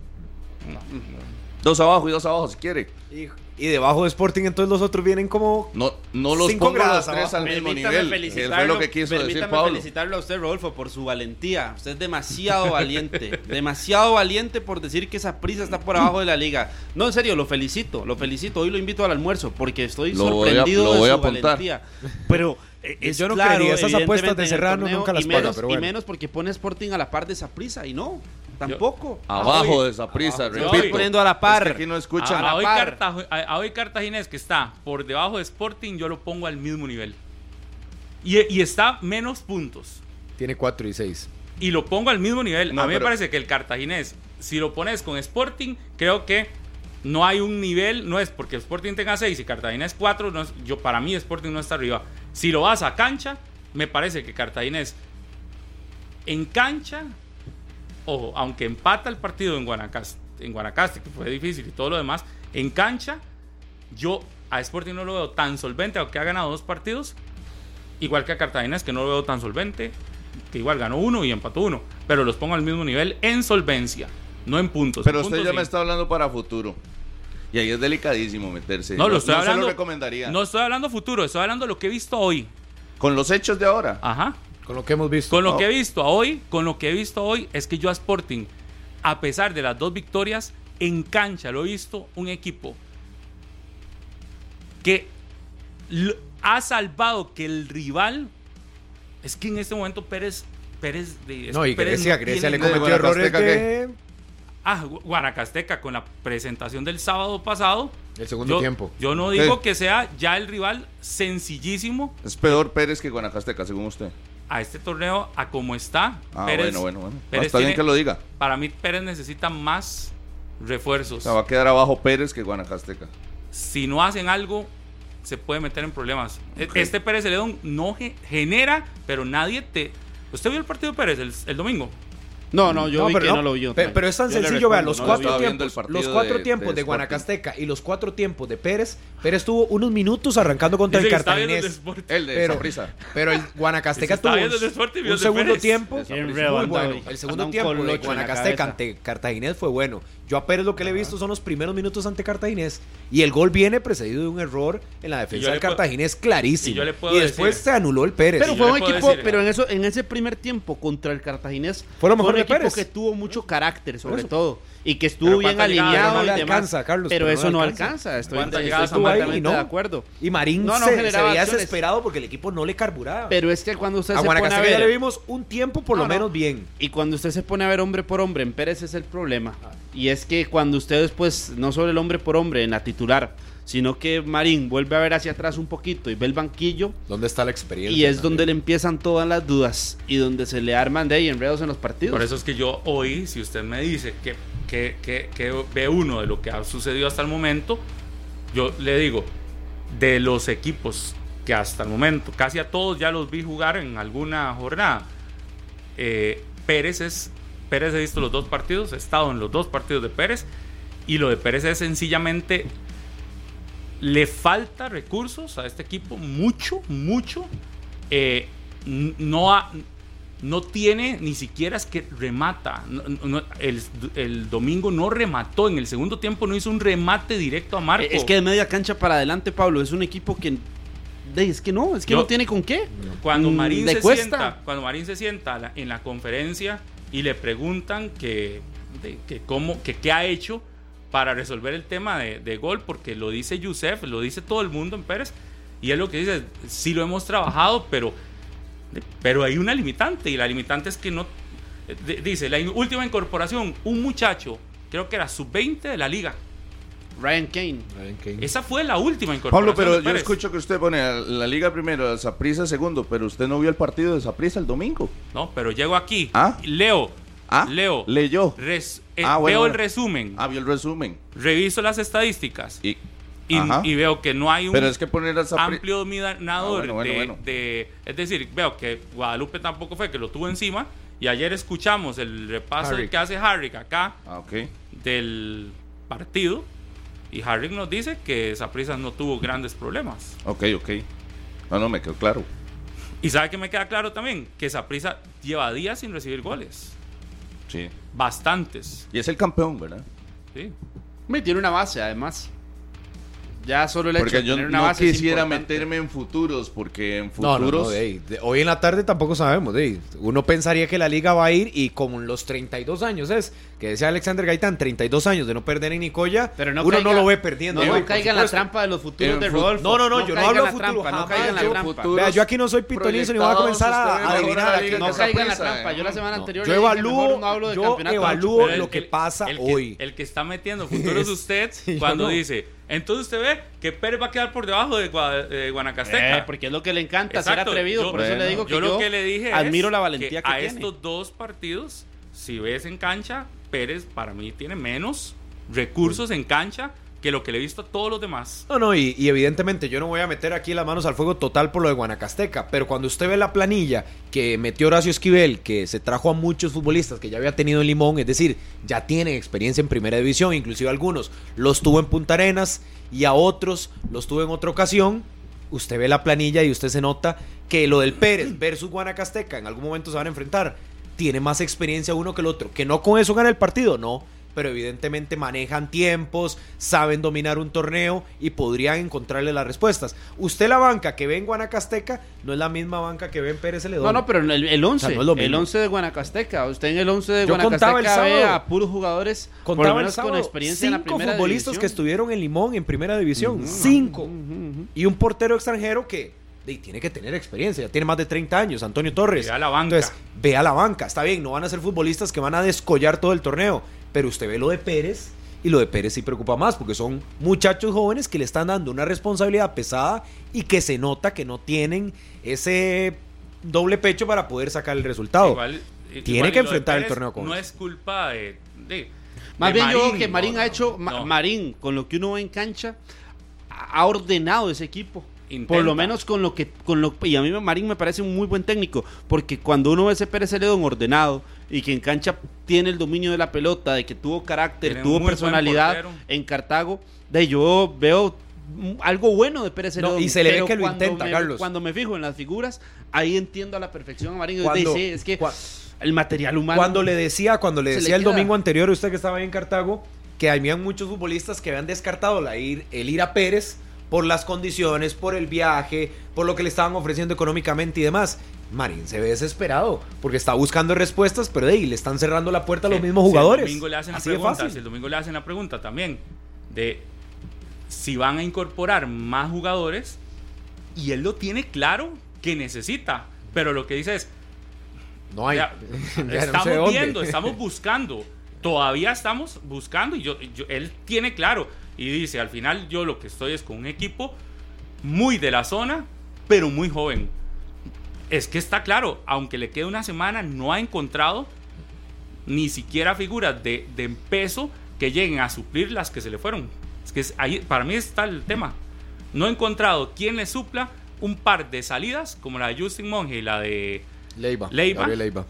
Speaker 4: Dos abajo y dos abajo, si quiere.
Speaker 3: Y, y debajo de Sporting, entonces los otros vienen como.
Speaker 4: No, no los
Speaker 3: Cinco
Speaker 4: pongo los
Speaker 3: grados
Speaker 4: tres
Speaker 3: abajo.
Speaker 4: al mismo
Speaker 2: Permítame
Speaker 4: nivel. Que
Speaker 2: felicitarlo-
Speaker 4: fue lo que quiso decir
Speaker 2: permítame
Speaker 4: Pablo.
Speaker 2: felicitarlo a usted, Rodolfo, por su valentía. Usted es demasiado valiente. demasiado valiente por decir que esa prisa está por abajo de la liga. No, en serio, lo felicito. Lo felicito. Hoy lo invito al almuerzo porque estoy
Speaker 4: Lo voy a-
Speaker 2: sorprendido
Speaker 4: lo voy
Speaker 2: de
Speaker 4: a
Speaker 2: su
Speaker 4: apuntar.
Speaker 2: valentía. Pero eh, es
Speaker 3: Yo no
Speaker 2: claro,
Speaker 3: creería, esas apuestas
Speaker 2: evidentemente, en
Speaker 3: de
Speaker 2: el
Speaker 3: Serrano
Speaker 2: torneo,
Speaker 3: nunca las
Speaker 2: y
Speaker 3: paga,
Speaker 2: menos,
Speaker 3: pero
Speaker 2: Y
Speaker 3: bueno.
Speaker 2: menos porque pone Sporting a la par de esa prisa. Y no, tampoco. Ah,
Speaker 4: Abajo de esa prisa,
Speaker 5: Yo
Speaker 2: Estoy
Speaker 5: oigo.
Speaker 4: repito.
Speaker 2: poniendo a la par. Ah,
Speaker 4: Es que aquí no escuchan.
Speaker 2: a
Speaker 5: A,
Speaker 2: la
Speaker 5: hoy
Speaker 2: par.
Speaker 5: Cartago- a- a hoy Cartaginés, que está por debajo de Sporting, yo lo pongo al mismo nivel. Y, y está menos puntos.
Speaker 3: Tiene 4 y 6.
Speaker 5: Y lo pongo al mismo nivel.
Speaker 4: No,
Speaker 5: a mí me
Speaker 4: pero-
Speaker 5: parece que el Cartaginés, si lo pones con Sporting, creo que no hay un nivel. No es porque Sporting tenga 6 y Cartaginés 4. yo, para mí, Sporting no está arriba. Si lo vas a cancha, me parece que Cartaginés en cancha, ojo, aunque empata el partido en Guanacaste, en Guanacaste, que fue difícil y todo lo demás, en cancha, yo a Sporting no lo veo tan solvente, aunque ha ganado dos partidos, igual que a Cartagena, es que no lo veo tan solvente, que igual ganó uno y empató uno, pero los pongo al mismo nivel en solvencia, no en puntos.
Speaker 4: Pero
Speaker 5: En
Speaker 4: usted
Speaker 5: puntos,
Speaker 4: ya
Speaker 5: sí.
Speaker 4: me está hablando para futuro. Y ahí es delicadísimo meterse.
Speaker 5: No,
Speaker 4: Yo
Speaker 5: lo estoy hablando.
Speaker 4: No se lo recomendaría.
Speaker 5: No estoy hablando futuro, estoy hablando de lo que he visto hoy.
Speaker 4: Con los hechos de ahora.
Speaker 5: Ajá.
Speaker 3: Con lo que hemos visto.
Speaker 5: Con lo
Speaker 4: No.
Speaker 5: que he visto a hoy, con lo que he visto hoy, es que yo a Sporting, a pesar de las dos victorias, en cancha lo he visto un equipo que lo- ha salvado que el rival. Es que en este momento Pérez. Pérez de, es
Speaker 3: No,
Speaker 5: que
Speaker 3: y
Speaker 5: Pérez
Speaker 3: Grecia,
Speaker 5: no
Speaker 3: Grecia
Speaker 5: tiene
Speaker 3: le
Speaker 4: nada.
Speaker 3: cometió
Speaker 4: Bueno,
Speaker 3: errores
Speaker 4: Azteca,
Speaker 3: de...
Speaker 5: Ah, Gu- Guanacasteca con la presentación del sábado pasado.
Speaker 3: El segundo
Speaker 5: Yo-
Speaker 3: tiempo.
Speaker 5: Yo no digo
Speaker 4: Sí.
Speaker 5: que sea ya el rival sencillísimo
Speaker 4: Es peor Pérez que Guanacasteca, según usted.
Speaker 5: a este torneo, a como está.
Speaker 4: Ah,
Speaker 5: Pérez-
Speaker 4: bueno, bueno, bueno. Ah,
Speaker 5: Pérez
Speaker 4: está bien
Speaker 5: tiene-
Speaker 4: que lo diga.
Speaker 5: Para mí Pérez necesita más
Speaker 4: O
Speaker 5: refuerzos.
Speaker 4: sea, Ah, va a quedar abajo Pérez que Guanacasteca.
Speaker 5: Si no hacen algo, se puede meter en problemas. E-
Speaker 4: Ok.
Speaker 5: Este Pérez Celedón no ge- genera, pero nadie te... ¿Usted vio el partido de Pérez el, el domingo?
Speaker 2: No, no, yo vi que no lo vio.
Speaker 3: pe- Pero, es tan sencillo, vea, los cuatro
Speaker 4: Estaba viendo
Speaker 3: tiempos,
Speaker 4: el partido
Speaker 3: los cuatro
Speaker 4: de-
Speaker 3: tiempos de,
Speaker 4: de Sporting.
Speaker 3: Guanacasteca y los cuatro tiempos de Pérez, Pérez tuvo unos minutos arrancando contra
Speaker 5: Dice
Speaker 3: el
Speaker 5: que está viendo el
Speaker 3: Cartaginés.
Speaker 5: deporte.
Speaker 4: El de
Speaker 3: Pero-
Speaker 4: Saprissa.
Speaker 3: Pero el Guanacasteca
Speaker 5: Dice, estaba
Speaker 3: tuvo
Speaker 5: viendo el de Sporting y
Speaker 3: un,
Speaker 5: vio el de
Speaker 3: segundo
Speaker 5: Pérez.
Speaker 3: tiempo
Speaker 4: Esa
Speaker 2: Bien
Speaker 4: prisa.
Speaker 2: rebotado,
Speaker 3: muy bueno.
Speaker 2: hoy.
Speaker 3: El segundo
Speaker 2: Anda un
Speaker 3: tiempo
Speaker 2: colocho
Speaker 3: de
Speaker 2: en la
Speaker 3: Guanacasteca
Speaker 2: cabeza.
Speaker 3: ante Cartaginés fue bueno. Yo a Pérez lo que le he visto son los primeros minutos ante Cartaginés y el gol viene precedido de un error en la
Speaker 5: Y
Speaker 3: defensa
Speaker 5: yo
Speaker 3: del
Speaker 5: le puedo-
Speaker 3: Cartaginés clarísimo.
Speaker 5: y
Speaker 3: Y,
Speaker 5: yo le puedo
Speaker 3: después
Speaker 5: decir-
Speaker 3: se anuló el Pérez.
Speaker 5: Y
Speaker 2: Pero
Speaker 5: yo
Speaker 2: fue
Speaker 5: le
Speaker 2: un
Speaker 5: puedo
Speaker 2: equipo,
Speaker 5: decir-
Speaker 2: pero en eso, en ese primer tiempo contra el Cartaginés
Speaker 3: Fue lo mejor
Speaker 2: un
Speaker 3: de
Speaker 2: equipo
Speaker 3: Pérez.
Speaker 2: que tuvo mucho carácter, sobre
Speaker 3: eso.
Speaker 2: todo, y que estuvo
Speaker 5: Pero
Speaker 2: bien
Speaker 5: ¿cuántas llegadas?
Speaker 2: alineado
Speaker 3: Pero no
Speaker 2: y
Speaker 3: le
Speaker 2: demás.
Speaker 3: alcanza, Carlos,
Speaker 2: pero,
Speaker 3: pero no
Speaker 2: eso
Speaker 3: le
Speaker 2: no
Speaker 3: alcanza.
Speaker 2: alcanza, estoy,
Speaker 5: ¿Cuántas
Speaker 2: estoy
Speaker 5: llegadas han marcado?
Speaker 2: completamente
Speaker 3: Y no.
Speaker 2: de acuerdo.
Speaker 3: y Marín
Speaker 2: No, no
Speaker 3: se, se
Speaker 2: generaba
Speaker 3: veía
Speaker 2: acciones.
Speaker 3: desesperado porque el equipo no le carburaba.
Speaker 2: Pero es que cuando usted
Speaker 3: a
Speaker 2: se pone a
Speaker 3: Guanacasteca Ah, ya le
Speaker 2: ver,
Speaker 3: vimos un tiempo por
Speaker 2: No,
Speaker 3: lo
Speaker 2: no.
Speaker 3: menos bien.
Speaker 2: y cuando usted se pone a ver hombre por hombre en Pérez es el problema. Y es que cuando usted después, no solo el hombre por hombre en la titular, sino que Marín vuelve a ver hacia atrás un poquito y ve el banquillo,
Speaker 3: ¿Dónde está la experiencia?
Speaker 2: y es donde le empiezan todas las dudas y donde se le arman de ahí enredos en los partidos.
Speaker 5: Por eso es que yo hoy, si usted me dice que, que, que- que ve uno de lo que ha sucedido hasta el momento, yo le digo, de los equipos que hasta el momento, casi a todos ya los vi jugar en alguna jornada, eh, Pérez es, Pérez he visto los dos partidos, he estado en los dos partidos de Pérez, y lo de Pérez es sencillamente, le falta recursos a este equipo, mucho, mucho, eh, n- no, ha- no tiene ni siquiera es que remata. No- no- el, el domingo no remató. En el segundo tiempo no hizo un remate directo a Marco.
Speaker 2: Eh, Es que de media cancha para adelante, Pablo, es un equipo que. de- Es que no, es que
Speaker 5: Yo-
Speaker 2: no tiene con qué.
Speaker 5: cuando
Speaker 2: Mm,
Speaker 5: Marín
Speaker 2: le
Speaker 5: se
Speaker 2: cuesta.
Speaker 5: sienta, cuando Marín se sienta a la- en la conferencia y le preguntan que, de- que cómo, que qué ha hecho para resolver el tema de, de gol, porque lo dice Yusef, lo dice todo el mundo en Pérez, y es lo que dice, sí lo hemos trabajado, pero, pero hay una limitante, y la limitante es que no, de- dice, la in- última incorporación, un muchacho, creo que era sub-20 de la liga,
Speaker 2: Ryan Kane.
Speaker 5: esa fue la última
Speaker 4: Mm. Pablo,
Speaker 5: incorporación.
Speaker 4: pero
Speaker 5: de
Speaker 4: yo
Speaker 5: Pérez.
Speaker 4: escucho que usted pone a la liga primero, a Saprissa segundo, pero usted no vio el partido de Saprissa el domingo.
Speaker 5: No, pero llego aquí,
Speaker 4: Ah.
Speaker 5: leo,
Speaker 4: Ah,
Speaker 5: leo,
Speaker 4: Leyó.
Speaker 5: Res- eh,
Speaker 4: Ah, bueno,
Speaker 5: veo el
Speaker 4: bueno.
Speaker 5: resumen,
Speaker 4: Ah, vio el resumen.
Speaker 5: reviso las estadísticas y,
Speaker 4: Y, Ajá.
Speaker 5: y veo que no hay un
Speaker 4: pero es que poner a Saprissa.
Speaker 5: amplio dominador
Speaker 4: Ah, bueno, bueno,
Speaker 5: de,
Speaker 4: bueno.
Speaker 5: de- Es decir, veo que Guadalupe tampoco fue, que lo tuvo encima. Y ayer escuchamos el repaso
Speaker 3: Harrick.
Speaker 5: que hace Harrick acá
Speaker 4: Ah, ok.
Speaker 5: del partido. Y Harrick nos dice que Saprisa no tuvo grandes problemas.
Speaker 4: Ok, ok. No, no, me quedó claro.
Speaker 5: Y sabe que me queda claro también que Saprisa lleva días sin recibir goles.
Speaker 4: Sí.
Speaker 5: Bastantes.
Speaker 4: Y es el campeón, ¿verdad?
Speaker 5: Sí.
Speaker 2: Me tiene una base, además. Ya solo el hecho
Speaker 4: Porque
Speaker 2: de
Speaker 4: yo
Speaker 2: tener una
Speaker 4: no
Speaker 2: base es
Speaker 4: quisiera
Speaker 2: importante.
Speaker 4: meterme en futuros, porque en
Speaker 3: No,
Speaker 4: futuros.
Speaker 3: no, no, de ahí. De- hoy en la tarde tampoco sabemos. de ahí. Uno pensaría que la liga va a ir y con los 32 años es, que decía Alexander Gaitán, 32 años de no perder en Nicoya,
Speaker 2: Pero no
Speaker 3: uno
Speaker 2: caiga-
Speaker 3: no lo ve perdiendo.
Speaker 2: No,
Speaker 3: hoy,
Speaker 2: no
Speaker 3: por
Speaker 2: caiga en la
Speaker 3: supuesto.
Speaker 2: trampa de los futuros
Speaker 4: En
Speaker 2: de
Speaker 4: fut-
Speaker 2: Rodolfo.
Speaker 3: No, no, no, yo no
Speaker 2: caiga
Speaker 3: hablo
Speaker 2: en la
Speaker 3: futuro,
Speaker 2: trampa, No
Speaker 3: jamás,
Speaker 2: caiga en la
Speaker 3: yo
Speaker 2: trampa.
Speaker 4: futuro.
Speaker 3: Vea, yo aquí no soy pitonizo ni voy a
Speaker 4: Proyectados,
Speaker 3: comenzar a,
Speaker 4: ustedes
Speaker 3: a adivinar
Speaker 4: mejoran la
Speaker 3: aquí.
Speaker 4: liga
Speaker 2: No
Speaker 4: Esa
Speaker 2: caiga en la
Speaker 4: prisa,
Speaker 2: trampa. Yo la
Speaker 4: eh.
Speaker 2: semana anterior
Speaker 3: yo
Speaker 2: le dije,
Speaker 3: evalúo-
Speaker 2: mejor no hablo del
Speaker 3: yo
Speaker 2: campeonato.
Speaker 3: evalúo-
Speaker 5: Pero
Speaker 3: lo que pasa
Speaker 5: el
Speaker 3: hoy.
Speaker 5: el que está metiendo futuro es usted
Speaker 3: Sí,
Speaker 5: cuando
Speaker 3: yo no.
Speaker 5: dice, entonces usted ve que Pérez va a quedar por debajo de, Gua- de Guanacasteca.
Speaker 2: Eh, porque es lo que le encanta, ser
Speaker 5: Exacto,
Speaker 2: atrevido.
Speaker 5: yo-
Speaker 2: por eso le
Speaker 4: bueno,
Speaker 2: digo que
Speaker 5: yo,
Speaker 2: yo,
Speaker 5: lo que le dije es
Speaker 2: admiro la valentía que,
Speaker 5: a
Speaker 2: tiene.
Speaker 5: estos dos partidos, si ves en cancha, Pérez para mí tiene menos recursos en cancha que lo que le he visto a todos los demás.
Speaker 3: No, no, y, y evidentemente yo no voy a meter aquí las manos al fuego total por lo de Guanacasteca, pero cuando usted ve la planilla que metió Horacio Esquivel, que se trajo a muchos futbolistas que ya había tenido en Limón, es decir, ya tienen experiencia en primera división, inclusive algunos los tuvo en Punta Arenas y a otros los tuvo en otra ocasión, usted ve la planilla y usted se nota que lo del Pérez versus Guanacasteca en algún momento se van a enfrentar. Tiene más experiencia uno que el otro. Que no con eso gana el partido, no. Pero evidentemente manejan tiempos, saben dominar un torneo y podrían encontrarle las respuestas. Usted la banca que ve en Guanacasteca no es la misma banca que ve en Pérez Celedón.
Speaker 2: No, no, pero en el, el 11,
Speaker 3: O sea, no es lo
Speaker 2: el
Speaker 3: mismo.
Speaker 2: 11 de Guanacasteca. Usted en el 11 de
Speaker 3: Yo contaba el
Speaker 2: Guanacasteca ve
Speaker 3: sábado.
Speaker 2: a puros jugadores por lo
Speaker 3: Contaba el
Speaker 2: menos
Speaker 3: sábado
Speaker 2: con experiencia en la
Speaker 3: cinco
Speaker 2: primera
Speaker 3: futbolistas que
Speaker 2: división. Mm.
Speaker 3: estuvieron en Limón en primera división. Cinco.
Speaker 2: Ujú, ujú.
Speaker 3: Y un portero extranjero que de, tiene que tener experiencia, ya tiene más de 30 años, Antonio Torres.
Speaker 5: Ve a la banca.
Speaker 3: Entonces, ve a la banca. Está bien, no van a ser futbolistas que van a descollar todo el torneo, pero usted ve lo de Pérez y lo de Pérez sí preocupa más porque son muchachos jóvenes que le están dando una responsabilidad pesada y que se nota que no tienen ese doble pecho para poder sacar el resultado.
Speaker 5: Igual-
Speaker 3: Tiene
Speaker 5: igual y
Speaker 3: que
Speaker 5: lo de
Speaker 3: enfrentar el
Speaker 5: Pérez
Speaker 3: torneo con
Speaker 5: No
Speaker 3: eso.
Speaker 5: es culpa de... de-
Speaker 2: Más
Speaker 5: de
Speaker 2: bien yo creo que
Speaker 5: no,
Speaker 2: Marín
Speaker 5: no,
Speaker 2: ha hecho, Ma-
Speaker 5: no.
Speaker 2: Marín, con lo que uno ve en cancha, ha ordenado ese equipo.
Speaker 5: Intenta.
Speaker 2: Por lo menos con lo que con lo y a mí Marín me parece un muy buen técnico, porque cuando uno ve ese Pérez Celedón ordenado y que en cancha tiene el dominio de la pelota, de que tuvo carácter,
Speaker 5: Tiene muy
Speaker 2: tuvo
Speaker 5: buen
Speaker 2: personalidad
Speaker 5: portero.
Speaker 2: en Cartago, de yo veo m- algo bueno de Pérez
Speaker 3: No,
Speaker 2: Celedón.
Speaker 3: y se le ve
Speaker 2: pero
Speaker 3: que lo
Speaker 2: cuando
Speaker 3: intenta,
Speaker 2: me-
Speaker 3: Carlos.
Speaker 2: Cuando me fijo en las figuras, ahí entiendo a la perfección a Marín. Y
Speaker 3: Cuando-
Speaker 2: dice, es que
Speaker 3: cua-
Speaker 2: el material humano.
Speaker 3: Cuando le decía, cuando le
Speaker 2: Se le
Speaker 3: decía el
Speaker 2: queda.
Speaker 3: domingo anterior, usted que estaba ahí en Cartago, que habían muchos futbolistas que habían descartado la ir, el ir a Pérez por las condiciones, por el viaje, por lo que le estaban ofreciendo económicamente y demás. Marín se ve desesperado porque está buscando respuestas, pero ahí le están cerrando la puerta a los
Speaker 5: Sí,
Speaker 3: mismos
Speaker 5: si el
Speaker 3: jugadores.
Speaker 5: domingo le hacen la
Speaker 3: Así de
Speaker 5: pregunta,
Speaker 3: fácil.
Speaker 5: si el domingo le hacen la pregunta también de si van a incorporar más jugadores y él lo tiene claro que necesita, pero lo que dice es
Speaker 3: No hay.
Speaker 5: ya,
Speaker 3: Ya no sé
Speaker 5: estamos
Speaker 3: dónde.
Speaker 5: viendo, estamos buscando. Todavía estamos buscando y yo, yo- él tiene claro. Y dice, al final yo lo que estoy es con un equipo muy de la zona, pero muy joven. Es que está claro, aunque le quede una semana, no ha encontrado ni siquiera figuras de, de peso que lleguen a suplir las que se le fueron. Es que es- ahí, para mí está el tema. No he encontrado quien le supla un par de salidas, como la de Justin Monge y la de
Speaker 3: Leiva.
Speaker 5: Leiva.
Speaker 3: Gabriel Leiva.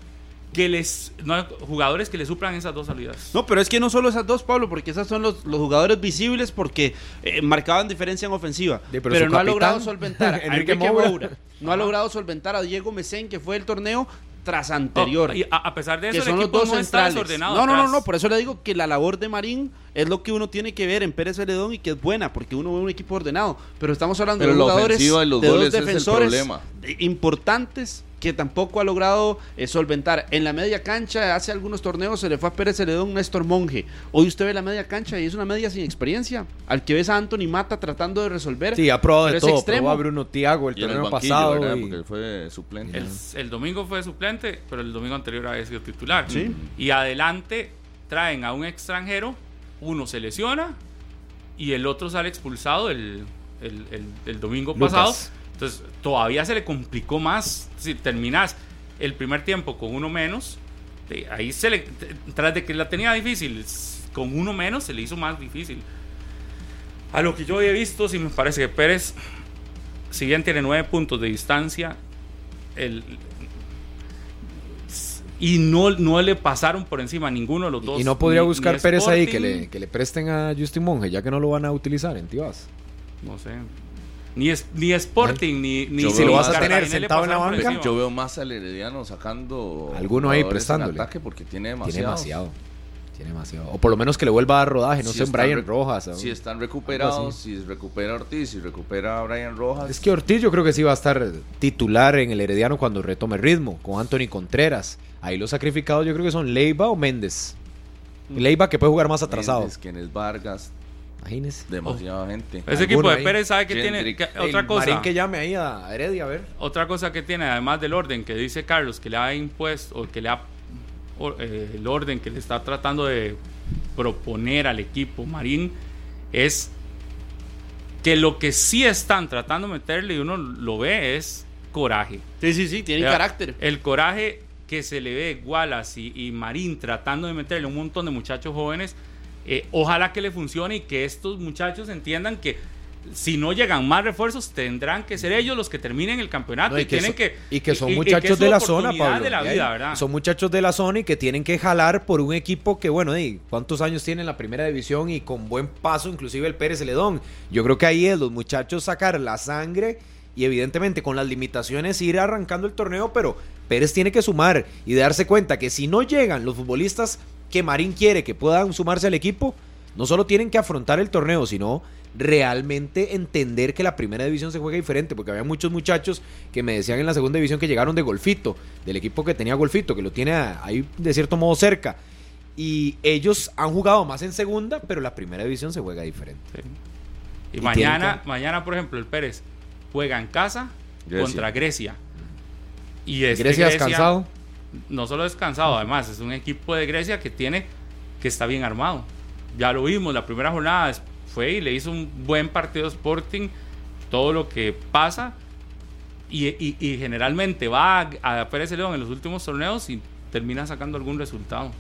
Speaker 5: que les no, jugadores que le suplan esas dos salidas.
Speaker 2: No, pero es que no solo esas dos, Pablo, porque esas son los, los jugadores visibles porque eh, marcaban diferencia en ofensiva.
Speaker 3: Sí, pero
Speaker 2: pero
Speaker 3: su
Speaker 2: no ha
Speaker 3: capitán,
Speaker 2: logrado solventar a
Speaker 3: Enrique
Speaker 2: Enrique
Speaker 3: Moura.
Speaker 2: Moura, No ha logrado solventar a Diego Mesén, que fue el torneo tras anterior.
Speaker 5: Oh, y a, a pesar de
Speaker 2: que
Speaker 5: eso,
Speaker 2: son
Speaker 5: el
Speaker 2: los
Speaker 5: equipo
Speaker 2: dos
Speaker 5: no está
Speaker 2: centrales.
Speaker 5: desordenado.
Speaker 2: no, no, no,
Speaker 5: atrás.
Speaker 2: no, por eso le digo que la labor de Marín es lo que uno tiene que ver en Pérez Celedón y que es buena, porque uno ve un equipo ordenado. Pero estamos hablando
Speaker 4: Pero
Speaker 2: de
Speaker 4: la
Speaker 2: jugadores,
Speaker 4: ofensiva y los
Speaker 2: de
Speaker 4: goles
Speaker 2: dos
Speaker 4: es el
Speaker 2: defensores
Speaker 4: problema.
Speaker 2: de- importantes que tampoco ha logrado eh, solventar. En la media cancha, hace algunos torneos se le fue a Pérez Celedón Néstor Monge. Hoy usted ve la media cancha y es una media sin experiencia. Al que ves a Anthony Mata tratando de resolver.
Speaker 3: Sí, ha probado
Speaker 2: Pero
Speaker 3: de
Speaker 2: es
Speaker 3: todo.
Speaker 2: extremo.
Speaker 3: Probó a Bruno Tiago el
Speaker 4: Y en el
Speaker 3: torneo
Speaker 4: banquillo,
Speaker 3: pasado.
Speaker 4: ¿verdad?
Speaker 3: y-
Speaker 4: Porque fue suplente.
Speaker 5: El,
Speaker 4: ¿no?
Speaker 5: el domingo fue suplente, pero el domingo anterior había sido titular. Y adelante traen a un extranjero, uno se lesiona y el otro sale expulsado el, el- el- el domingo
Speaker 3: Lucas.
Speaker 5: pasado. Entonces todavía se le complicó más. Si terminas el primer tiempo con uno menos, de ahí se le. t- Tras de que la tenía difícil, s- con uno menos se le hizo más difícil. A lo que yo he visto, sí me parece que Pérez, si bien tiene nueve puntos de distancia, el- y no, no le pasaron por encima a ninguno de los dos.
Speaker 3: Y no podría
Speaker 5: ni- ni
Speaker 3: buscar Pérez ahí que
Speaker 5: Sporting,
Speaker 3: le, que le presten a Justin Monge, ya que no lo van a utilizar en Tibas.
Speaker 5: No sé. Ni, es- ni Sporting, ni, ni
Speaker 4: Yo veo
Speaker 5: ni
Speaker 4: vas a
Speaker 5: Cartagena
Speaker 3: tener
Speaker 5: le
Speaker 3: sentado en la
Speaker 5: pasaron por
Speaker 3: banca.
Speaker 5: encima.
Speaker 4: Yo veo más al Herediano sacando
Speaker 3: Alguno ahí
Speaker 4: jugadores en
Speaker 3: prestándole.
Speaker 4: ataque porque tiene demasiado.
Speaker 3: Tiene demasiado. Tiene demasiado. O por lo menos que le vuelva a dar rodaje, no
Speaker 4: Si
Speaker 3: sé, en
Speaker 4: están
Speaker 3: Brian
Speaker 4: re-
Speaker 3: Rojas. o-
Speaker 4: Si están recuperados,
Speaker 3: así.
Speaker 4: si recupera Ortiz, si recupera Brian Rojas.
Speaker 3: Es que Ortiz yo creo que sí va a estar titular en el Herediano cuando retome ritmo, con Anthony Contreras. Ahí los sacrificados yo creo que son Leiva o Méndez. Leiva que puede jugar más atrasado.
Speaker 4: Mm. Méndez, quienes Vargas,
Speaker 3: Imagínese.
Speaker 4: demasiada
Speaker 5: Oh.
Speaker 4: gente.
Speaker 5: Ese
Speaker 3: Alguno
Speaker 5: equipo de
Speaker 3: ahí.
Speaker 5: Pérez sabe que tiene
Speaker 4: Kendrick.
Speaker 5: que- otra
Speaker 3: El
Speaker 5: cosa.
Speaker 3: Marín que llame ahí a Heredia, a ver.
Speaker 5: Otra cosa que tiene, además del orden que dice Carlos, que le ha impuesto, o que le ha. o, eh, el orden que le está tratando de proponer al equipo Marín, es que lo que sí están tratando de meterle, y uno lo ve, es coraje.
Speaker 2: sí, sí, sí, tiene
Speaker 5: Vea,
Speaker 2: carácter.
Speaker 5: El coraje que se le ve Wallace y, y Marín tratando de meterle un montón de muchachos jóvenes. eh, ojalá que le funcione y que estos muchachos entiendan que si no llegan más refuerzos tendrán que ser ellos los que terminen el campeonato
Speaker 3: No,
Speaker 5: y, tienen
Speaker 3: so-
Speaker 5: que
Speaker 3: y que son
Speaker 5: y- y que
Speaker 3: muchachos
Speaker 5: es su
Speaker 3: de la zona,
Speaker 5: oportunidad
Speaker 3: Pablo.
Speaker 5: de la
Speaker 3: y ahí
Speaker 5: vida, ¿verdad?
Speaker 3: Son muchachos de la zona y que tienen que jalar por un equipo que, bueno, ey, ¿cuántos años tiene en la primera división y con buen paso, inclusive el Pérez Celedón? Yo creo que ahí es los muchachos sacar la sangre y, evidentemente, con las limitaciones ir arrancando el torneo, pero Pérez tiene que sumar y darse cuenta que si no llegan los futbolistas que Marín quiere que puedan sumarse al equipo, no solo tienen que afrontar el torneo, sino realmente entender que la primera división se juega diferente, porque había muchos muchachos que me decían en la segunda división que llegaron de Golfito, del equipo que tenía Golfito, que lo tiene a- ahí de cierto modo cerca. Y ellos han jugado más en segunda, pero la primera división se juega diferente.
Speaker 5: Sí. Y,
Speaker 3: Y tienen
Speaker 5: mañana,
Speaker 3: que-
Speaker 5: mañana, por ejemplo, el Pérez juega en casa
Speaker 4: Grecia.
Speaker 5: contra Grecia. Y este
Speaker 3: Grecia descansado.
Speaker 5: no solo descansado, además es un equipo de Grecia que tiene que está bien armado. Ya lo vimos, la primera jornada es- fue y le hizo un buen partido Sporting, todo lo que pasa y, y- y generalmente va a, a Pérez León en los últimos torneos y termina sacando algún resultado.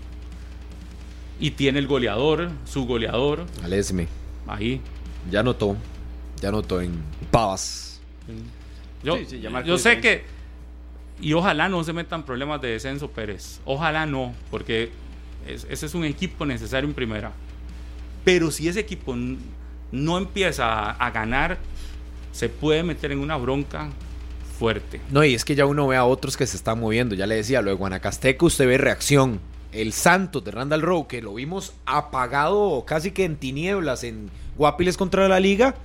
Speaker 5: Y tiene el goleador, su goleador,
Speaker 3: Alesme,
Speaker 5: ahí.
Speaker 3: ya notó, ya notó en Pavas.
Speaker 5: Yo,
Speaker 2: Sí, sí, ya marcó
Speaker 5: yo sé que,
Speaker 2: diferencia.
Speaker 5: y ojalá no se metan problemas de descenso Pérez, ojalá no, porque es- ese es un equipo necesario en primera. Pero si ese equipo n- no empieza a, a ganar, se puede meter en una bronca fuerte.
Speaker 3: No, y es que ya uno ve a otros que se están moviendo. Ya le decía, lo de Guanacasteco, usted ve reacción. El Santos de Randall Rowe, que lo vimos apagado casi que en tinieblas en Guapiles contra la Liga,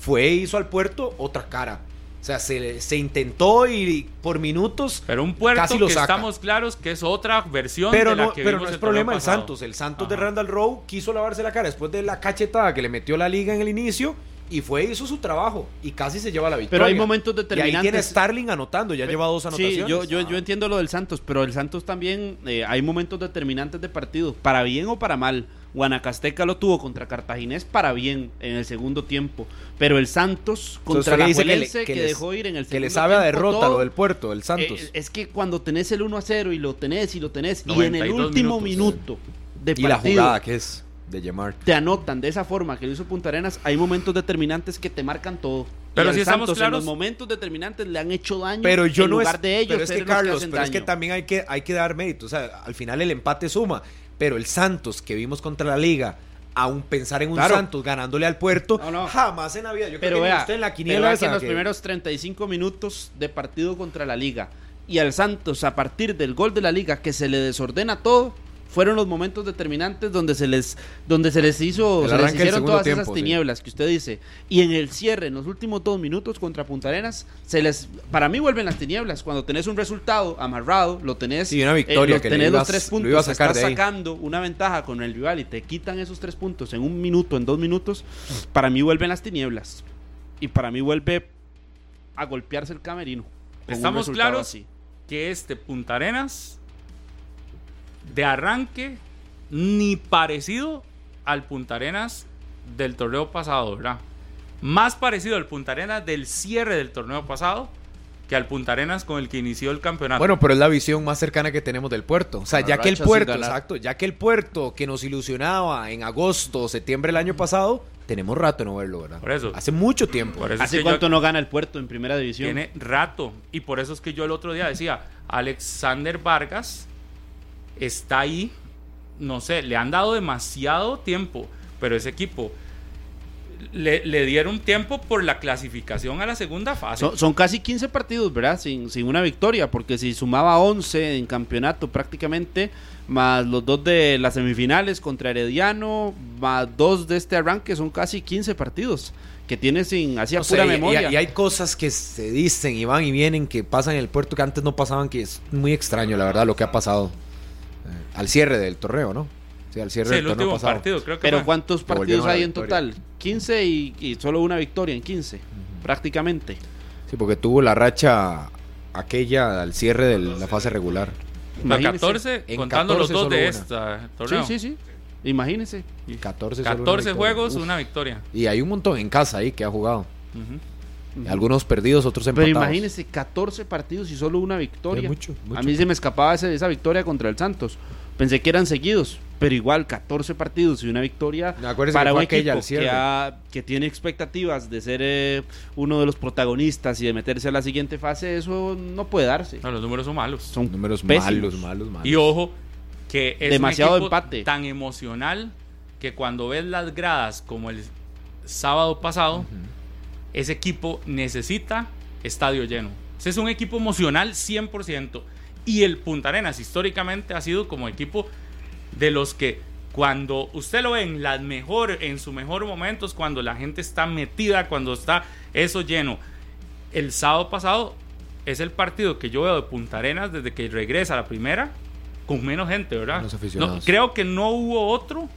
Speaker 3: fue e hizo al puerto otra cara. O sea, se, se intentó y por minutos.
Speaker 5: Pero un puerto
Speaker 3: Casi lo
Speaker 5: que
Speaker 3: saca.
Speaker 5: estamos claros que es otra versión
Speaker 3: Pero
Speaker 5: de la
Speaker 3: no,
Speaker 5: que
Speaker 3: pero
Speaker 5: vimos
Speaker 3: no es
Speaker 5: el torneo
Speaker 3: problema el
Speaker 5: pasado.
Speaker 3: Santos. El Santos de
Speaker 5: Ajá.
Speaker 3: Randall Rowe quiso lavarse la cara después de la cachetada que le metió la liga en el inicio y fue hizo su trabajo y casi se lleva la victoria.
Speaker 2: Pero hay momentos
Speaker 3: Y ahí tiene
Speaker 2: determinantes.
Speaker 3: Starling anotando, ya lleva dos anotaciones.
Speaker 2: Sí, yo, yo, yo entiendo lo del Santos, pero el Santos también eh, hay momentos determinantes de partido, para bien o para mal. Guanacasteca lo tuvo contra Cartaginés para bien en el segundo tiempo, pero el Santos contra la
Speaker 3: Entonces, usted le
Speaker 2: que,
Speaker 3: dice que le- que les-
Speaker 2: dejó ir en el segundo
Speaker 3: que le sabe a
Speaker 2: tiempo
Speaker 3: derrota
Speaker 2: todo,
Speaker 3: lo del puerto, el Santos.
Speaker 2: eh, es que cuando tenés el 1 a 0 y lo tenés y lo tenés y en el
Speaker 5: 92
Speaker 2: último
Speaker 5: minutos.
Speaker 2: minuto de
Speaker 3: y la
Speaker 2: partido
Speaker 3: jugada que es de Yemar.
Speaker 2: te anotan de esa forma que lo hizo Punta Arenas, hay momentos determinantes que te marcan todo.
Speaker 5: Pero
Speaker 2: Y al
Speaker 5: si estamos
Speaker 2: Santos,
Speaker 5: claros-
Speaker 2: en los momentos determinantes le han hecho daño
Speaker 3: Pero yo
Speaker 2: en
Speaker 3: no
Speaker 2: lugar
Speaker 3: es,
Speaker 2: de ellos.
Speaker 3: pero es que
Speaker 2: ser los
Speaker 3: Carlos,
Speaker 2: hacen
Speaker 3: pero es que
Speaker 2: daño.
Speaker 3: también hay que, hay que dar mérito. O sea, al final el empate suma. Pero el Santos que vimos contra la Liga, aún pensar en un
Speaker 2: Claro.
Speaker 3: Santos ganándole al puerto,
Speaker 2: No, no.
Speaker 3: jamás en la vida.
Speaker 2: Pero
Speaker 3: Yo creo que ni
Speaker 2: vea,
Speaker 3: usted en la
Speaker 2: pero
Speaker 3: quiniela
Speaker 2: vea
Speaker 3: esa
Speaker 2: que en los
Speaker 3: que-
Speaker 2: primeros 35 minutos de partido contra la liga y al Santos a partir del gol de la liga que se le desordena todo, fueron los momentos determinantes donde se les donde se les hizo
Speaker 3: El
Speaker 2: se les
Speaker 3: arranque del
Speaker 2: hicieron
Speaker 3: segundo
Speaker 2: todas
Speaker 3: tiempo,
Speaker 2: esas
Speaker 3: sí.
Speaker 2: tinieblas que usted dice y en el cierre en los últimos dos minutos contra Punta Arenas se les para mí vuelven las tinieblas cuando tenés un resultado amarrado lo tenés eh,
Speaker 3: Sí, una victoria
Speaker 2: lo
Speaker 3: que le
Speaker 2: tenés
Speaker 3: ibas-
Speaker 2: los tres
Speaker 3: lo
Speaker 2: puntos
Speaker 3: ibas a sacar
Speaker 2: estás
Speaker 3: de ahí.
Speaker 2: sacando una ventaja con el rival y te quitan esos tres puntos en un minuto en dos minutos para mí vuelven las tinieblas y para mí vuelve a golpearse el camerino. con un
Speaker 5: Estamos
Speaker 2: resultado
Speaker 5: claros
Speaker 2: así.
Speaker 5: que este Punta Arenas de arranque ni parecido al Punta Arenas del torneo pasado, ¿verdad? Más parecido al Punta Arenas del cierre del torneo pasado que al Punta Arenas con el que inició el campeonato.
Speaker 3: Bueno, pero es la visión más cercana que tenemos del puerto. O sea,
Speaker 4: Una
Speaker 3: ya que el
Speaker 4: racha sin
Speaker 3: puerto,
Speaker 4: ganar.
Speaker 3: exacto, ya que el puerto que nos ilusionaba en agosto o septiembre del año pasado, tenemos rato de no verlo, ¿verdad?
Speaker 5: Por eso.
Speaker 3: Hace mucho tiempo.
Speaker 5: Por eso Pues es
Speaker 2: ¿Hace
Speaker 5: que yo-
Speaker 2: cuánto no gana el puerto en primera división?
Speaker 5: Tiene rato. Y por eso es que yo el otro día decía, Alexander Vargas está ahí, no sé, le han dado demasiado tiempo, pero ese equipo le, le dieron tiempo por la clasificación a la segunda fase.
Speaker 2: Son, son casi 15 partidos, ¿verdad? Sin, sin una victoria, porque si sumaba 11 en campeonato prácticamente, más los dos de las semifinales contra Herediano, más dos de este arranque, son casi 15 partidos que tiene sin, así a
Speaker 3: No sé,
Speaker 2: pura
Speaker 3: y- y-
Speaker 2: memoria.
Speaker 3: Y, hay cosas que se dicen y van y vienen que pasan en el puerto que antes no pasaban, que es muy extraño, la verdad, lo que ha pasado eh, al cierre del torneo, ¿no? Sí, al cierre
Speaker 5: Sí,
Speaker 3: del
Speaker 5: el
Speaker 3: torneo
Speaker 5: último
Speaker 3: pasado.
Speaker 5: partido, creo que
Speaker 2: Pero
Speaker 5: fue.
Speaker 2: ¿cuántos
Speaker 3: Que volvieron
Speaker 2: partidos
Speaker 3: a la
Speaker 2: hay en
Speaker 3: victoria.
Speaker 2: total? 15 y, y solo una victoria en 15, prácticamente.
Speaker 3: Sí, porque tuvo la racha aquella al cierre de la fase regular.
Speaker 5: No,
Speaker 2: Imagínese.
Speaker 5: 14,
Speaker 3: En
Speaker 5: contando
Speaker 3: 14
Speaker 5: los dos
Speaker 3: solo
Speaker 5: de
Speaker 3: una.
Speaker 5: esta
Speaker 2: Sí,
Speaker 5: torneo.
Speaker 2: sí, sí. Imagínese.
Speaker 3: 14, solo una
Speaker 5: 14
Speaker 3: victoria.
Speaker 5: juegos,
Speaker 3: Uf.
Speaker 5: una victoria.
Speaker 3: Y hay un montón en casa ahí que ha jugado.
Speaker 5: Ujú.
Speaker 3: Algunos perdidos, otros
Speaker 2: Pero
Speaker 3: empatados.
Speaker 2: imagínese, 14 partidos y solo una victoria.
Speaker 3: Es mucho, mucho.
Speaker 2: A mí se me escapaba ese- esa victoria contra el Santos. Pensé que eran seguidos, pero igual 14 partidos y una victoria
Speaker 3: No, acuérdese
Speaker 2: para
Speaker 3: que
Speaker 2: un
Speaker 3: fue
Speaker 2: equipo
Speaker 3: aquella al
Speaker 2: que,
Speaker 3: cierre.
Speaker 2: ha- que tiene expectativas de ser eh, uno de los protagonistas y de meterse a la siguiente fase. Eso no puede darse.
Speaker 5: No, los números son malos.
Speaker 2: Son
Speaker 3: Números
Speaker 2: pésimos.
Speaker 3: malos, malos, malos.
Speaker 5: Y ojo, que es un
Speaker 2: Demasiado
Speaker 5: equipo
Speaker 2: empate.
Speaker 5: tan emocional que cuando ves las gradas como el sábado pasado, ese equipo necesita estadio lleno. Ese es un equipo emocional 100%. Y el Punta Arenas históricamente ha sido como equipo de los que cuando usted lo ve en, las mejor, en su mejor momento es cuando la gente está metida, cuando está eso lleno. El sábado pasado es el partido que yo veo de Punta Arenas desde que regresa a la primera con menos gente, ¿verdad?
Speaker 3: Menos aficionados.
Speaker 5: No, creo que no hubo otro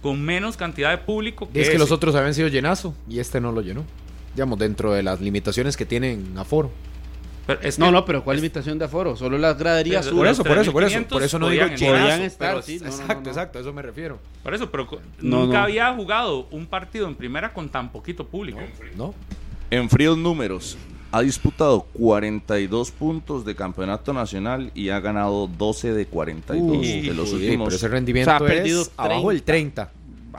Speaker 5: con menos cantidad de público que
Speaker 3: Y es que
Speaker 5: ese.
Speaker 3: los otros habían sido llenazo y este no lo llenó. Digamos, dentro de las limitaciones que tienen aforo.
Speaker 5: Pero es
Speaker 2: No,
Speaker 5: que-
Speaker 2: no, pero ¿cuál limitación de aforo? Solo las graderías
Speaker 5: Pero-
Speaker 2: suben.
Speaker 3: Por eso, por eso, por eso.
Speaker 5: 3.500
Speaker 3: Por eso no digo
Speaker 5: podían
Speaker 3: llenazo.
Speaker 2: entrar. estar,
Speaker 3: pero-
Speaker 2: sí, no, no,
Speaker 3: exacto,
Speaker 2: no, no.
Speaker 3: exacto, a eso me refiero.
Speaker 5: Por eso, pero co-
Speaker 2: No,
Speaker 5: nunca
Speaker 2: no.
Speaker 5: había jugado un partido en primera con tan poquito público.
Speaker 3: ¿No?
Speaker 4: En fríos números, ha disputado 42 puntos de campeonato nacional y ha ganado 12 de 42
Speaker 5: Uy,
Speaker 4: de los
Speaker 3: Sí,
Speaker 4: últimos.
Speaker 3: pero ese rendimiento
Speaker 2: O sea, ha perdido
Speaker 3: es abajo del 30.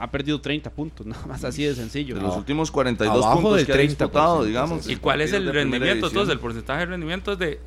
Speaker 2: ha perdido 30 puntos, nada más así de sencillo.
Speaker 4: De los últimos 42
Speaker 3: Abajo
Speaker 4: puntos
Speaker 3: del
Speaker 4: que ha
Speaker 3: 30%,
Speaker 4: disputado, digamos.
Speaker 5: ¿Y cuál es
Speaker 4: partidos
Speaker 5: el
Speaker 4: de primera
Speaker 5: rendimiento
Speaker 4: división.
Speaker 5: entonces? El porcentaje de rendimiento es de,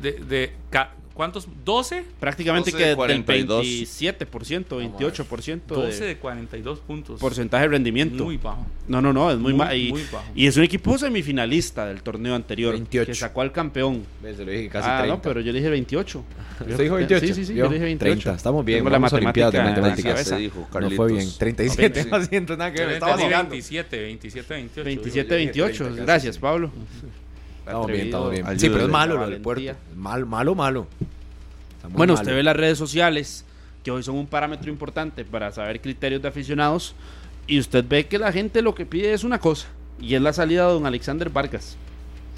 Speaker 5: de, de ca- ¿cuántos? ¿12?
Speaker 2: Prácticamente
Speaker 4: 12
Speaker 2: que
Speaker 4: de
Speaker 2: del
Speaker 4: 42.
Speaker 2: 27%, 28%
Speaker 5: 12
Speaker 2: de
Speaker 5: de 42 puntos.
Speaker 2: porcentaje de rendimiento.
Speaker 5: Muy bajo.
Speaker 2: No, no, no, es muy,
Speaker 5: Muy,
Speaker 2: ma- y,
Speaker 5: muy bajo.
Speaker 2: y es un equipo semifinalista del torneo anterior
Speaker 3: 28.
Speaker 2: que sacó al campeón.
Speaker 3: Ve, se lo dije casi
Speaker 2: ah,
Speaker 3: 30.
Speaker 2: no, pero yo le dije 28. Yo-
Speaker 3: ¿Usted dijo 28?
Speaker 2: Sí, sí, sí,
Speaker 3: Yo,
Speaker 2: yo le dije 28.
Speaker 3: 30, estamos bien,
Speaker 2: Tengo la
Speaker 3: vamos a
Speaker 2: matemática
Speaker 3: Olimpiadas de
Speaker 2: en la
Speaker 3: matemáticas.
Speaker 2: cabeza.
Speaker 4: Se dijo,
Speaker 3: No
Speaker 4: Carlitos.
Speaker 3: fue bien. 37
Speaker 4: Sí.
Speaker 3: más ciento, nada que ver.
Speaker 5: Yo
Speaker 3: Estaba
Speaker 5: entendí
Speaker 3: vacilando.
Speaker 5: 27, 27, 28.
Speaker 2: 27,
Speaker 3: yo dije
Speaker 2: 28.
Speaker 3: 30 casi,
Speaker 2: Gracias,
Speaker 3: sí.
Speaker 2: Pablo.
Speaker 3: Estamos bien, estamos bien.
Speaker 4: Ayúdele.
Speaker 3: Sí, pero es malo
Speaker 2: La
Speaker 3: lo del puerto.
Speaker 2: valentía.
Speaker 3: Malo, malo, malo. Está muy
Speaker 2: Bueno,
Speaker 3: malo.
Speaker 2: usted ve las redes sociales, que hoy son un parámetro importante para saber criterios de aficionados, y usted ve que la gente lo que pide es una cosa, y es la salida de don Alexander Vargas.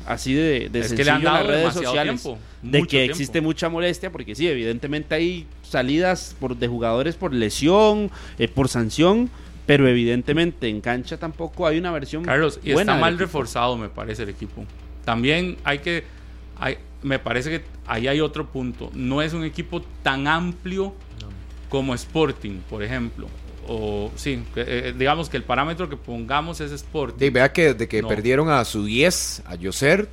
Speaker 2: Así de, de
Speaker 5: Es que
Speaker 2: sencillo
Speaker 5: le han
Speaker 2: en las
Speaker 5: dado
Speaker 2: redes
Speaker 5: demasiado
Speaker 2: sociales.
Speaker 5: tiempo.
Speaker 2: de
Speaker 5: mucho
Speaker 2: que
Speaker 5: tiempo.
Speaker 2: existe mucha molestia, porque sí, evidentemente hay salidas por, de jugadores por lesión, eh, por sanción, pero evidentemente en cancha tampoco hay una versión
Speaker 5: Carlos, y
Speaker 2: buena
Speaker 5: está
Speaker 2: del
Speaker 5: mal
Speaker 2: equipo.
Speaker 5: reforzado, me parece, el equipo. También hay que. hay- me parece que ahí hay otro punto. No es un equipo tan amplio como Sporting, por ejemplo. O sí, que, eh, digamos que el parámetro que pongamos es Sporting.
Speaker 3: Sí, vea que desde que
Speaker 5: No.
Speaker 3: perdieron a su 10, a Josert,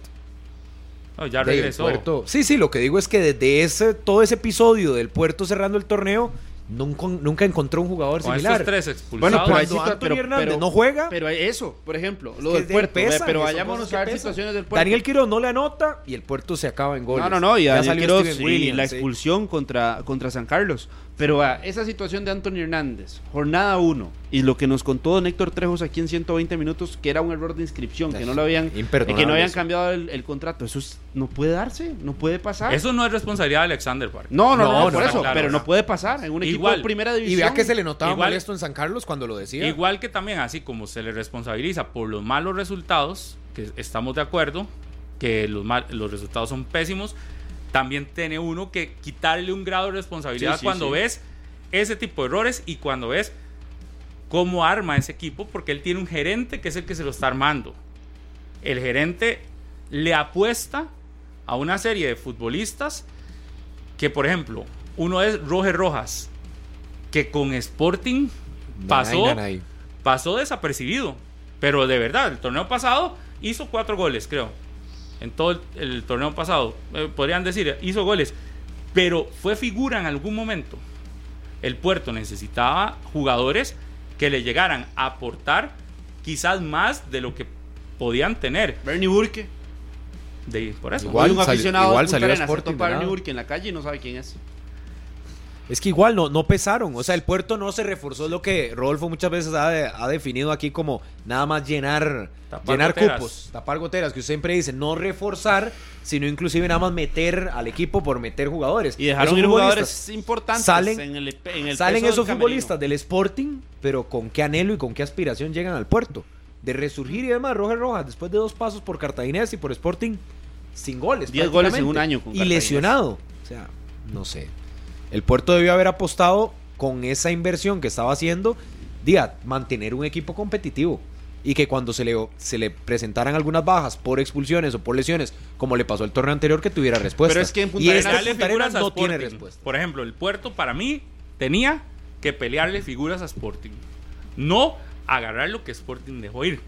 Speaker 5: No, ya
Speaker 3: Del
Speaker 5: regresó.
Speaker 3: Puerto. Sí, sí, lo que digo es que desde ese, todo ese episodio del puerto cerrando el torneo, nunca, nunca encontró un jugador
Speaker 5: Con
Speaker 3: similar.
Speaker 5: estos tres
Speaker 2: Bueno, pero
Speaker 5: expulsados.
Speaker 2: ahí
Speaker 3: Cuando
Speaker 2: sí está-
Speaker 3: Anthony
Speaker 2: pero-
Speaker 3: Hernández
Speaker 2: pero-
Speaker 3: no juega,
Speaker 2: Pero eso, por ejemplo, lo
Speaker 3: es que
Speaker 2: del
Speaker 3: de-
Speaker 2: puerto, ve,
Speaker 3: pesan,
Speaker 2: pero
Speaker 3: son
Speaker 2: vayámonos
Speaker 3: cosas
Speaker 2: a
Speaker 3: que
Speaker 2: ver
Speaker 3: pesan.
Speaker 2: situaciones del puerto.
Speaker 3: Daniel Quiroz no le anota y el puerto se acaba en goles.
Speaker 2: No, no, no, y
Speaker 3: Ya
Speaker 2: a Daniel
Speaker 3: salió
Speaker 2: Quiroz
Speaker 3: Steven
Speaker 2: y
Speaker 3: Williams,
Speaker 2: la
Speaker 3: sí.
Speaker 2: expulsión contra, contra San Carlos. Pero a esa situación de Anthony Hernández, jornada 1, y lo que nos contó don Héctor Trejos aquí en 120 minutos, que era un error de inscripción, que no lo habían,
Speaker 3: Imperdonable
Speaker 2: que no habían
Speaker 3: eso.
Speaker 2: cambiado el, el contrato. Eso es- no puede darse, no puede pasar.
Speaker 5: Eso no es responsabilidad de Alexander Park.
Speaker 2: no, no, no,
Speaker 3: No,
Speaker 2: por
Speaker 3: no,
Speaker 2: eso,
Speaker 5: claro,
Speaker 2: pero
Speaker 5: no.
Speaker 2: no puede pasar en un equipo
Speaker 5: Igual.
Speaker 2: de primera división.
Speaker 3: Y vea que se le notaba
Speaker 5: Igual-
Speaker 3: molesto en San Carlos cuando lo decía.
Speaker 5: Igual que también, así como se le responsabiliza por los malos resultados, que estamos de acuerdo, que los, mal- los resultados son pésimos, también tiene uno que quitarle un grado de responsabilidad
Speaker 4: Sí, sí,
Speaker 5: cuando
Speaker 4: sí.
Speaker 5: ves ese tipo de errores y cuando ves cómo arma ese equipo, porque él tiene un gerente que es el que se lo está armando. El gerente le apuesta a una serie de futbolistas que, por ejemplo, uno es Roger Rojas, que con Sporting
Speaker 3: Nanay,
Speaker 5: pasó
Speaker 3: nanay.
Speaker 5: pasó desapercibido. Pero de verdad, el torneo pasado hizo cuatro goles, creo. En todo el, el torneo pasado, eh, podrían decir, hizo goles. Pero fue figura en algún momento. El puerto necesitaba jugadores que le llegaran a aportar quizás más de lo que podían tener.
Speaker 2: Bernie Burke.
Speaker 5: De, por eso.
Speaker 3: Igual
Speaker 2: Hoy un
Speaker 3: salió-
Speaker 2: aficionado
Speaker 3: igual
Speaker 2: de Punta
Speaker 3: salió a
Speaker 2: Arenas se
Speaker 3: Sporting,
Speaker 2: topa a Bernie
Speaker 3: ¿verdad?
Speaker 2: Burke en la calle y no sabe quién es.
Speaker 3: Es que igual no, no pesaron. O sea, el puerto no se reforzó lo que Rodolfo muchas veces ha, de- ha definido aquí como nada más llenar,
Speaker 5: Tapar
Speaker 3: llenar
Speaker 5: goteras.
Speaker 3: cupos, tapar goteras, que usted siempre dice, no reforzar, sino inclusive nada más meter al equipo por meter jugadores.
Speaker 2: Y dejaron
Speaker 3: Esos
Speaker 2: ir
Speaker 3: futbolistas
Speaker 2: jugadores importantes
Speaker 3: Salen-
Speaker 2: en el, en el peso
Speaker 3: Salen
Speaker 2: del
Speaker 3: esos
Speaker 2: camerino.
Speaker 3: futbolistas del Sporting, pero con qué anhelo y con qué aspiración llegan al puerto. De resurgir y demás, Roger Rojas, después de dos pasos por Cartaginés y por Sporting, sin goles.
Speaker 2: Diez goles en un
Speaker 3: prácticamente,
Speaker 2: año con
Speaker 3: Y
Speaker 2: Cartaginés.
Speaker 3: lesionado. O sea, no sé. El puerto debió haber apostado con esa inversión que estaba haciendo, día, mantener un equipo competitivo. Y que cuando se le, se le presentaran algunas bajas por expulsiones o por lesiones, como le pasó el torneo anterior, que tuviera respuesta.
Speaker 2: es que en Punta
Speaker 3: y
Speaker 2: Arenas-
Speaker 3: este
Speaker 5: Darle
Speaker 3: Punta Arenas
Speaker 5: figuras a
Speaker 3: no tiene
Speaker 5: Sporting.
Speaker 3: respuesta.
Speaker 5: Por ejemplo, el puerto para mí tenía que pelearle figuras a Sporting. No agarrar lo que Sporting dejó ir.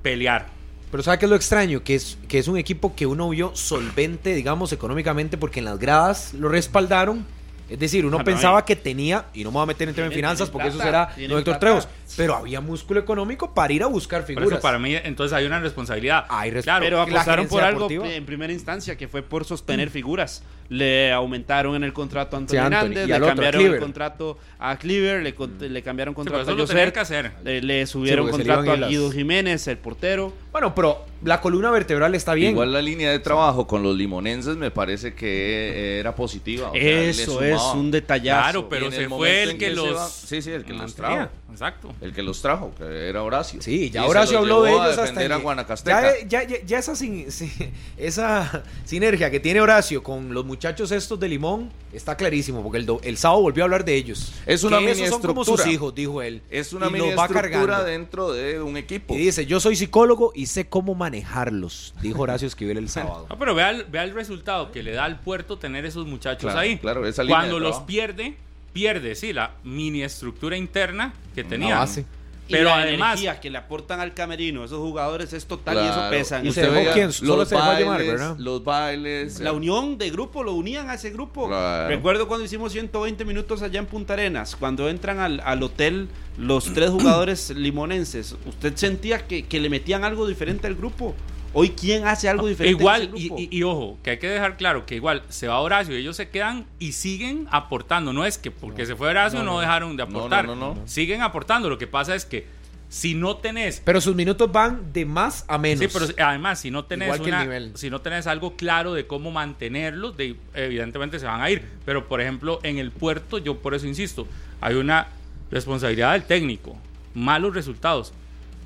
Speaker 5: Pelear.
Speaker 3: Pero ¿sabe qué es lo extraño? Que es, que es un equipo que uno vio solvente, digamos, económicamente, porque en las gradas lo respaldaron. Es decir, uno
Speaker 2: Ah, no,
Speaker 3: pensaba
Speaker 2: eh.
Speaker 3: que tenía, y no me voy a meter en tema de
Speaker 2: Tienen-
Speaker 3: finanzas
Speaker 2: tienen
Speaker 3: porque eso
Speaker 2: plata,
Speaker 3: será
Speaker 2: tienen
Speaker 3: no Héctor
Speaker 2: plata.
Speaker 3: Trejos, pero había músculo económico para ir a buscar
Speaker 5: Por
Speaker 3: figuras.
Speaker 5: eso para mí, entonces hay una responsabilidad.
Speaker 3: Hay res-
Speaker 5: Claro,
Speaker 2: Pero
Speaker 3: la
Speaker 2: apostaron por
Speaker 3: gerencia
Speaker 2: algo
Speaker 3: deportiva.
Speaker 2: en primera instancia, que fue por sostener figuras. Le aumentaron en el contrato a Antonio
Speaker 3: Sí, Anthony.
Speaker 2: Hernández,
Speaker 3: Y al
Speaker 2: le
Speaker 3: otro, a
Speaker 2: cambiaron el
Speaker 3: Cleaver.
Speaker 2: contrato a Cleaver, le, con- le cambiaron
Speaker 5: Sí, pero
Speaker 2: contrato
Speaker 5: eso
Speaker 2: a
Speaker 5: lo tenían
Speaker 2: José,
Speaker 5: que hacer.
Speaker 2: le, le subieron
Speaker 3: porque se le
Speaker 2: contrato a
Speaker 3: iban las-
Speaker 2: Guido Jiménez, el portero.
Speaker 3: Bueno, pero la columna vertebral está bien.
Speaker 4: Igual la línea de trabajo con los limonenses me parece que era positiva. o sea, le
Speaker 2: Eso es
Speaker 4: sumaba.
Speaker 2: un detallazo.
Speaker 5: Claro,
Speaker 4: Y
Speaker 5: pero
Speaker 4: en
Speaker 5: se
Speaker 4: el
Speaker 5: fue
Speaker 4: momento
Speaker 5: el
Speaker 4: en
Speaker 5: que,
Speaker 4: que se
Speaker 5: los.
Speaker 4: va- sí, sí, el que los
Speaker 5: mantenía.
Speaker 4: trajo.
Speaker 5: Exacto.
Speaker 4: El que los trajo, que era Horacio.
Speaker 3: Sí, ya
Speaker 4: Y se
Speaker 3: Horacio
Speaker 4: los
Speaker 3: habló de
Speaker 4: llevó a
Speaker 3: ellos hasta
Speaker 4: defender a
Speaker 3: en-
Speaker 4: Guanacasteca.
Speaker 3: ya, ya, ya- ya esa, sin- si- esa sinergia que tiene Horacio con los muchachos estos de Limón está clarísimo, porque el, do- el sábado volvió a hablar de ellos.
Speaker 4: Es una
Speaker 3: que
Speaker 4: mini
Speaker 3: esos son como
Speaker 4: estructura.
Speaker 3: sus hijos, dijo él.
Speaker 4: Es una
Speaker 3: y los
Speaker 4: mini
Speaker 3: va
Speaker 4: estructura
Speaker 3: cargando.
Speaker 4: dentro de un equipo.
Speaker 3: Y dice, yo soy psicólogo y sé cómo manejarlos, dijo Horacio Esquivel el sábado.
Speaker 5: No, pero vea el, vea el resultado que le da al puerto tener esos muchachos
Speaker 4: Claro,
Speaker 5: ahí.
Speaker 4: claro, esa línea
Speaker 5: Cuando
Speaker 4: de
Speaker 5: los
Speaker 4: trabajo.
Speaker 5: pierde, pierde, sí, la mini estructura interna que tenía.
Speaker 3: base.
Speaker 2: Y
Speaker 5: Pero
Speaker 2: la
Speaker 5: además,
Speaker 2: energía que le aportan al camerino, esos jugadores es total y eso
Speaker 4: Claro.
Speaker 2: pesa.
Speaker 3: Y
Speaker 4: Usted
Speaker 3: se dejó
Speaker 4: vea,
Speaker 3: quién, solo
Speaker 4: los
Speaker 3: se dejó
Speaker 4: bailes,
Speaker 3: llevar, ¿verdad?
Speaker 4: Los bailes. eh,
Speaker 2: La unión de grupo, lo unían a ese grupo.
Speaker 4: Claro.
Speaker 2: Recuerdo cuando hicimos 120 minutos allá en Punta Arenas, cuando entran al, al hotel los tres jugadores limonenses, usted sentía que, que le metían algo diferente al grupo. Hoy, ¿quién hace algo diferente? en
Speaker 5: igual,
Speaker 2: ese
Speaker 5: y,
Speaker 2: grupo?
Speaker 5: y- y ojo, que hay que dejar claro que igual se va Horacio y ellos se quedan y siguen aportando. No es que porque se fue Horacio no, dejaron de
Speaker 4: No, no,
Speaker 5: aportar.
Speaker 4: no, no.
Speaker 5: Siguen aportando. Lo que pasa es que si no tenés
Speaker 3: Pero sus minutos van de más a menos.
Speaker 5: Sí, pero además, si no tenés,
Speaker 3: Igual que el
Speaker 5: una-
Speaker 3: nivel.
Speaker 5: si no tenés algo claro de cómo mantenerlos, de- evidentemente se van a ir. Pero, por ejemplo, en el puerto, yo por eso insisto, hay una responsabilidad del técnico, malos resultados.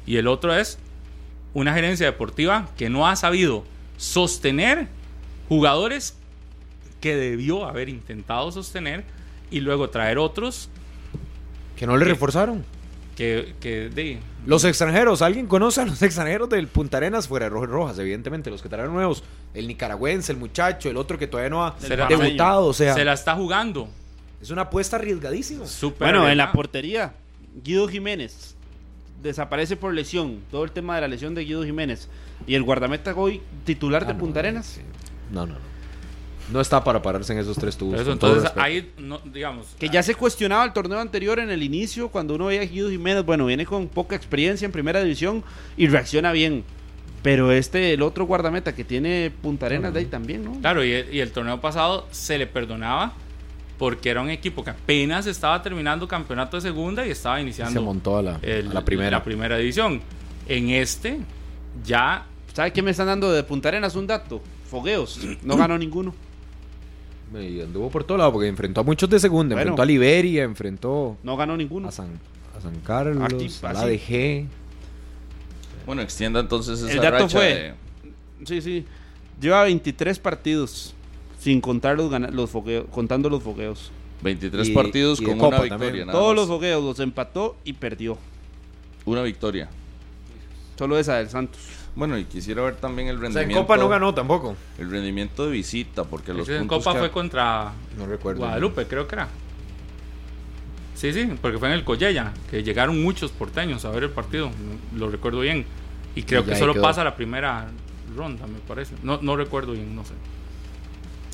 Speaker 5: Y el otro es una gerencia deportiva que no ha sabido sostener jugadores que debió haber intentado sostener y luego traer otros
Speaker 3: que no le reforzaron.
Speaker 5: que, que de,
Speaker 3: Los extranjeros, ¿alguien conoce a los extranjeros del Punta Arenas fuera de Rojas Rojas? Evidentemente, los que traen nuevos. El nicaragüense, el muchacho, el otro que todavía no ha
Speaker 5: Se la-
Speaker 3: debutado. O sea,
Speaker 5: se la está jugando.
Speaker 3: es una apuesta arriesgadísima.
Speaker 5: Súper
Speaker 2: Bueno, en
Speaker 5: arriesgada.
Speaker 2: la portería, Guido Jiménez desaparece por lesión. Todo el tema de la lesión de Guido Jiménez. Y el guardameta hoy titular
Speaker 3: Ah,
Speaker 2: de
Speaker 3: no,
Speaker 2: Punta Arenas.
Speaker 3: sí. No, no, no. No está para pararse en esos tres tubos.
Speaker 5: Por eso,
Speaker 3: con todo
Speaker 5: entonces
Speaker 3: respeto.
Speaker 5: ahí, no, digamos,
Speaker 2: Que ya se cuestionaba el torneo anterior en el inicio, cuando uno veía a Guido Jiménez, bueno, viene con poca experiencia en primera división y reacciona bien. Pero este, el otro guardameta que tiene Punta Arenas de ahí también, ¿no?
Speaker 5: claro, y, y el torneo pasado se le perdonaba porque era un equipo que apenas estaba terminando campeonato de segunda y estaba
Speaker 3: se
Speaker 5: iniciando
Speaker 3: montó a la,
Speaker 5: el-
Speaker 3: a la primera.
Speaker 5: división. En este ya
Speaker 2: ¿Sabe qué me están dando de Punta Arenas? Un dato. Fogueos. No ganó ninguno.
Speaker 3: Y anduvo por todo lado porque enfrentó a muchos de segunda.
Speaker 2: Bueno.
Speaker 3: Enfrentó a Liberia, enfrentó
Speaker 2: No ganó ninguno.
Speaker 3: a San, a San Carlos,
Speaker 2: Aquí,
Speaker 3: a la
Speaker 2: así.
Speaker 3: ADG.
Speaker 4: Bueno, extienda entonces esa
Speaker 2: El dato
Speaker 4: racha
Speaker 2: fue-
Speaker 4: de-
Speaker 2: Sí, sí. Lleva 23 partidos sin contar los, gana- los fogueos, contando los fogueos.
Speaker 4: 23
Speaker 3: Y-
Speaker 4: partidos
Speaker 3: y de
Speaker 4: con
Speaker 3: Copa
Speaker 4: una
Speaker 3: también.
Speaker 4: victoria. nada
Speaker 2: Todos
Speaker 4: más.
Speaker 2: los fogueos los empató y perdió.
Speaker 4: Una victoria.
Speaker 2: Solo esa del Santos.
Speaker 4: Bueno, y quisiera ver también el
Speaker 3: O sea, en
Speaker 4: rendimiento.
Speaker 3: Copa no ganó tampoco.
Speaker 4: El rendimiento de visita, porque los
Speaker 5: en
Speaker 4: puntos
Speaker 5: Copa
Speaker 4: que-
Speaker 5: fue contra
Speaker 3: No recuerdo.
Speaker 5: Guadalupe, creo que era. Sí, sí, porque fue en el Collella, que llegaron muchos porteños a ver el partido, lo recuerdo bien. Y creo
Speaker 3: Y ya
Speaker 5: que
Speaker 3: ahí
Speaker 5: solo
Speaker 3: quedó.
Speaker 5: pasa la primera ronda, me parece. No, no recuerdo bien, no sé.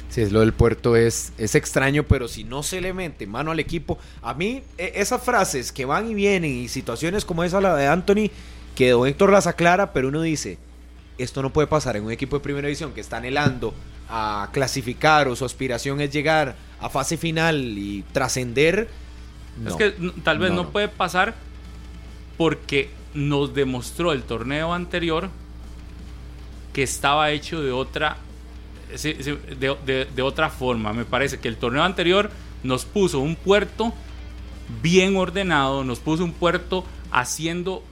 Speaker 3: Sí, es lo del puerto es, es extraño, pero si no se le mete mano al equipo, a mí e- esas frases que van y vienen y situaciones como esa, la de Anthony, que don Héctor las aclara, pero uno dice, esto no puede pasar en un equipo de primera división que está anhelando a clasificar o su aspiración es llegar a fase final y trascender.
Speaker 5: Es
Speaker 3: No.
Speaker 5: que n- tal vez
Speaker 3: No,
Speaker 5: no,
Speaker 3: no.
Speaker 5: puede pasar porque nos demostró el torneo anterior que estaba hecho de otra sí, sí, de, de- de otra forma. Me parece que el torneo anterior nos puso un puerto bien ordenado, nos puso un puerto haciendo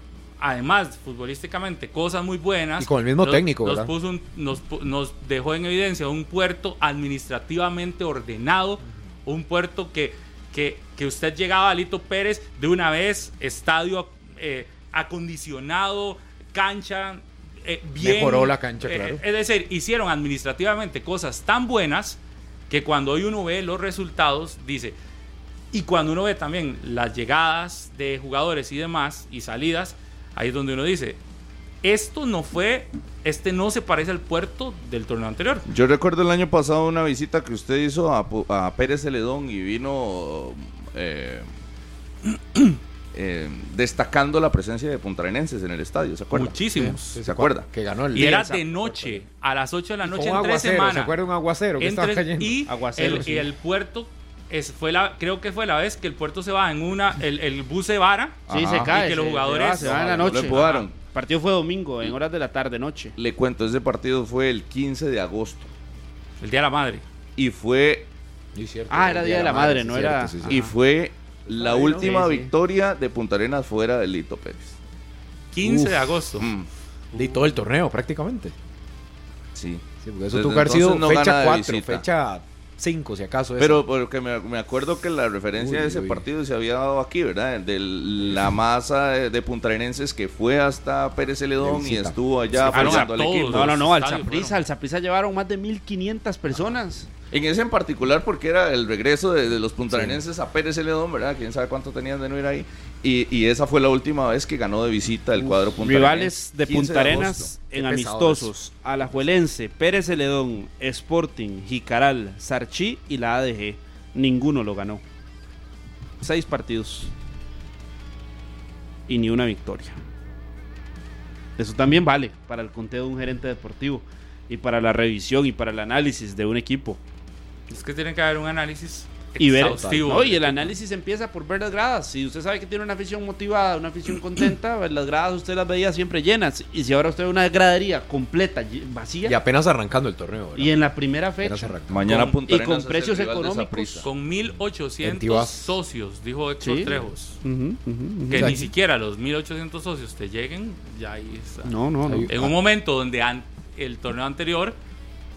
Speaker 5: además futbolísticamente cosas muy buenas
Speaker 3: Y con el mismo
Speaker 5: Nos-
Speaker 3: técnico,
Speaker 5: nos
Speaker 3: ¿verdad?
Speaker 5: puso un- nos, pu- nos dejó en evidencia un puerto administrativamente ordenado, un puerto que, que, que usted llegaba a Lito Pérez de una vez, estadio eh, acondicionado, cancha eh, bien.
Speaker 3: Mejoró la cancha,
Speaker 5: Eh,
Speaker 3: claro.
Speaker 5: es decir, hicieron administrativamente cosas tan buenas que cuando hoy uno ve los resultados, dice, y cuando uno ve también las llegadas de jugadores y demás y salidas, ahí es donde uno dice, esto no fue, este no se parece al puerto del torneo anterior.
Speaker 4: Yo recuerdo el año pasado una visita que usted hizo a, Pu- a Pérez Celedón y vino eh, eh, destacando la presencia de puntarenenses en el estadio, ¿se acuerda?
Speaker 5: Muchísimos.
Speaker 4: ¿Se acuerda?
Speaker 3: Que ganó el
Speaker 5: Y
Speaker 3: día.
Speaker 5: era de noche, a las 8 de la
Speaker 3: Fue
Speaker 5: noche,
Speaker 3: un
Speaker 5: en tres
Speaker 3: aguacero, ¿Se
Speaker 5: semanas.
Speaker 3: acuerda un aguacero que
Speaker 5: en
Speaker 3: estaba
Speaker 5: tres-
Speaker 3: cayendo?
Speaker 5: y,
Speaker 2: Aguacero,
Speaker 5: el,
Speaker 2: sí.
Speaker 5: y el puerto, es, fue la, creo que fue la vez que el puerto se va en una, el, el bus se vara.
Speaker 2: Sí,
Speaker 4: Ajá.
Speaker 2: se cae.
Speaker 5: Y que los
Speaker 2: se- se
Speaker 5: jugadores
Speaker 2: va- se van en la
Speaker 4: no
Speaker 2: noche.
Speaker 4: le empujaron.
Speaker 2: Ajá. El partido fue domingo, en horas de la tarde, noche.
Speaker 4: Le cuento, ese partido fue el 15 de agosto
Speaker 5: El Día de la Madre.
Speaker 4: y fue,
Speaker 3: Sí, cierto,
Speaker 2: Ah, era Día de la Madre, no
Speaker 3: sí,
Speaker 2: era-
Speaker 3: cierto, sí,
Speaker 4: y
Speaker 3: cierto.
Speaker 4: fue la
Speaker 2: Ah. Ay, no.
Speaker 4: última
Speaker 2: Sí, sí.
Speaker 4: victoria de Punta Arenas fuera de Lito Pérez.
Speaker 5: 15 de agosto.
Speaker 4: Mm,
Speaker 3: De todo el torneo, prácticamente.
Speaker 4: sí.
Speaker 3: Sí, porque eso
Speaker 4: Desde
Speaker 3: tuvo que haber sido
Speaker 4: entonces no gana
Speaker 3: fecha
Speaker 4: de
Speaker 3: 4,
Speaker 4: visita.
Speaker 3: fecha 5, si acaso. esa.
Speaker 4: Pero porque me, me acuerdo que la referencia
Speaker 3: Uy,
Speaker 4: de ese
Speaker 3: uy.
Speaker 4: partido se había dado aquí, ¿verdad? De la masa de, de puntarenenses que fue hasta Pérez Celedón
Speaker 3: De
Speaker 4: y
Speaker 3: visita.
Speaker 4: estuvo allá
Speaker 5: Sí, fueron a
Speaker 4: apoyando al
Speaker 5: todos.
Speaker 4: equipo.
Speaker 2: No, no, no, al
Speaker 5: estadios
Speaker 2: Saprisa,
Speaker 5: fueron.
Speaker 2: al Saprisa llevaron más de 1500 personas.
Speaker 4: En ese en particular, porque era el regreso de, de los puntarenenses a Pérez Celedón, ¿verdad? Quién sabe cuánto tenían de no ir ahí. Y, y esa fue la última vez que ganó de visita el cuadro puntarenense.
Speaker 2: Rivales de
Speaker 4: 15
Speaker 2: Punta Arenas
Speaker 4: agosto.
Speaker 2: en
Speaker 3: Qué pesado
Speaker 2: amistosos: Alajuelense, Pérez Celedón, Sporting, Jicaral, Sarchi y la ADG. Ninguno lo ganó. Seis partidos. Y ni una victoria. Eso también vale para el conteo de un gerente deportivo y para la revisión y para el análisis de un equipo.
Speaker 5: Es que tiene que haber un análisis
Speaker 2: y ver
Speaker 5: exhaustivo.
Speaker 2: No, y el análisis empieza por ver las gradas si usted sabe que tiene una afición motivada una afición contenta ver las gradas usted las veía siempre llenas y si ahora usted ve una gradería completa ll-
Speaker 3: Y
Speaker 2: vacía
Speaker 3: apenas arrancando el torneo. ¿verdad?
Speaker 2: y en la primera
Speaker 3: Apenas
Speaker 2: fecha
Speaker 3: arrancando.
Speaker 4: Mañana
Speaker 2: Con-
Speaker 4: Punta
Speaker 2: y
Speaker 4: Arenas
Speaker 2: con
Speaker 4: es el
Speaker 2: precios
Speaker 4: rival de
Speaker 2: económicos.
Speaker 4: Saprissa.
Speaker 5: Con
Speaker 3: En Tibás.
Speaker 5: 1800 socios, dijo Héctor
Speaker 2: Sí.
Speaker 5: Trejos.
Speaker 2: Ujú, ujú, ujú.
Speaker 5: Que
Speaker 3: Exacto.
Speaker 5: ni siquiera los 1800 socios te lleguen, ya ahí está.
Speaker 2: no no Eh, no
Speaker 3: Ahí-
Speaker 5: En un momento donde an- el torneo anterior,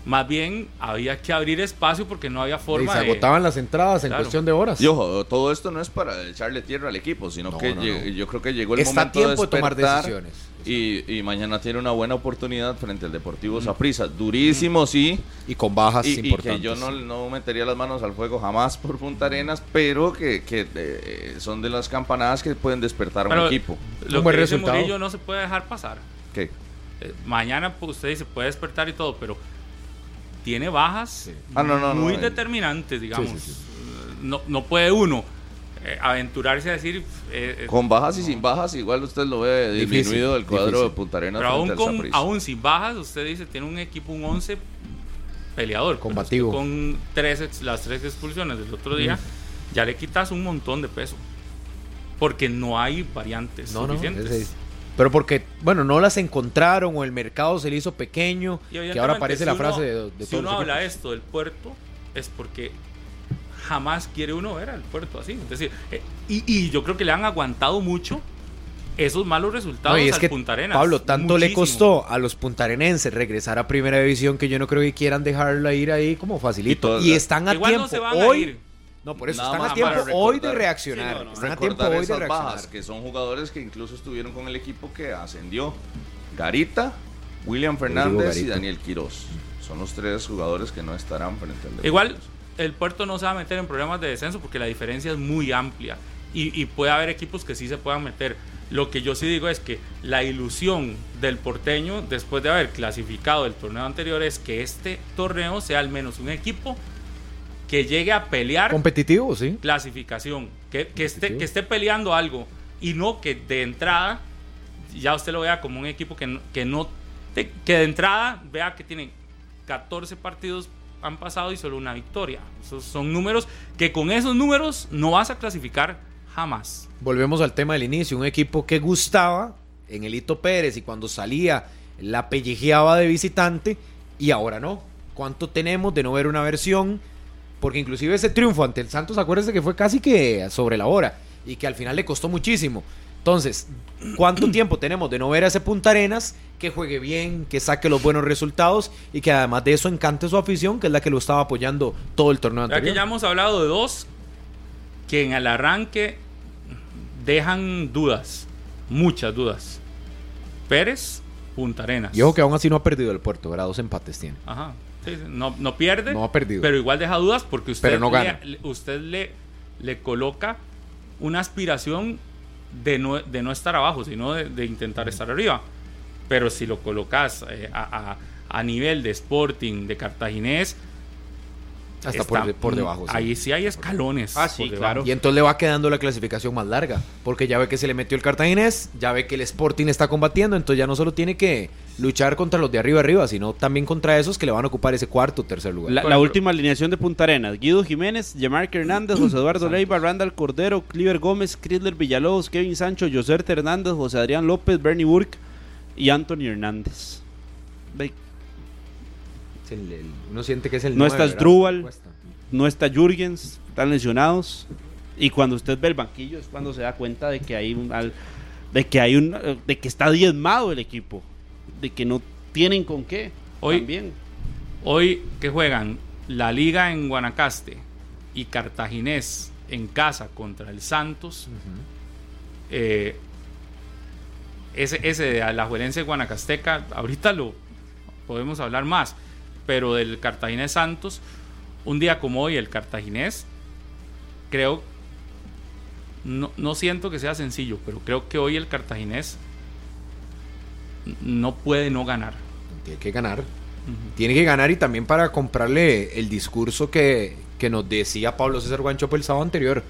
Speaker 5: más bien había que abrir espacio porque no había
Speaker 3: Y
Speaker 5: forma
Speaker 3: se
Speaker 5: de.
Speaker 3: agotaban las entradas en
Speaker 5: Claro.
Speaker 3: cuestión de horas.
Speaker 4: Y ojo, todo esto no es para echarle tierra al equipo, sino
Speaker 3: No,
Speaker 4: que
Speaker 3: no,
Speaker 4: lleg-
Speaker 3: no.
Speaker 4: yo creo que llegó el
Speaker 3: Está
Speaker 4: momento de
Speaker 3: tiempo de tomar
Speaker 4: despertar
Speaker 3: decisiones.
Speaker 4: Y, y mañana tiene una buena oportunidad frente al Deportivo Saprissa. Durísimo, sí.
Speaker 3: Y con bajas
Speaker 4: Y, y
Speaker 3: importantes.
Speaker 4: que yo no, no metería las manos al fuego jamás por Punta Arenas, pero que, que, eh, son de las campanadas que pueden despertar a un
Speaker 5: Pero
Speaker 4: equipo.
Speaker 5: Lo
Speaker 3: Un buen
Speaker 5: que dice
Speaker 3: resultado.
Speaker 5: Murillo no se puede dejar pasar.
Speaker 4: ¿Qué?
Speaker 5: Eh, mañana pues, usted se puede despertar y todo, pero tiene bajas
Speaker 4: Ah, no, no, no,
Speaker 5: muy
Speaker 4: eh.
Speaker 5: determinantes, digamos. Eh,
Speaker 3: Sí, sí, sí.
Speaker 5: No, no puede uno eh, aventurarse a decir. eh, eh,
Speaker 4: Con bajas y sin bajas, igual usted lo ve
Speaker 3: Difícil,
Speaker 4: disminuido el cuadro
Speaker 3: difícil.
Speaker 4: de Punta Arenas
Speaker 5: pero aún,
Speaker 4: frente al
Speaker 5: con,
Speaker 4: Saprissa.
Speaker 5: aún sin bajas, usted dice tiene un equipo, un 11 peleador. pero
Speaker 3: Combativo.
Speaker 5: usted Con tres, ex- las tres expulsiones del otro día, ya le quitas un montón de peso. Porque no hay variantes
Speaker 3: No, no,
Speaker 5: suficientes.
Speaker 3: ese es- Pero porque, bueno, no las encontraron o el mercado se le hizo pequeño.
Speaker 5: Y
Speaker 3: Que
Speaker 5: evidentemente,
Speaker 3: ahora aparece
Speaker 5: si
Speaker 3: la
Speaker 5: uno-
Speaker 3: frase de, de
Speaker 5: Si
Speaker 3: todos
Speaker 5: uno
Speaker 3: los
Speaker 5: habla
Speaker 3: equipos.
Speaker 5: esto del puerto, es porque jamás quiere uno ver al puerto así. Es decir, eh, y, y yo creo que le han aguantado mucho esos malos resultados
Speaker 3: No, y es
Speaker 5: al
Speaker 3: que,
Speaker 5: Punta Arenas.
Speaker 3: Pablo, tanto le
Speaker 5: Muchísimo.
Speaker 3: costó a los puntarenenses regresar a Primera División que yo no creo que quieran dejarla ir ahí como facilito.
Speaker 4: Y todas
Speaker 3: Y,
Speaker 4: las-
Speaker 3: están a
Speaker 5: Igual
Speaker 3: tiempo
Speaker 5: no se van
Speaker 3: hoy.
Speaker 5: a ir.
Speaker 3: No, por eso
Speaker 4: Nada
Speaker 3: están a
Speaker 4: más
Speaker 3: tiempo
Speaker 4: para
Speaker 3: hoy de
Speaker 4: recordar-
Speaker 3: reaccionar.
Speaker 2: Sí, no, no.
Speaker 3: Están a tiempo
Speaker 4: recordar
Speaker 3: hoy de
Speaker 4: esas
Speaker 3: reaccionar.
Speaker 4: bajas, que son jugadores que incluso estuvieron con el equipo que ascendió. Garita, William Fernández y
Speaker 3: Garita.
Speaker 4: Daniel Quirós. Son los tres jugadores que no estarán frente al
Speaker 5: Igual
Speaker 4: Deportivo.
Speaker 5: el puerto no se va a meter en problemas de descenso porque la diferencia es muy amplia y, y puede haber equipos que sí se puedan meter. Lo que yo sí digo es que la ilusión del porteño después de haber clasificado el torneo anterior es que este torneo sea al menos un equipo que llegue a pelear
Speaker 3: Competitivo, sí.
Speaker 5: clasificación, que, que esté,
Speaker 3: Competitivo.
Speaker 5: que esté peleando algo y no que de entrada ya usted lo vea como un equipo que no, que, no te- que de entrada vea que tiene 14 partidos han pasado y solo una victoria. Esos son números que con esos números no vas a clasificar jamás.
Speaker 3: Volvemos al tema del inicio. Un equipo que gustaba en el Hito Pérez y cuando salía la pellejeaba de visitante y ahora no. ¿Cuánto tenemos de no ver una versión? Porque inclusive ese triunfo ante el Santos, acuérdense que fue casi que sobre la hora y que al final le costó muchísimo. Entonces, ¿cuánto tiempo tenemos de no ver a ese Punta Arenas que juegue bien, que saque los buenos resultados y que además de eso encante su afición, que es la que lo estaba apoyando todo el torneo
Speaker 5: Ya que
Speaker 3: anterior?
Speaker 5: ya hemos hablado de dos que en el arranque dejan dudas, muchas dudas. Pérez, Punta Arenas.
Speaker 3: Y ojo que aún así no ha perdido el puerto, ¿verdad? Dos empates tiene.
Speaker 5: Ajá. Sí, sí. no, no pierde.
Speaker 3: No ha perdido.
Speaker 5: Pero igual deja dudas porque usted,
Speaker 3: Pero no
Speaker 5: le-
Speaker 3: gana.
Speaker 5: le, usted le, le coloca una aspiración de no, de no estar abajo, sino de, de intentar estar arriba. Pero si lo colocas eh, a, a- a nivel de Sporting, de Cartaginés.
Speaker 3: Hasta
Speaker 5: está-
Speaker 3: por, por debajo. sí.
Speaker 5: Ahí sí hay escalones.
Speaker 2: Ah, sí,
Speaker 5: por debajo.
Speaker 2: claro.
Speaker 3: Y entonces le va quedando la clasificación más larga, porque ya ve que se le metió el cartaginés, ya ve que el Sporting está combatiendo, entonces ya no solo tiene que luchar contra los de arriba arriba, sino también contra esos que le van a ocupar ese cuarto o tercer lugar.
Speaker 2: la, la última alineación de Punta Arenas Guido Jiménez Yamarque Hernández José Eduardo Leiva Randall Cordero Cliver Gómez Crisler Villalobos Kevin Sancho José Hernández José Adrián López Bernie Burke y Anthony Hernández Ve,
Speaker 3: Es el- el- uno siente que es el
Speaker 2: No
Speaker 3: nueve,
Speaker 2: está
Speaker 3: ¿verdad?
Speaker 2: Asdrúbal.
Speaker 3: Cuesta.
Speaker 2: no está Jürgens, están lesionados. Y cuando usted ve el banquillo es cuando se da cuenta de que hay un al- de que hay un de que está diezmado el equipo, de que no tienen con qué.
Speaker 5: Hoy-
Speaker 2: también.
Speaker 5: Hoy que juegan la Liga en Guanacaste y Cartaginés en casa contra el Santos, eh, ese, ese de Alajuelense Guanacasteca, ahorita lo podemos hablar más, pero del Cartaginés Santos, un día como hoy, el cartaginés, creo, no, no siento que sea sencillo, pero creo que hoy el cartaginés no puede no ganar.
Speaker 3: Tiene que ganar. Tiene que ganar y también para comprarle el discurso que, que nos decía Pablo César Guanchope el sábado anterior.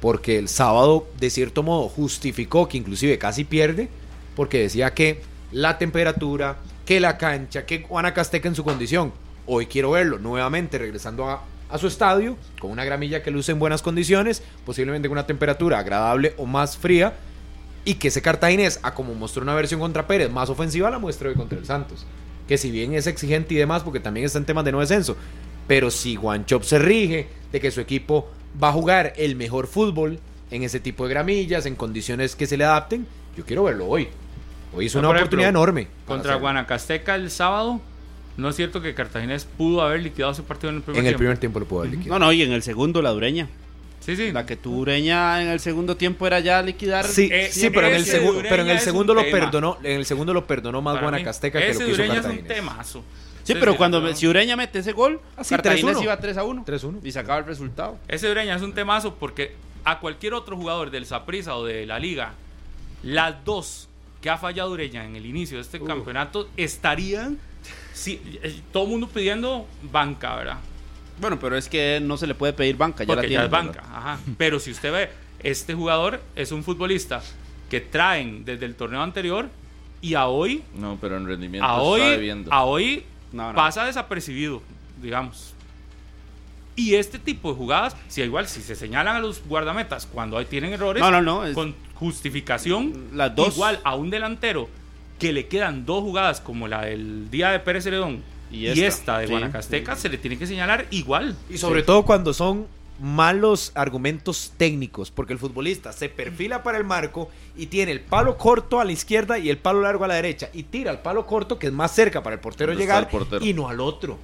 Speaker 3: Porque el sábado, de cierto modo, justificó que inclusive casi pierde, porque decía que la temperatura, que la cancha, que Guanacasteca en su condición. Hoy quiero verlo nuevamente regresando a, a su estadio, con una gramilla que luce en buenas condiciones, posiblemente con una temperatura agradable o más fría, y que ese cartaginés, a como mostró una versión contra Pérez, más ofensiva la muestra hoy contra el Santos. Que si bien es exigente y demás, porque también está en temas de no descenso, pero si Guanchop se rige de que su equipo va a jugar el mejor fútbol en ese tipo de gramillas, en condiciones que se le adapten, yo quiero verlo hoy. Hoy es
Speaker 5: No,
Speaker 3: una
Speaker 5: por
Speaker 3: oportunidad
Speaker 5: ejemplo,
Speaker 3: enorme. para
Speaker 5: Contra
Speaker 3: hacerlo.
Speaker 5: Guanacasteca el sábado, no es cierto que Cartaginés pudo haber liquidado su partido en el primer
Speaker 3: En el
Speaker 5: tiempo.
Speaker 3: primer tiempo lo puedo liquidar.
Speaker 2: No, no, y en el segundo la Dureña.
Speaker 5: Sí, sí.
Speaker 2: La que tuvo Ureña en el segundo tiempo era ya liquidar.
Speaker 3: Sí,
Speaker 5: Eh,
Speaker 3: sí, pero en el
Speaker 5: ese
Speaker 3: segundo, pero en
Speaker 5: Ureña
Speaker 3: el
Speaker 5: es
Speaker 3: segundo
Speaker 5: un
Speaker 3: lo
Speaker 5: tema.
Speaker 3: perdonó, en el segundo lo perdonó más
Speaker 5: Para mí,
Speaker 3: Guanacasteca que lo
Speaker 5: ese
Speaker 3: que hizo
Speaker 5: Ureña es un
Speaker 3: Cartaginés.
Speaker 5: temazo.
Speaker 2: Sí,
Speaker 5: Entonces,
Speaker 2: pero cuando
Speaker 5: no.
Speaker 2: me- si Ureña mete ese gol,
Speaker 3: Ah, sí,
Speaker 2: Cartaginés
Speaker 3: 3-1.
Speaker 2: iba 3 a 1.
Speaker 3: 3-1.
Speaker 2: Y sacaba el resultado.
Speaker 5: Ese Ureña es un temazo porque a cualquier otro jugador del Saprissa o de la Liga, las dos que ha fallado Ureña en el inicio de este campeonato estarían sí, eh, todo el mundo pidiendo banca, ¿verdad?
Speaker 2: Bueno, pero es que no se le puede pedir banca, ya la
Speaker 5: Porque ya
Speaker 2: tiene.
Speaker 5: es banca. Ajá. Pero si usted ve, este jugador es un futbolista que traen desde el torneo anterior y a hoy,
Speaker 4: No, pero en rendimiento
Speaker 5: a
Speaker 4: está
Speaker 5: hoy,
Speaker 4: viendo.
Speaker 5: a hoy
Speaker 2: No, no.
Speaker 5: pasa desapercibido, digamos. Y este tipo de jugadas, si igual, si se señalan a los guardametas cuando ahí tienen errores,
Speaker 2: No, no, no, es-
Speaker 5: con justificación,
Speaker 2: Las dos.
Speaker 5: igual a un delantero que le quedan dos jugadas como la del día de Pérez Celedón
Speaker 2: Y
Speaker 5: y
Speaker 2: esta.
Speaker 5: esta, de
Speaker 2: Sí,
Speaker 5: Guanacasteca,
Speaker 2: sí.
Speaker 5: se le tiene que señalar igual.
Speaker 3: Y sobre todo cuando son malos argumentos técnicos, porque el futbolista se perfila para el marco y tiene el palo corto a la izquierda y el palo largo a la derecha y tira el palo corto que es más cerca para el portero
Speaker 4: Donde
Speaker 3: llegar
Speaker 4: está el portero.
Speaker 3: y no al otro.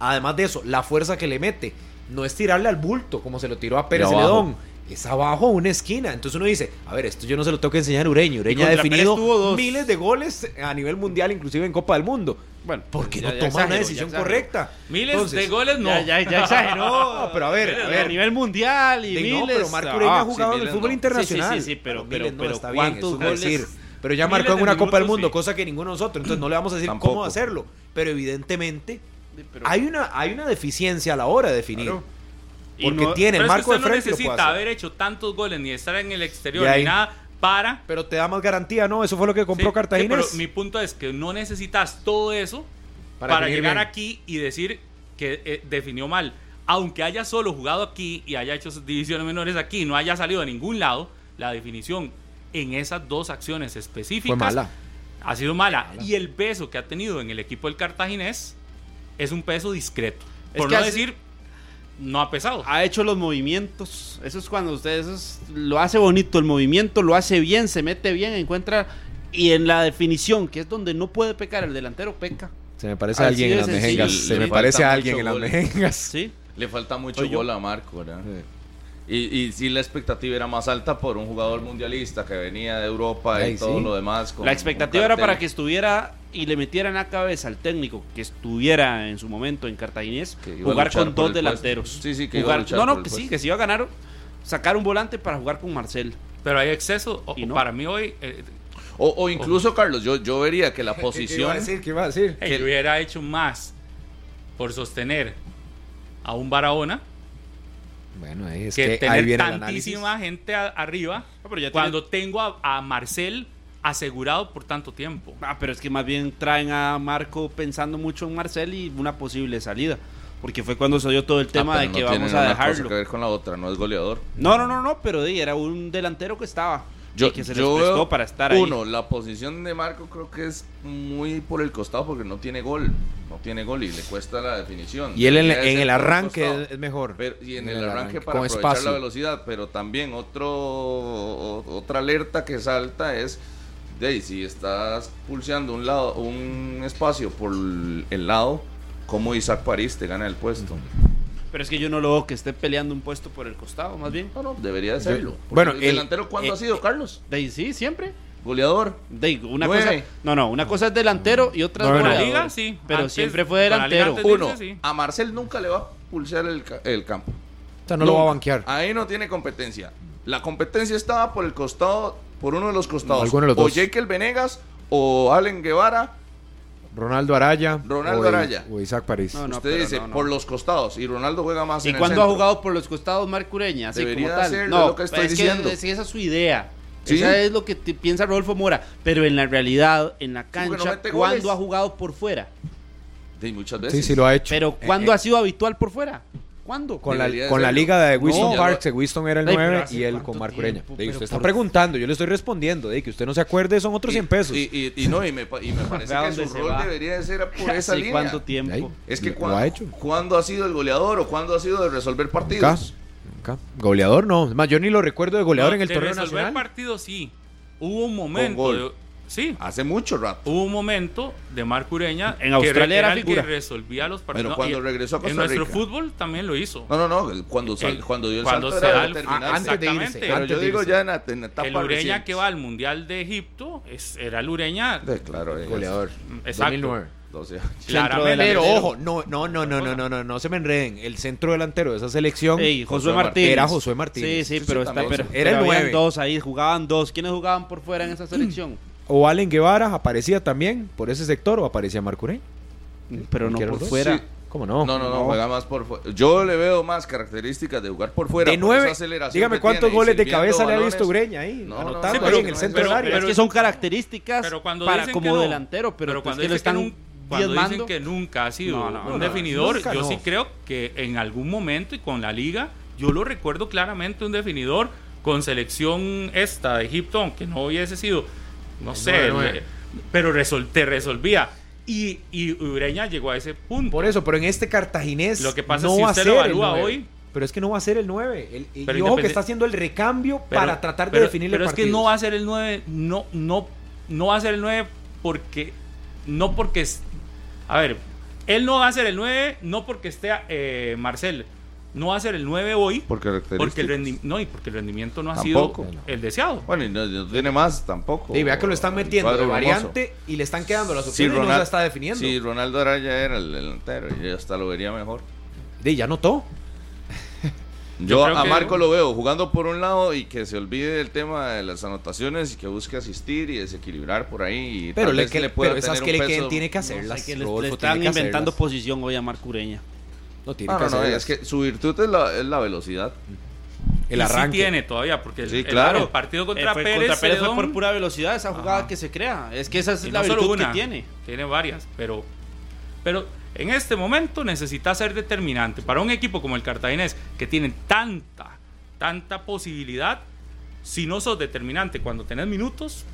Speaker 3: Además de eso, la fuerza que le mete no es tirarle al bulto como se lo tiró a Pérez
Speaker 4: abajo.
Speaker 3: Ledón. Es abajo a una esquina. Entonces uno dice, a ver, esto yo no se lo tengo que enseñar a Ureña. Ureña ha
Speaker 2: contra
Speaker 3: definido
Speaker 2: Pérez tuvo dos.
Speaker 3: miles de goles a nivel mundial, inclusive en Copa del Mundo.
Speaker 2: Bueno,
Speaker 3: ¿Por qué
Speaker 2: ya-
Speaker 3: no
Speaker 2: ya
Speaker 3: toma
Speaker 2: exageró,
Speaker 3: una
Speaker 2: ya
Speaker 3: decisión
Speaker 2: exageró.
Speaker 3: correcta?
Speaker 5: Miles de
Speaker 3: Entonces,
Speaker 5: goles no.
Speaker 2: Ya, ya, ya exageró.
Speaker 3: No, pero a ver, a
Speaker 2: a,
Speaker 3: ver.
Speaker 2: nivel mundial y
Speaker 3: De
Speaker 2: miles.
Speaker 3: no, pero Marco Ureña
Speaker 2: Ah,
Speaker 3: ha jugado
Speaker 4: sí,
Speaker 3: en el
Speaker 4: Miles
Speaker 3: fútbol
Speaker 4: no.
Speaker 3: internacional.
Speaker 2: Sí, sí, sí, sí, pero-
Speaker 3: Miles
Speaker 2: pero-
Speaker 3: no
Speaker 2: pero
Speaker 3: está bien,
Speaker 2: ¿cuántos
Speaker 3: es un
Speaker 2: goles?
Speaker 3: decir. Pero ya
Speaker 5: Miles
Speaker 3: marcó en
Speaker 5: de
Speaker 3: una Copa del
Speaker 5: minutos,
Speaker 3: Mundo,
Speaker 5: sí.
Speaker 3: cosa que ninguno de nosotros, entonces no le vamos a decir cómo
Speaker 4: Tampoco.
Speaker 3: hacerlo. Pero evidentemente
Speaker 2: sí, pero-
Speaker 3: hay una, hay una deficiencia a la hora de definir.
Speaker 2: Claro.
Speaker 3: Y porque tiene el
Speaker 5: Pero es que
Speaker 3: marco de frente.
Speaker 5: usted No
Speaker 3: lo puede
Speaker 5: necesita eh.
Speaker 3: hacer.
Speaker 5: haber hecho tantos goles ni estar en el exterior
Speaker 3: Y ahí-
Speaker 5: ni nada para.
Speaker 3: Pero te da más garantía, ¿no? Eso fue lo que compró
Speaker 5: Sí,
Speaker 3: Cartagena.
Speaker 5: sí, pero mi punto es que no necesitas todo eso
Speaker 3: Para
Speaker 5: para,
Speaker 3: definir
Speaker 5: llegar
Speaker 3: bien.
Speaker 5: aquí y decir que eh, definió mal. Aunque haya solo jugado aquí y haya hecho divisiones menores aquí, no haya salido de ningún lado, la definición en esas dos acciones específicas
Speaker 3: Fue mala.
Speaker 5: ha sido mala. Y el peso que ha tenido en el equipo del cartaginés es un peso discreto.
Speaker 2: Es
Speaker 5: Por
Speaker 2: que
Speaker 5: no
Speaker 2: hace- Ah.
Speaker 5: decir, no ha pesado.
Speaker 2: ha hecho los movimientos. Eso es cuando usted eso es- lo hace bonito, el movimiento lo hace bien, se mete bien, encuentra. Y en la definición, que es donde no puede pecar el delantero, peca.
Speaker 3: Se me parece
Speaker 2: Así
Speaker 3: a alguien
Speaker 2: de
Speaker 3: en las
Speaker 2: sencillo.
Speaker 3: mejengas.
Speaker 4: Le
Speaker 3: Se me
Speaker 4: falta
Speaker 3: parece a
Speaker 4: mucho
Speaker 3: alguien en las
Speaker 4: gol.
Speaker 3: mejengas.
Speaker 2: ¿Sí?
Speaker 4: Le falta mucho
Speaker 2: Soy yo.
Speaker 4: gol a Marco, ¿verdad? Y, y sí, la expectativa era más alta por un jugador mundialista que venía de Europa
Speaker 3: Ay,
Speaker 4: y todo
Speaker 3: sí.
Speaker 4: lo demás. con
Speaker 2: La
Speaker 4: un
Speaker 2: expectativa era
Speaker 4: cartel.
Speaker 2: para que estuviera y le metiera en la cabeza al técnico que estuviera en su momento en Cartaginés,
Speaker 4: Que iba a
Speaker 2: jugar
Speaker 4: luchar
Speaker 2: con
Speaker 4: por
Speaker 2: dos
Speaker 4: el puesto.
Speaker 2: delanteros.
Speaker 4: Sí, sí, que iba a
Speaker 2: jugar,
Speaker 4: luchar
Speaker 2: No, no,
Speaker 4: por el
Speaker 2: que sí,
Speaker 4: puesto.
Speaker 2: que se iba a ganar, sacar un volante para jugar con Marcel.
Speaker 5: Pero hay exceso. O-
Speaker 2: Y no.
Speaker 5: Para mí hoy, eh,
Speaker 4: O, o incluso, Carlos, yo, yo vería que la
Speaker 3: ¿Qué iba a
Speaker 4: posición.
Speaker 3: decir? ¿Qué iba a decir?
Speaker 5: que hubiera hecho más por sostener a un Barahona
Speaker 3: Bueno, ahí es
Speaker 5: que,
Speaker 3: que, ahí
Speaker 5: tener
Speaker 3: viene el análisis.
Speaker 5: tantísima gente a- arriba
Speaker 2: No, Ah, pero ya tiene-
Speaker 5: cuando tengo a, a Marcel asegurado por tanto tiempo.
Speaker 2: Ah, pero es que más bien traen a Marco pensando mucho en Marcel y una posible salida. Porque fue cuando se dio todo el tema
Speaker 4: Ah,
Speaker 2: de
Speaker 4: pero
Speaker 2: que
Speaker 4: no tiene
Speaker 2: vamos a
Speaker 4: una cosa
Speaker 2: dejarlo.
Speaker 4: que ver con la otra, no es goleador.
Speaker 2: No, no, no, no, pero di, era un delantero que estaba.
Speaker 4: Yo,
Speaker 2: y que se
Speaker 4: yo
Speaker 2: les prestó
Speaker 4: veo,
Speaker 2: para estar
Speaker 4: uno,
Speaker 2: ahí.
Speaker 4: la posición de Marco creo que es muy por el costado porque no tiene gol. No tiene gol y le cuesta la definición.
Speaker 3: Y él en,
Speaker 4: Debería
Speaker 3: en
Speaker 4: ser
Speaker 3: el
Speaker 4: por
Speaker 3: arranque
Speaker 4: costado.
Speaker 3: es- es mejor.
Speaker 4: Pero- y en, el, arranque, para
Speaker 3: con
Speaker 4: aprovechar
Speaker 3: espacio.
Speaker 4: la velocidad, pero también otro o- otra alerta que salta es de ahí, si estás pulseando un lado un espacio por el lado, como Isaac París te gana el puesto.
Speaker 2: Pero es que yo no lo veo que esté peleando un puesto por el costado, más bien.
Speaker 4: No, no, debería de serlo.
Speaker 3: bueno,
Speaker 4: Porque
Speaker 3: el-
Speaker 4: el delantero cuándo
Speaker 3: eh,
Speaker 4: ha sido Carlos?
Speaker 2: De ahí sí, siempre.
Speaker 4: goleador.
Speaker 2: De, una
Speaker 4: Nueve.
Speaker 2: cosa, no, no, una cosa es delantero y otra es
Speaker 5: Con la
Speaker 2: goleador.
Speaker 5: liga, sí.
Speaker 2: Pero
Speaker 5: Antes-
Speaker 2: siempre fue
Speaker 5: con la liga
Speaker 2: delantero.
Speaker 5: antes de
Speaker 4: Uno,
Speaker 5: irse, sí.
Speaker 4: a Marcel nunca le va a pulsar el, ca- el campo.
Speaker 3: O sea, no lo va a
Speaker 4: Nunca.
Speaker 3: banquear.
Speaker 4: Ahí no tiene competencia. La competencia estaba por el costado, por uno de los costados.
Speaker 3: Alguno de los
Speaker 4: o
Speaker 3: dos.
Speaker 4: Jekyll Venegas, o Allen Guevara.
Speaker 3: Ronaldo Araya.
Speaker 4: Ronaldo
Speaker 3: o I-
Speaker 4: Araya.
Speaker 3: O Isaac París.
Speaker 2: No, no.
Speaker 4: Usted
Speaker 2: pero
Speaker 4: dice,
Speaker 2: no.
Speaker 4: por los costados. Y Ronaldo juega más
Speaker 2: ¿Y
Speaker 4: en el
Speaker 2: cuándo ha
Speaker 4: centro.
Speaker 2: jugado por los costados Marc Ureña? Así
Speaker 4: Debería
Speaker 2: como tal.
Speaker 4: hacerlo,
Speaker 2: no,
Speaker 4: es lo que estoy
Speaker 2: pero es
Speaker 4: diciendo.
Speaker 2: es- esa es su idea.
Speaker 4: Sí.
Speaker 2: Esa es lo que te- piensa Rodolfo Mora. Pero en la realidad, en la
Speaker 4: porque no
Speaker 2: cancha,
Speaker 4: mete goles.
Speaker 2: ¿cuándo ha jugado por fuera?
Speaker 4: Sí, muchas veces.
Speaker 3: Sí, sí, lo ha hecho.
Speaker 2: Pero
Speaker 4: Eh,
Speaker 2: ¿cuándo ha sido habitual por fuera? ¿Cuándo?
Speaker 3: Con la,
Speaker 4: Debería de
Speaker 3: con la
Speaker 4: serlo.
Speaker 3: liga de Winston
Speaker 4: No,
Speaker 3: Parks,
Speaker 4: ya
Speaker 3: que Winston era el
Speaker 2: Ey, pero
Speaker 3: 9
Speaker 2: ¿hace
Speaker 3: y él con
Speaker 2: cuánto
Speaker 3: Marco Ureña.
Speaker 2: tiempo?
Speaker 3: Ey,
Speaker 2: Pero
Speaker 3: usted está
Speaker 2: por-
Speaker 3: preguntando, yo le estoy respondiendo. Ey, que usted no se acuerde, son otros 100 pesos.
Speaker 4: Y, y- y no, y me, pa- y me parece
Speaker 2: ¿A
Speaker 4: que
Speaker 2: dónde
Speaker 4: su
Speaker 2: se
Speaker 4: rol
Speaker 2: va?
Speaker 4: debería de ser por esa
Speaker 2: ¿Hace
Speaker 4: línea.
Speaker 2: cuánto tiempo?
Speaker 3: Ey,
Speaker 4: Es que
Speaker 3: lo-
Speaker 4: cuan-
Speaker 3: lo ha hecho.
Speaker 4: ¿cuándo ha sido el goleador o cuándo ha sido de resolver
Speaker 3: Nunca,
Speaker 4: partidos?
Speaker 3: nunca. Goleador no. Es más, yo ni lo recuerdo de goleador
Speaker 5: No,
Speaker 3: en el
Speaker 5: de
Speaker 3: torneo
Speaker 5: resolver
Speaker 3: nacional.
Speaker 5: partido sí. Hubo un momento.
Speaker 4: gol.
Speaker 5: de- sí.
Speaker 4: Hace mucho rato.
Speaker 5: Hubo un momento de Marco Ureña
Speaker 2: En Australia
Speaker 5: que
Speaker 2: era
Speaker 5: el
Speaker 2: figura.
Speaker 5: que resolvía los partidos.
Speaker 4: Pero
Speaker 5: No,
Speaker 4: cuando
Speaker 5: y-
Speaker 4: regresó a
Speaker 5: En
Speaker 4: Costa
Speaker 5: nuestro
Speaker 4: Rica.
Speaker 5: fútbol también lo hizo.
Speaker 4: No, no, no. Cuando, sal-
Speaker 5: El-
Speaker 4: cuando dio el
Speaker 5: cuando
Speaker 4: salto
Speaker 5: se
Speaker 4: era
Speaker 5: da el-
Speaker 4: determinante.
Speaker 5: ah, antes de irse,
Speaker 4: Pero
Speaker 5: antes
Speaker 4: yo
Speaker 3: de
Speaker 4: digo
Speaker 3: irse.
Speaker 4: ya en, la- en la etapa
Speaker 5: el Ureña
Speaker 4: reciente.
Speaker 5: que va al Mundial de Egipto es- era el Ureña.
Speaker 4: De- claro, eh,
Speaker 3: Goleador.
Speaker 5: Exacto.
Speaker 3: 2009.
Speaker 4: 12 años.
Speaker 2: Centro
Speaker 5: Claramente.
Speaker 3: Pero
Speaker 2: delantero.
Speaker 3: ojo, no, no, no, no, no, no, no, no se me enreden. El centro delantero de esa selección
Speaker 2: Ey, Josué Martínez.
Speaker 3: era Josué Martínez.
Speaker 2: Sí, sí,
Speaker 4: Sí,
Speaker 2: pero,
Speaker 4: sí,
Speaker 2: está,
Speaker 4: también.
Speaker 2: pero,
Speaker 3: Era el
Speaker 2: pero habían
Speaker 3: nueve.
Speaker 2: dos ahí, jugaban dos. ¿Quiénes jugaban por fuera en esa selección?
Speaker 3: O Allen Guevara aparecía también por ese sector o aparecía Marco Ureña.
Speaker 2: Pero no
Speaker 3: Cualquiera
Speaker 2: por
Speaker 3: de los dos.
Speaker 2: fuera.
Speaker 4: Sí.
Speaker 3: ¿Cómo no?
Speaker 4: No, no, no, juega más por fuera. Yo le veo más características de jugar por fuera.
Speaker 3: de
Speaker 4: por
Speaker 3: nueve,
Speaker 4: esa aceleración
Speaker 3: dígame
Speaker 4: que
Speaker 3: cuántos
Speaker 4: tiene y
Speaker 3: goles de
Speaker 4: sirviendo
Speaker 3: cabeza le ha
Speaker 4: balones.
Speaker 3: visto Ureña ahí,
Speaker 4: No, no,
Speaker 3: anotando
Speaker 4: sí,
Speaker 3: ahí
Speaker 4: pero-
Speaker 3: en el centro
Speaker 5: pero-
Speaker 3: del
Speaker 2: Pero
Speaker 3: área.
Speaker 2: es que son características
Speaker 5: Pero cuando
Speaker 2: para
Speaker 5: dicen
Speaker 2: como
Speaker 5: que no,
Speaker 2: delantero, pero, pues
Speaker 5: cuando
Speaker 2: que lo
Speaker 5: dicen
Speaker 2: están
Speaker 5: que nun- cuando dicen
Speaker 2: diezmando.
Speaker 5: que nunca ha sido
Speaker 2: No, no, no,
Speaker 5: un definidor,
Speaker 3: nunca
Speaker 5: yo
Speaker 3: no.
Speaker 5: sí creo que en algún momento y con la liga, yo lo recuerdo claramente un definidor con selección esta de Egipto, aunque no hubiese sido, no sé, le- pero resol- te resolvía. Y, y Ureña llegó a ese punto.
Speaker 3: Por eso, pero en este cartaginés
Speaker 5: Lo que pasa
Speaker 3: no
Speaker 5: es que
Speaker 3: va a
Speaker 5: usted
Speaker 3: ser
Speaker 5: lo
Speaker 3: el
Speaker 5: evalúa
Speaker 3: 9.
Speaker 5: hoy.
Speaker 3: Pero es que no va a ser el 9. El, y
Speaker 5: Pero
Speaker 3: ojo que
Speaker 5: independe-
Speaker 3: está haciendo el recambio
Speaker 5: Pero-
Speaker 3: para tratar de
Speaker 5: pero-
Speaker 3: definirle
Speaker 5: Pero es que
Speaker 3: partidos.
Speaker 5: no va a ser el 9, no, no, no va a ser el 9 porque, no porque, es- a ver, él no va a ser el 9, no porque esté eh, Marcel, no va a ser el 9 hoy,
Speaker 4: Por características.
Speaker 5: porque el, rendi- no, y porque el rendimiento no ha
Speaker 4: Tampoco.
Speaker 5: sido el deseado.
Speaker 4: Bueno, y no, no tiene más tampoco.
Speaker 3: Y vea que lo están metiendo de
Speaker 4: Cuadro hermoso.
Speaker 3: variante y le están quedando las opciones y no
Speaker 4: Ronald-
Speaker 3: se la está definiendo.
Speaker 4: Sí, Ronaldo Araya era el delantero. Yo hasta lo vería mejor.
Speaker 3: Di, ya notó.
Speaker 4: Yo,
Speaker 5: creo
Speaker 4: a
Speaker 5: que-
Speaker 4: Marco lo veo jugando por un lado y que se olvide del tema de las anotaciones y que busque asistir y desequilibrar por ahí. y
Speaker 3: Pero,
Speaker 4: tal
Speaker 3: le,
Speaker 4: vez
Speaker 3: que,
Speaker 4: le pueda
Speaker 3: pero esas
Speaker 4: tener
Speaker 3: que
Speaker 4: un
Speaker 3: le queden
Speaker 4: peso-
Speaker 3: tiene que
Speaker 2: No sé,
Speaker 3: hacerlas.
Speaker 2: que le- le,
Speaker 3: Rodolfo, tiene
Speaker 2: están
Speaker 3: que hacerlas.
Speaker 2: inventando posición hoy a Marc Ureña.
Speaker 3: No, tiene
Speaker 4: No,
Speaker 3: que
Speaker 4: no, no,
Speaker 3: hacerlas.
Speaker 4: es que su virtud es la, es la velocidad.
Speaker 3: El
Speaker 5: Y sí
Speaker 3: arranque.
Speaker 5: tiene todavía, porque el,
Speaker 4: Sí,
Speaker 5: el-
Speaker 4: claro.
Speaker 5: el partido
Speaker 2: Eh,
Speaker 5: contra
Speaker 2: fue-
Speaker 5: Pérez,
Speaker 2: contra Pérez fue
Speaker 5: León,
Speaker 2: por pura velocidad esa jugada
Speaker 5: Ajá.
Speaker 2: que se crea. Es que esa es
Speaker 5: y
Speaker 2: la
Speaker 5: no solo
Speaker 2: virtud
Speaker 5: una,
Speaker 2: que tiene.
Speaker 5: tiene varias, pero, pero en este momento necesita ser determinante para un equipo como el cartaginés que tiene tanta, tanta posibilidad. Si no sos determinante cuando tenés minutos,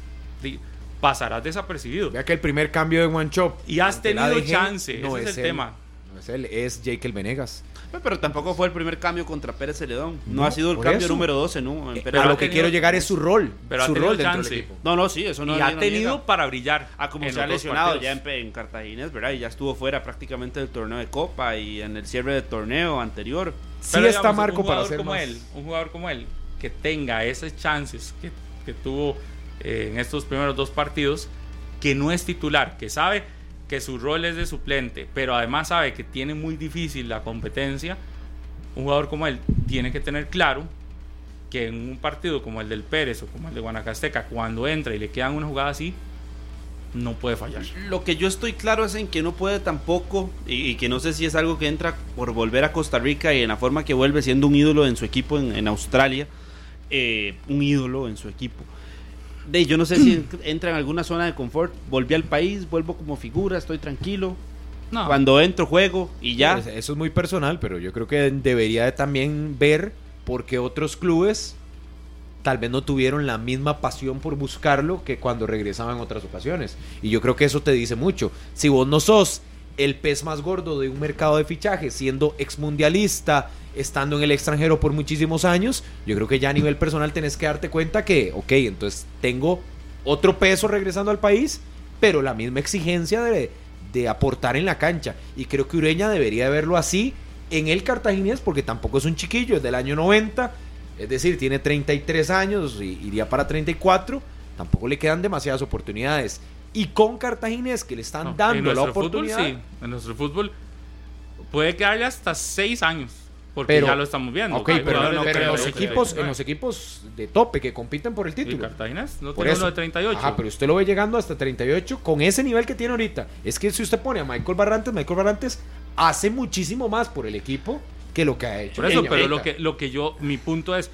Speaker 5: di- pasarás desapercibido.
Speaker 3: Vea que el primer cambio de One Chop.
Speaker 5: Y has
Speaker 3: ante la
Speaker 5: tenido
Speaker 3: DG,
Speaker 5: chance, ese es el
Speaker 3: él.
Speaker 5: tema.
Speaker 3: No es él, es Jekyll Venegas.
Speaker 2: Eh, Pero tampoco fue el primer cambio contra Pérez Celedón. No,
Speaker 3: No,
Speaker 2: ha sido el
Speaker 3: por
Speaker 2: cambio
Speaker 3: eso.
Speaker 2: número 12, ¿no? En
Speaker 5: Eh,
Speaker 2: Pérez
Speaker 3: Pero a
Speaker 5: ha
Speaker 3: lo
Speaker 2: Celedón.
Speaker 3: que
Speaker 5: tenido-
Speaker 3: quiero llegar es su rol.
Speaker 5: Pero ha
Speaker 3: su
Speaker 5: tenido
Speaker 3: rol dentro
Speaker 5: chance.
Speaker 3: del equipo.
Speaker 2: No, no, sí, eso no
Speaker 5: y
Speaker 2: no
Speaker 5: ha
Speaker 2: niega.
Speaker 5: tenido para brillar.
Speaker 2: Ah, como
Speaker 5: en
Speaker 2: se ha
Speaker 5: los dos
Speaker 2: lesionado
Speaker 5: partidos.
Speaker 2: ya en, Pe- en Cartaginés, ¿verdad? Y ya estuvo fuera prácticamente del torneo de Copa y en el cierre del torneo anterior.
Speaker 3: Sí
Speaker 5: Pero,
Speaker 3: está
Speaker 5: digamos,
Speaker 3: Marco
Speaker 5: un
Speaker 3: para
Speaker 5: jugador
Speaker 3: hacer
Speaker 5: como
Speaker 3: más.
Speaker 5: él, un jugador como él que tenga esas chances que, que tuvo eh, en estos primeros dos partidos, que no es titular, que sabe que su rol es de suplente, pero además sabe que tiene muy difícil la competencia. Un jugador como él tiene que tener claro que en un partido como el del Pérez o como el de Guanacasteca, cuando entra y le quedan una jugada así, no puede fallar.
Speaker 2: Lo que yo estoy claro es en que no puede tampoco, y, y que no sé si es algo que entra por volver a Costa Rica y en la forma que vuelve siendo un ídolo en su equipo en, en Australia, eh, un ídolo en su equipo. De, yo no sé si en- entra en alguna zona de confort, volví al país, vuelvo como figura, estoy tranquilo,
Speaker 5: No.
Speaker 2: cuando entro juego y ya.
Speaker 3: Pues, Eso es muy personal, pero yo creo que debería de también ver porque otros clubes tal vez no tuvieron la misma pasión por buscarlo que cuando regresaban en otras ocasiones. Y yo creo que eso te dice mucho. Si vos no sos el pez más gordo de un mercado de fichajes, siendo exmundialista, estando en el extranjero por muchísimos años, yo creo que ya a nivel personal tenés que darte cuenta que, ok, entonces tengo otro peso regresando al país, pero la misma exigencia de, de aportar en la cancha. Y creo que Ureña debería verlo así en el cartaginés, porque tampoco es un chiquillo, es del año 90, es decir, tiene 33 años, y- iría para 34, tampoco le quedan demasiadas oportunidades. Y con Cartaginés que le están
Speaker 5: No, en
Speaker 3: dando la
Speaker 5: nuestro
Speaker 3: oportunidad.
Speaker 5: Fútbol, sí, en nuestro fútbol puede quedarle hasta seis años, porque
Speaker 3: Pero-
Speaker 5: ya lo estamos viendo.
Speaker 3: Ok,
Speaker 5: Hay
Speaker 3: pero,
Speaker 5: jugadores
Speaker 3: no,
Speaker 5: de
Speaker 3: pero en los
Speaker 5: 38,
Speaker 3: equipos, en
Speaker 5: 39.
Speaker 3: los equipos de tope que compiten por el
Speaker 5: Y
Speaker 3: título.
Speaker 5: Cartaginés no
Speaker 3: Por
Speaker 5: tiene
Speaker 3: eso.
Speaker 5: uno de 38.
Speaker 3: Ajá, pero usted lo ve llegando hasta 38 con ese nivel que tiene ahorita. Es que si usted pone a Michael Barrantes, Michael Barrantes hace muchísimo más por el equipo que lo que ha hecho.
Speaker 5: Por eso,
Speaker 3: Peña
Speaker 5: pero
Speaker 3: ahorita.
Speaker 5: lo que, lo que yo, mi punto es,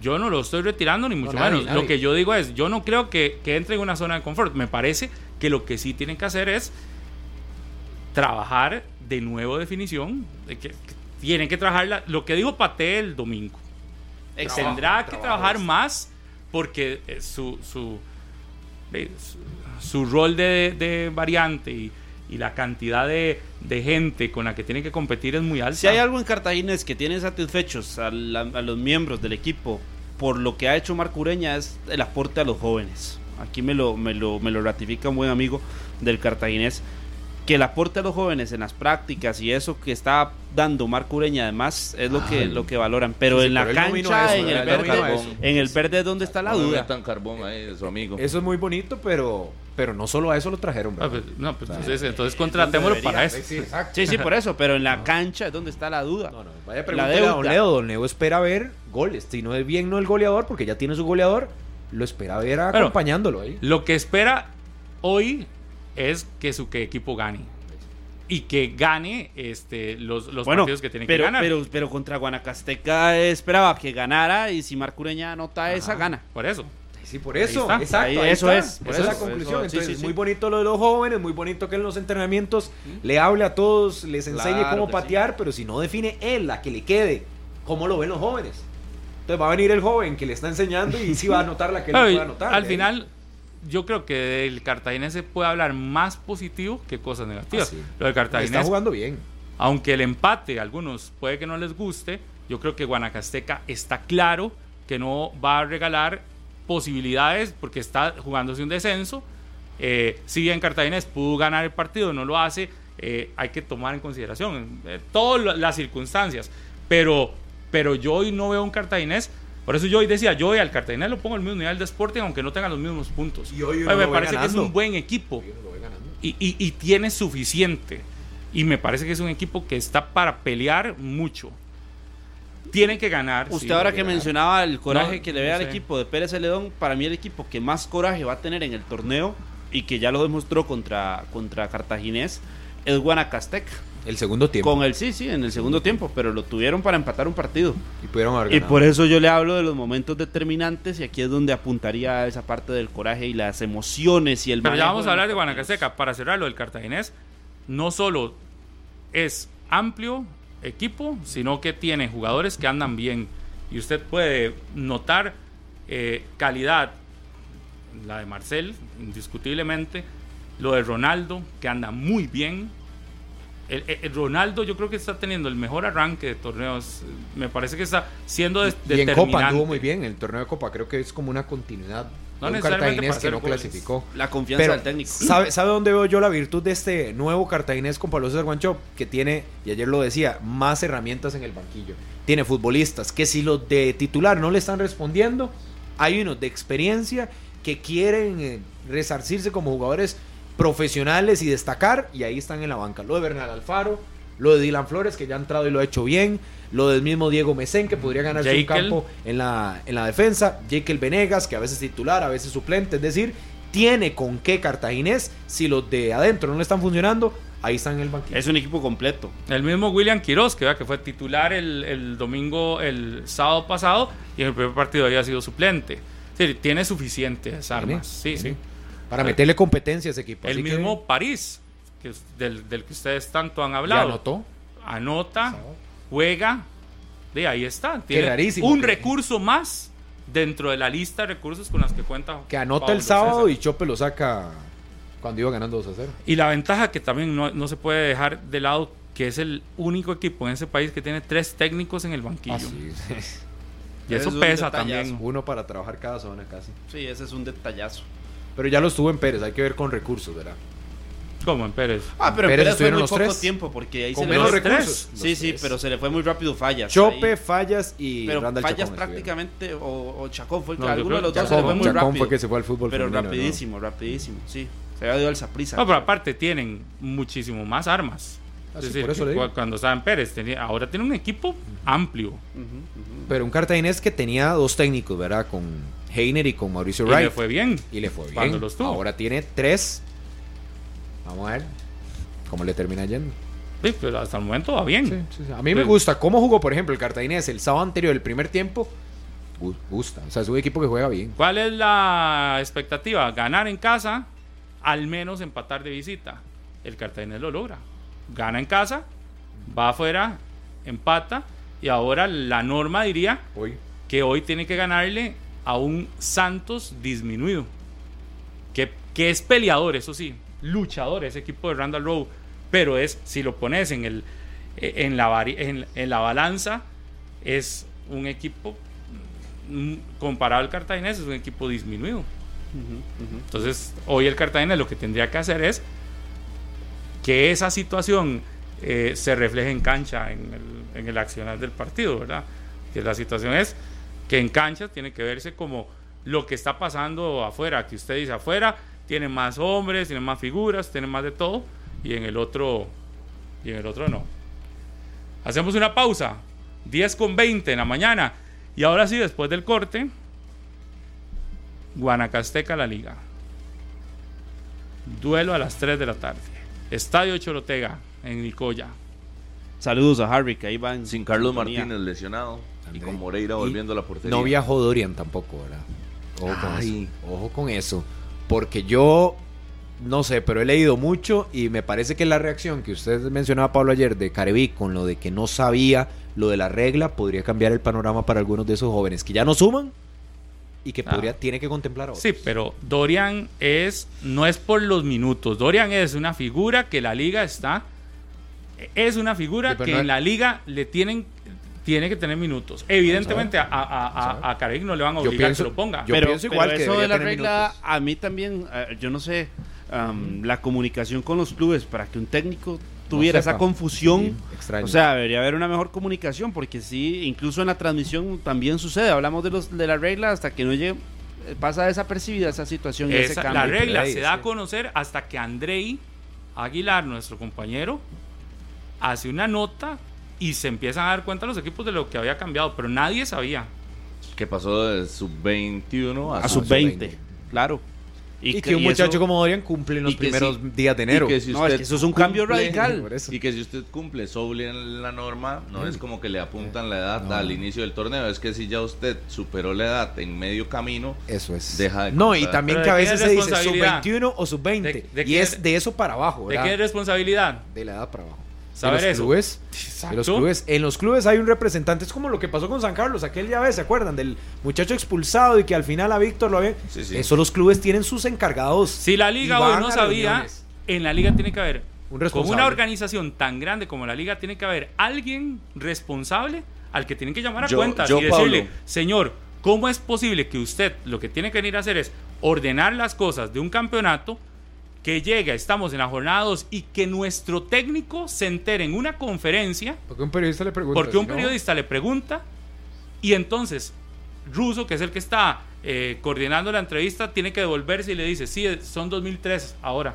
Speaker 5: yo no lo estoy retirando ni mucho
Speaker 3: nadie,
Speaker 5: menos.
Speaker 3: nadie.
Speaker 5: Lo que yo digo es, yo no creo que, que entre en una zona de confort. Me parece que lo que sí tienen que hacer es trabajar de nuevo definición. de que, que tienen que trabajar la- lo que dijo Pate el domingo. Eh,
Speaker 3: Trabajo,
Speaker 5: Tendrá que
Speaker 3: trabajo.
Speaker 5: trabajar más porque eh, su, su, de- su, su rol de, de variante y, y la cantidad de, de gente con la que tienen que competir es muy alta.
Speaker 2: Si hay
Speaker 3: Ah.
Speaker 2: algo en Cartagena es que tiene satisfechos a, la- a los miembros del equipo por lo que ha hecho Marco Ureña es el aporte a los jóvenes. Aquí me lo, me lo, me lo ratifica un buen amigo del cartaginés. Que el aporte a los jóvenes en las prácticas y eso que está dando Marco Ureña además es lo que, lo que valoran. Pero
Speaker 3: Sí,
Speaker 2: en la
Speaker 3: pero él no vino a
Speaker 2: cancha,
Speaker 3: eso,
Speaker 2: en
Speaker 3: él
Speaker 2: el
Speaker 3: no vino a
Speaker 2: verde,
Speaker 3: eso.
Speaker 2: en el verde es donde está la duda.
Speaker 4: tan carbón ahí, su amigo.
Speaker 3: Eso es muy bonito, pero, pero no solo a eso lo trajeron.
Speaker 5: Ah,
Speaker 3: ¿verdad?
Speaker 5: pues, no, pues entonces, entonces contratémoslo para eso.
Speaker 3: Sí, exacto.
Speaker 2: Sí, sí, por eso, pero en la cancha es donde está la duda.
Speaker 3: No, no, vaya
Speaker 2: La
Speaker 3: pregúntele a Don
Speaker 2: deuda.
Speaker 3: Leo. Don Leo espera ver goles. Si no es bien, no el goleador, porque ya tiene su goleador. Lo espera ver
Speaker 5: Pero-
Speaker 3: acompañándolo ahí.
Speaker 5: Lo que espera hoy es que su que equipo gane. Y que gane este, los, los
Speaker 2: bueno,
Speaker 5: partidos que tiene
Speaker 2: pero,
Speaker 5: que ganar.
Speaker 2: Pero, pero contra Guanacasteca esperaba que ganara y si Marco Ureña anota esa, gana.
Speaker 5: Por eso.
Speaker 3: Sí, por eso.
Speaker 5: está.
Speaker 3: Exacto.
Speaker 2: Ahí-
Speaker 3: ahí
Speaker 2: eso
Speaker 3: está.
Speaker 2: es, por
Speaker 3: Esa es la
Speaker 2: eso,
Speaker 3: conclusión.
Speaker 2: eso, sí,
Speaker 3: Entonces,
Speaker 2: sí, sí.
Speaker 3: muy bonito lo de los jóvenes, muy bonito que en los entrenamientos le hable a todos, les enseñe
Speaker 2: Claro
Speaker 3: cómo
Speaker 2: que
Speaker 3: patear, pero si no define él la que le quede, cómo lo ven los jóvenes. Entonces va a venir el joven que le está enseñando y sí va a anotar la que le
Speaker 5: Ay,
Speaker 3: puede anotar.
Speaker 5: al
Speaker 3: ¿eh?
Speaker 5: final, yo creo que el cartaginense puede hablar más positivo que cosas negativas.
Speaker 3: Ah, sí.
Speaker 5: Lo del
Speaker 3: está
Speaker 5: cartaginense,
Speaker 3: jugando bien.
Speaker 5: aunque el empate a algunos puede que no les guste, yo creo que Guanacasteca está claro que no va a regalar posibilidades porque está jugándose un descenso. Eh, si bien Cartaginés pudo ganar el partido, no lo hace, eh, hay que tomar en consideración eh, todas lo- las circunstancias. Pero, pero yo hoy no veo un Cartaginés. Por eso yo hoy decía, yo hoy al Cartaginés lo pongo al mismo nivel de Sporting, aunque no tengan los mismos puntos.
Speaker 3: Y hoy uno
Speaker 5: Pues me
Speaker 3: lo ve
Speaker 5: parece que
Speaker 3: ganando.
Speaker 5: es un buen equipo y, y- y tiene suficiente. Y me parece que es un equipo que está para pelear mucho. Tienen que ganar.
Speaker 2: Usted
Speaker 5: sí,
Speaker 2: ahora
Speaker 5: tienen
Speaker 2: que
Speaker 5: ganar.
Speaker 2: mencionaba el coraje
Speaker 5: No,
Speaker 2: que le ve
Speaker 5: no
Speaker 2: al
Speaker 5: sé.
Speaker 2: equipo de Pérez Celedón, para mí el equipo que más coraje va a tener en el torneo y que ya lo demostró contra, contra Cartaginés es Guanacasteca.
Speaker 3: El segundo tiempo.
Speaker 2: Con el sí, sí, en el segundo tiempo, pero lo tuvieron para empatar un partido.
Speaker 3: Y pudieron haber
Speaker 2: Y
Speaker 3: ganado.
Speaker 2: por eso yo le hablo de los momentos determinantes y aquí es donde apuntaría a esa parte del coraje y las emociones y el
Speaker 5: Pero ya
Speaker 2: manejo
Speaker 5: vamos a hablar de
Speaker 2: los partidos.
Speaker 5: Guanacasteca. Para cerrar lo del Cartaginés, no solo es amplio equipo, sino que tiene jugadores que andan bien. Y usted puede notar eh, calidad, la de Marcel, indiscutiblemente, lo de Ronaldo, que anda muy bien. El, eh, el- el Ronaldo yo creo que está teniendo el mejor arranque de torneos. Me parece que está siendo des-
Speaker 3: Y en Copa
Speaker 5: determinante.
Speaker 3: anduvo muy bien. En el torneo de Copa creo que es como una continuidad.
Speaker 5: No
Speaker 3: de un
Speaker 5: necesariamente
Speaker 3: cartaginés
Speaker 5: para
Speaker 3: que
Speaker 5: hacer
Speaker 3: no
Speaker 5: goles.
Speaker 3: clasificó.
Speaker 2: La confianza
Speaker 3: Pero,
Speaker 2: del técnico.
Speaker 3: ¿sabe, ¿Sabe dónde veo yo la virtud de este nuevo cartaginés con Pablo César Guancho? Que tiene, y ayer lo decía, más herramientas en el banquillo. Tiene futbolistas que si los de titular no le están respondiendo, hay unos de experiencia que quieren eh, resarcirse como jugadores profesionales y destacar, y ahí están en la banca. Lo de Bernal Alfaro, lo de Dylan Flores, que ya ha entrado y lo ha hecho bien, lo del mismo Diego Mesén, que podría ganarse un
Speaker 5: Jekyll.
Speaker 3: campo en la, en la defensa. Jekyll Venegas, que a veces titular, a veces suplente. Es decir, tiene con qué Cartaginés. Si los de adentro no le están funcionando, ahí están en el banquillo.
Speaker 2: Es un equipo completo.
Speaker 5: El mismo William Quiroz, que, vea que fue titular el, el domingo, el sábado pasado, y en el primer partido había sido suplente. Es decir, tiene suficientes armas. Sí,
Speaker 3: tiene.
Speaker 5: sí.
Speaker 3: Para meterle competencia a ese equipo.
Speaker 5: El
Speaker 3: Así que
Speaker 5: mismo París, que es del, del que ustedes tanto han
Speaker 3: ya
Speaker 5: hablado.
Speaker 3: anotó.
Speaker 2: Ah.
Speaker 5: Anota, juega, de ahí está.
Speaker 3: Qué
Speaker 5: Tiene
Speaker 3: rarísimo
Speaker 5: un
Speaker 3: que-
Speaker 5: recurso más dentro de la lista de recursos con las que cuenta.
Speaker 3: Que anota
Speaker 5: Pablo
Speaker 3: el sábado
Speaker 5: César.
Speaker 3: y Chope lo saca cuando iba ganando 2 a 0.
Speaker 5: Y la ventaja que también no, no se puede dejar de lado, que es el único equipo en ese país que tiene tres técnicos en el banquillo. Y
Speaker 2: Ese es
Speaker 5: eso
Speaker 2: un
Speaker 5: pesa
Speaker 2: detallazo.
Speaker 5: también.
Speaker 3: Uno para trabajar cada zona casi.
Speaker 2: Sí, ese es un detallazo.
Speaker 3: Pero ya lo estuvo en Pérez, hay que ver con recursos, ¿verdad?
Speaker 5: ¿Cómo en Pérez?
Speaker 2: Ah, pero en
Speaker 3: Pérez
Speaker 2: Pérez fue
Speaker 3: estuvieron
Speaker 2: muy
Speaker 3: los
Speaker 2: poco
Speaker 3: tres.
Speaker 2: tiempo porque ahí
Speaker 3: Con
Speaker 2: se le
Speaker 3: menos
Speaker 2: fue-
Speaker 3: recursos.
Speaker 2: Sí,
Speaker 3: Los
Speaker 2: sí,
Speaker 3: tres.
Speaker 2: pero se le fue muy rápido fallas.
Speaker 3: Chope,
Speaker 2: ahí.
Speaker 3: Fallas y
Speaker 2: pero
Speaker 3: Randall
Speaker 2: fallas
Speaker 3: Chacón estuvieron.
Speaker 2: prácticamente o, o Chacón fue
Speaker 5: No, yo
Speaker 2: alguno
Speaker 5: creo
Speaker 2: de los
Speaker 5: que
Speaker 2: dos se le fue
Speaker 3: Chacón,
Speaker 2: muy
Speaker 3: Chacón
Speaker 2: rápido.
Speaker 3: fue que se fue al fútbol
Speaker 2: pero
Speaker 3: femenino, ¿no?
Speaker 2: rapidísimo, rapidísimo, sí. Se había ido al Saprissa.
Speaker 5: No, pero aparte tienen muchísimo más armas.
Speaker 3: Ah,
Speaker 5: Es
Speaker 3: sí,
Speaker 5: decir,
Speaker 3: por eso le
Speaker 5: cu-
Speaker 3: digo.
Speaker 5: cuando estaba en Pérez, tenía, ahora tiene un equipo amplio.
Speaker 3: Pero un cartaginés que tenía dos técnicos, ¿verdad? Con Heiner y con Mauricio
Speaker 5: Y
Speaker 3: Wright.
Speaker 5: le fue bien.
Speaker 3: Y le fue bien.
Speaker 5: Cuando los tuvo.
Speaker 3: Ahora tiene tres. Vamos a ver cómo le termina yendo.
Speaker 5: Sí, pero hasta el momento va bien.
Speaker 3: A mí me
Speaker 5: Sí.
Speaker 3: gusta cómo jugó, por ejemplo, el cartaginés el sábado anterior, el primer tiempo. Gu- Gusta. O sea, es un equipo que juega bien.
Speaker 5: ¿Cuál es la expectativa? Ganar en casa, al menos empatar de visita. El Cartaginés lo logra. Gana en casa, va afuera, empata. Y ahora la norma diría
Speaker 3: Hoy.
Speaker 5: que hoy tiene que ganarle a un Santos disminuido. Que, que es peleador, eso sí, luchador ese equipo de Randall Rowe. Pero es, si lo pones en, el, en, la, vari- en, en la balanza, es un equipo mm, comparado al Cartaginés, es un equipo disminuido. Entonces, hoy el Cartaginés lo que tendría que hacer es que esa situación eh, se refleje en cancha, en el, en el accionar del partido, ¿verdad? Que la situación es que en cancha tiene que verse como lo que está pasando afuera, que usted dice afuera, tiene más hombres, tiene más figuras, tiene más de todo, y en el otro, y en el otro no. Hacemos una pausa, 10 con 20 en la mañana, y ahora sí, después del corte, Guanacasteca la liga. Duelo a las 3 de la tarde. Estadio Chorotega, en Nicoya.
Speaker 2: Saludos a Harry, que ahí van.
Speaker 4: Sin Carlos
Speaker 2: sintonía.
Speaker 4: Martínez lesionado y
Speaker 3: André.
Speaker 4: con Moreira volviendo a la portería.
Speaker 3: No viajó Dorian tampoco, ¿verdad? Ojo con
Speaker 4: Ay.
Speaker 3: eso. Ojo con eso. Porque yo, no sé, pero he leído mucho y me parece que la reacción que usted mencionaba, Pablo, ayer de Careví con lo de que no sabía lo de la regla podría cambiar el panorama para algunos de esos jóvenes que ya no suman y que
Speaker 5: Ah.
Speaker 3: podría, tiene que contemplar ahora.
Speaker 5: Sí, pero Dorian es no es por los minutos. Dorian es una figura que la liga está es una figura
Speaker 3: Sí, pero
Speaker 5: que
Speaker 3: no es-
Speaker 5: en la liga le tienen tiene que tener minutos. Evidentemente a, a, a- a- a Carrick no le van a
Speaker 3: Yo
Speaker 5: obligar
Speaker 3: pienso-
Speaker 5: que lo ponga.
Speaker 3: yo-
Speaker 5: Pero-
Speaker 2: pero,
Speaker 3: pienso
Speaker 2: pero
Speaker 3: igual que
Speaker 2: eso de
Speaker 3: debería
Speaker 2: la
Speaker 3: tener
Speaker 2: regla,
Speaker 3: minutos.
Speaker 2: a mí también, eh, yo no sé, am, la comunicación con los clubes para que un técnico tuviera
Speaker 3: sepa.
Speaker 2: esa confusión.
Speaker 3: Sí, extraño.
Speaker 2: O sea, debería haber una mejor comunicación, porque sí, incluso en la transmisión también sucede. Hablamos de, los, de la regla hasta que no llegue, eh, pasa desapercibida esa situación. y ese
Speaker 5: esa-
Speaker 2: cambio.
Speaker 5: la regla
Speaker 3: ahí,
Speaker 5: se da
Speaker 3: sí.
Speaker 5: a conocer hasta que Andrei Aguilar, nuestro compañero, hace una nota y se empiezan a dar cuenta los equipos de lo que había cambiado, pero nadie sabía.
Speaker 4: Que pasó de sub-21 a,
Speaker 2: a
Speaker 4: sub
Speaker 2: sub 20,
Speaker 3: sub-veinte.
Speaker 2: claro.
Speaker 3: y, que un muchacho
Speaker 2: eso-
Speaker 3: como Dorian cumple en los
Speaker 4: y que
Speaker 3: primeros
Speaker 4: sí.
Speaker 3: días de enero.
Speaker 4: Y que si
Speaker 2: No, es
Speaker 4: usted
Speaker 2: que eso es un cambio
Speaker 4: cumple-
Speaker 2: radical.
Speaker 3: Por eso.
Speaker 4: Y que si usted cumple sobre la norma, no es como que le apuntan la edad
Speaker 3: No.
Speaker 4: al inicio del torneo. Es que si ya usted superó la edad en medio camino,
Speaker 3: Eso es.
Speaker 4: Deja de
Speaker 3: no, y
Speaker 4: contar.
Speaker 3: también
Speaker 5: Pero
Speaker 3: que a
Speaker 5: ¿de quién
Speaker 3: veces
Speaker 5: es
Speaker 3: se dice
Speaker 5: responsabilidad?
Speaker 3: sub-21 o sub-20.
Speaker 5: ¿De- de
Speaker 3: y
Speaker 5: quién
Speaker 3: es
Speaker 5: es-
Speaker 3: de eso para abajo,
Speaker 5: ¿De
Speaker 3: ¿verdad?
Speaker 5: qué es responsabilidad?
Speaker 3: de la edad para abajo.
Speaker 5: Saber
Speaker 3: de los
Speaker 5: eso.
Speaker 3: clubes. de los
Speaker 5: Exacto.
Speaker 3: clubes. En los clubes hay un representante. Es como lo que pasó con San Carlos. Aquel ya ves, ¿se acuerdan? Del muchacho expulsado y que al final a Víctor lo había.
Speaker 4: Sí, sí.
Speaker 3: Eso los clubes tienen sus encargados.
Speaker 5: Si la liga
Speaker 3: Y
Speaker 5: hoy
Speaker 3: van
Speaker 5: no
Speaker 3: a
Speaker 5: sabía,
Speaker 3: reuniones.
Speaker 5: en la liga tiene que haber,
Speaker 3: Un
Speaker 5: con
Speaker 3: responsable.
Speaker 5: una organización tan grande como la liga, tiene que haber alguien responsable al que tienen que llamar a
Speaker 4: Yo-
Speaker 5: cuentas
Speaker 4: yo,
Speaker 5: y decirle,
Speaker 4: Pablo.
Speaker 5: señor, ¿cómo es posible que usted lo que tiene que venir a hacer es ordenar las cosas de un campeonato que llega, estamos en la jornada 2 y que nuestro técnico se entere en una conferencia
Speaker 3: Porque un periodista le pregunta.
Speaker 5: porque un periodista le pregunta y entonces Russo, que es el que está eh, coordinando la entrevista, tiene que devolverse y le dice, sí, son 2003 ahora.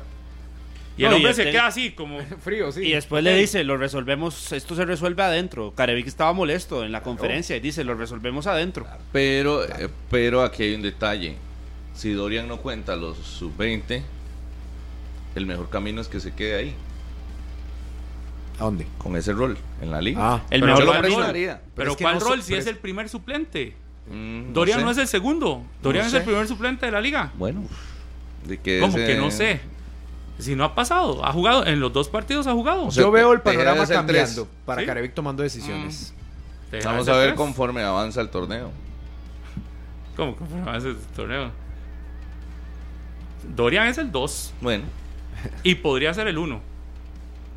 Speaker 5: Y el
Speaker 2: No, y
Speaker 5: hombre
Speaker 2: el
Speaker 5: se
Speaker 2: técnico-
Speaker 5: queda así, como...
Speaker 3: Frío, sí.
Speaker 2: Y después le dice, lo resolvemos, esto se resuelve adentro. Carevic estaba molesto en la conferencia y dice, lo resolvemos adentro.
Speaker 4: Pero, eh, pero aquí hay un detalle. Si Dorian no cuenta los sub-20, el mejor camino es que se quede ahí,
Speaker 3: ¿A dónde?
Speaker 4: con ese rol en la liga.
Speaker 3: Ah,
Speaker 2: El
Speaker 4: Pero
Speaker 2: mejor
Speaker 4: yo lo
Speaker 2: camino.
Speaker 4: prestaría.
Speaker 5: Pero
Speaker 3: es que
Speaker 5: ¿cuál
Speaker 3: no so-
Speaker 5: rol si
Speaker 3: pero
Speaker 5: es
Speaker 3: es-
Speaker 5: el primer suplente?
Speaker 4: Mm,
Speaker 5: Dorian
Speaker 4: sé.
Speaker 5: no es el segundo. Dorian es el
Speaker 4: sé.
Speaker 5: primer suplente de la liga.
Speaker 4: Bueno, de que
Speaker 5: Como
Speaker 4: ese-
Speaker 5: que no sé. Si no ha pasado, ha jugado, en los dos partidos ha jugado.
Speaker 4: O sea,
Speaker 3: Yo veo el
Speaker 4: te- te
Speaker 3: panorama
Speaker 4: debe ser tres.
Speaker 3: cambiando para
Speaker 5: Sí. Mm.
Speaker 3: Carevic tomando decisiones.
Speaker 5: Te deja
Speaker 4: Vamos
Speaker 5: hacer
Speaker 4: a ver
Speaker 5: tres.
Speaker 4: conforme avanza el torneo.
Speaker 5: ¿Cómo conforme hace el torneo? Dorian es el 2.
Speaker 4: Bueno,
Speaker 5: Y podría ser el 1.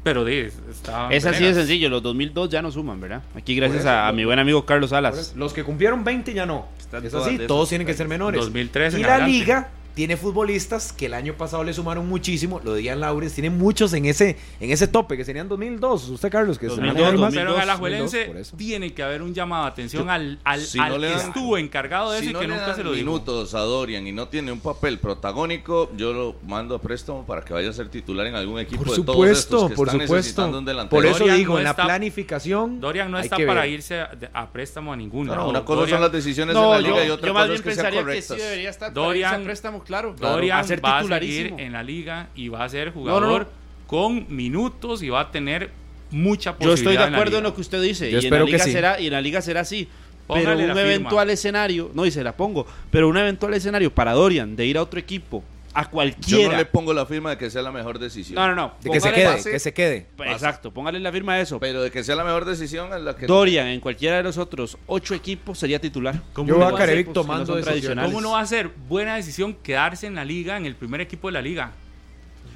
Speaker 5: Pero di, está.
Speaker 2: Es así de
Speaker 5: veras.
Speaker 2: sencillo, los 2002 ya no suman, ¿verdad? Aquí gracias
Speaker 3: eso,
Speaker 2: a, a
Speaker 3: ¿no?
Speaker 2: mi buen amigo Carlos
Speaker 3: Por
Speaker 2: Salas.
Speaker 3: eso, Los que cumplieron 20 ya no.
Speaker 4: Están
Speaker 3: es
Speaker 4: todas
Speaker 3: así,
Speaker 4: de esas
Speaker 3: todos tienen que
Speaker 4: categorías.
Speaker 3: ser menores.
Speaker 5: 2003
Speaker 3: y
Speaker 5: en
Speaker 3: la
Speaker 5: adelante.
Speaker 3: liga tiene futbolistas que el año pasado le sumaron muchísimo, lo de Ian Laurens, tiene muchos en ese, en ese tope, que serían 2002, usted Carlos, que se
Speaker 5: 2002,
Speaker 3: maneja más.
Speaker 5: 2002, pero en Alajuelense
Speaker 3: 2002, por eso.
Speaker 5: tiene que haber un llamado de atención al, al,
Speaker 4: si
Speaker 5: al
Speaker 4: no le
Speaker 5: que
Speaker 4: dan-
Speaker 5: estuvo encargado de eso
Speaker 4: Si
Speaker 5: y
Speaker 4: no
Speaker 5: que
Speaker 4: le
Speaker 5: nunca
Speaker 4: dan
Speaker 5: se lo dijo.
Speaker 4: minutos a Dorian y no tiene un papel protagónico, yo lo mando a préstamo para que vaya a ser titular en algún equipo
Speaker 3: Por
Speaker 4: de todos estos
Speaker 3: supuesto,
Speaker 4: que
Speaker 3: por
Speaker 4: están necesitando
Speaker 3: supuesto.
Speaker 4: un delantero.
Speaker 3: Por eso
Speaker 5: Dorian
Speaker 3: digo,
Speaker 5: no
Speaker 3: en la
Speaker 5: está-
Speaker 3: planificación.
Speaker 5: Dorian no
Speaker 3: hay
Speaker 5: está
Speaker 3: que
Speaker 5: para
Speaker 3: ver.
Speaker 5: irse a, de- a préstamo a ninguno.
Speaker 4: No, no, una cosa son las decisiones
Speaker 2: No,
Speaker 4: de la liga
Speaker 2: yo,
Speaker 4: y otra
Speaker 2: yo
Speaker 4: cosa
Speaker 2: más bien
Speaker 4: es que sean
Speaker 2: pensaría que sí
Speaker 4: correctas.
Speaker 2: debería estar
Speaker 5: Dorian-
Speaker 2: para irse a préstamo, claro.
Speaker 5: Dorian
Speaker 2: a ser
Speaker 5: va a
Speaker 2: titularísimo.
Speaker 5: seguir en la liga y va a ser
Speaker 2: no,
Speaker 5: jugador
Speaker 2: no.
Speaker 5: con minutos y va a tener mucha
Speaker 2: Yo
Speaker 5: posibilidad.
Speaker 2: estoy de
Speaker 5: la
Speaker 2: acuerdo en
Speaker 5: liga.
Speaker 2: lo que usted dice.
Speaker 3: Yo
Speaker 2: y, en la
Speaker 3: espero que
Speaker 2: liga
Speaker 3: sí.
Speaker 2: será, y en la liga será así.
Speaker 5: Póngale la
Speaker 2: pero un
Speaker 5: firma.
Speaker 2: eventual escenario, no, y se la pongo, pero un eventual escenario para Dorian de ir a otro equipo, a
Speaker 4: Yo no
Speaker 2: cualquiera.
Speaker 4: le pongo la firma de que sea la mejor decisión.
Speaker 2: No, no, no.
Speaker 3: De que se
Speaker 2: póngale
Speaker 3: quede,
Speaker 2: pase-
Speaker 3: que se quede.
Speaker 2: Exacto, póngale la firma a eso.
Speaker 4: Pero de que sea la mejor decisión es la que...
Speaker 2: Dorian en cualquiera de los otros ocho equipos sería titular.
Speaker 5: ¿Cómo
Speaker 3: Yo
Speaker 5: no
Speaker 3: voy a
Speaker 5: va a
Speaker 3: Carevic
Speaker 5: ser-
Speaker 3: tomando
Speaker 2: pues, si no son
Speaker 3: decisiones.
Speaker 5: ¿Cómo no va a ser buena decisión quedarse en la liga, en el primer equipo de la liga?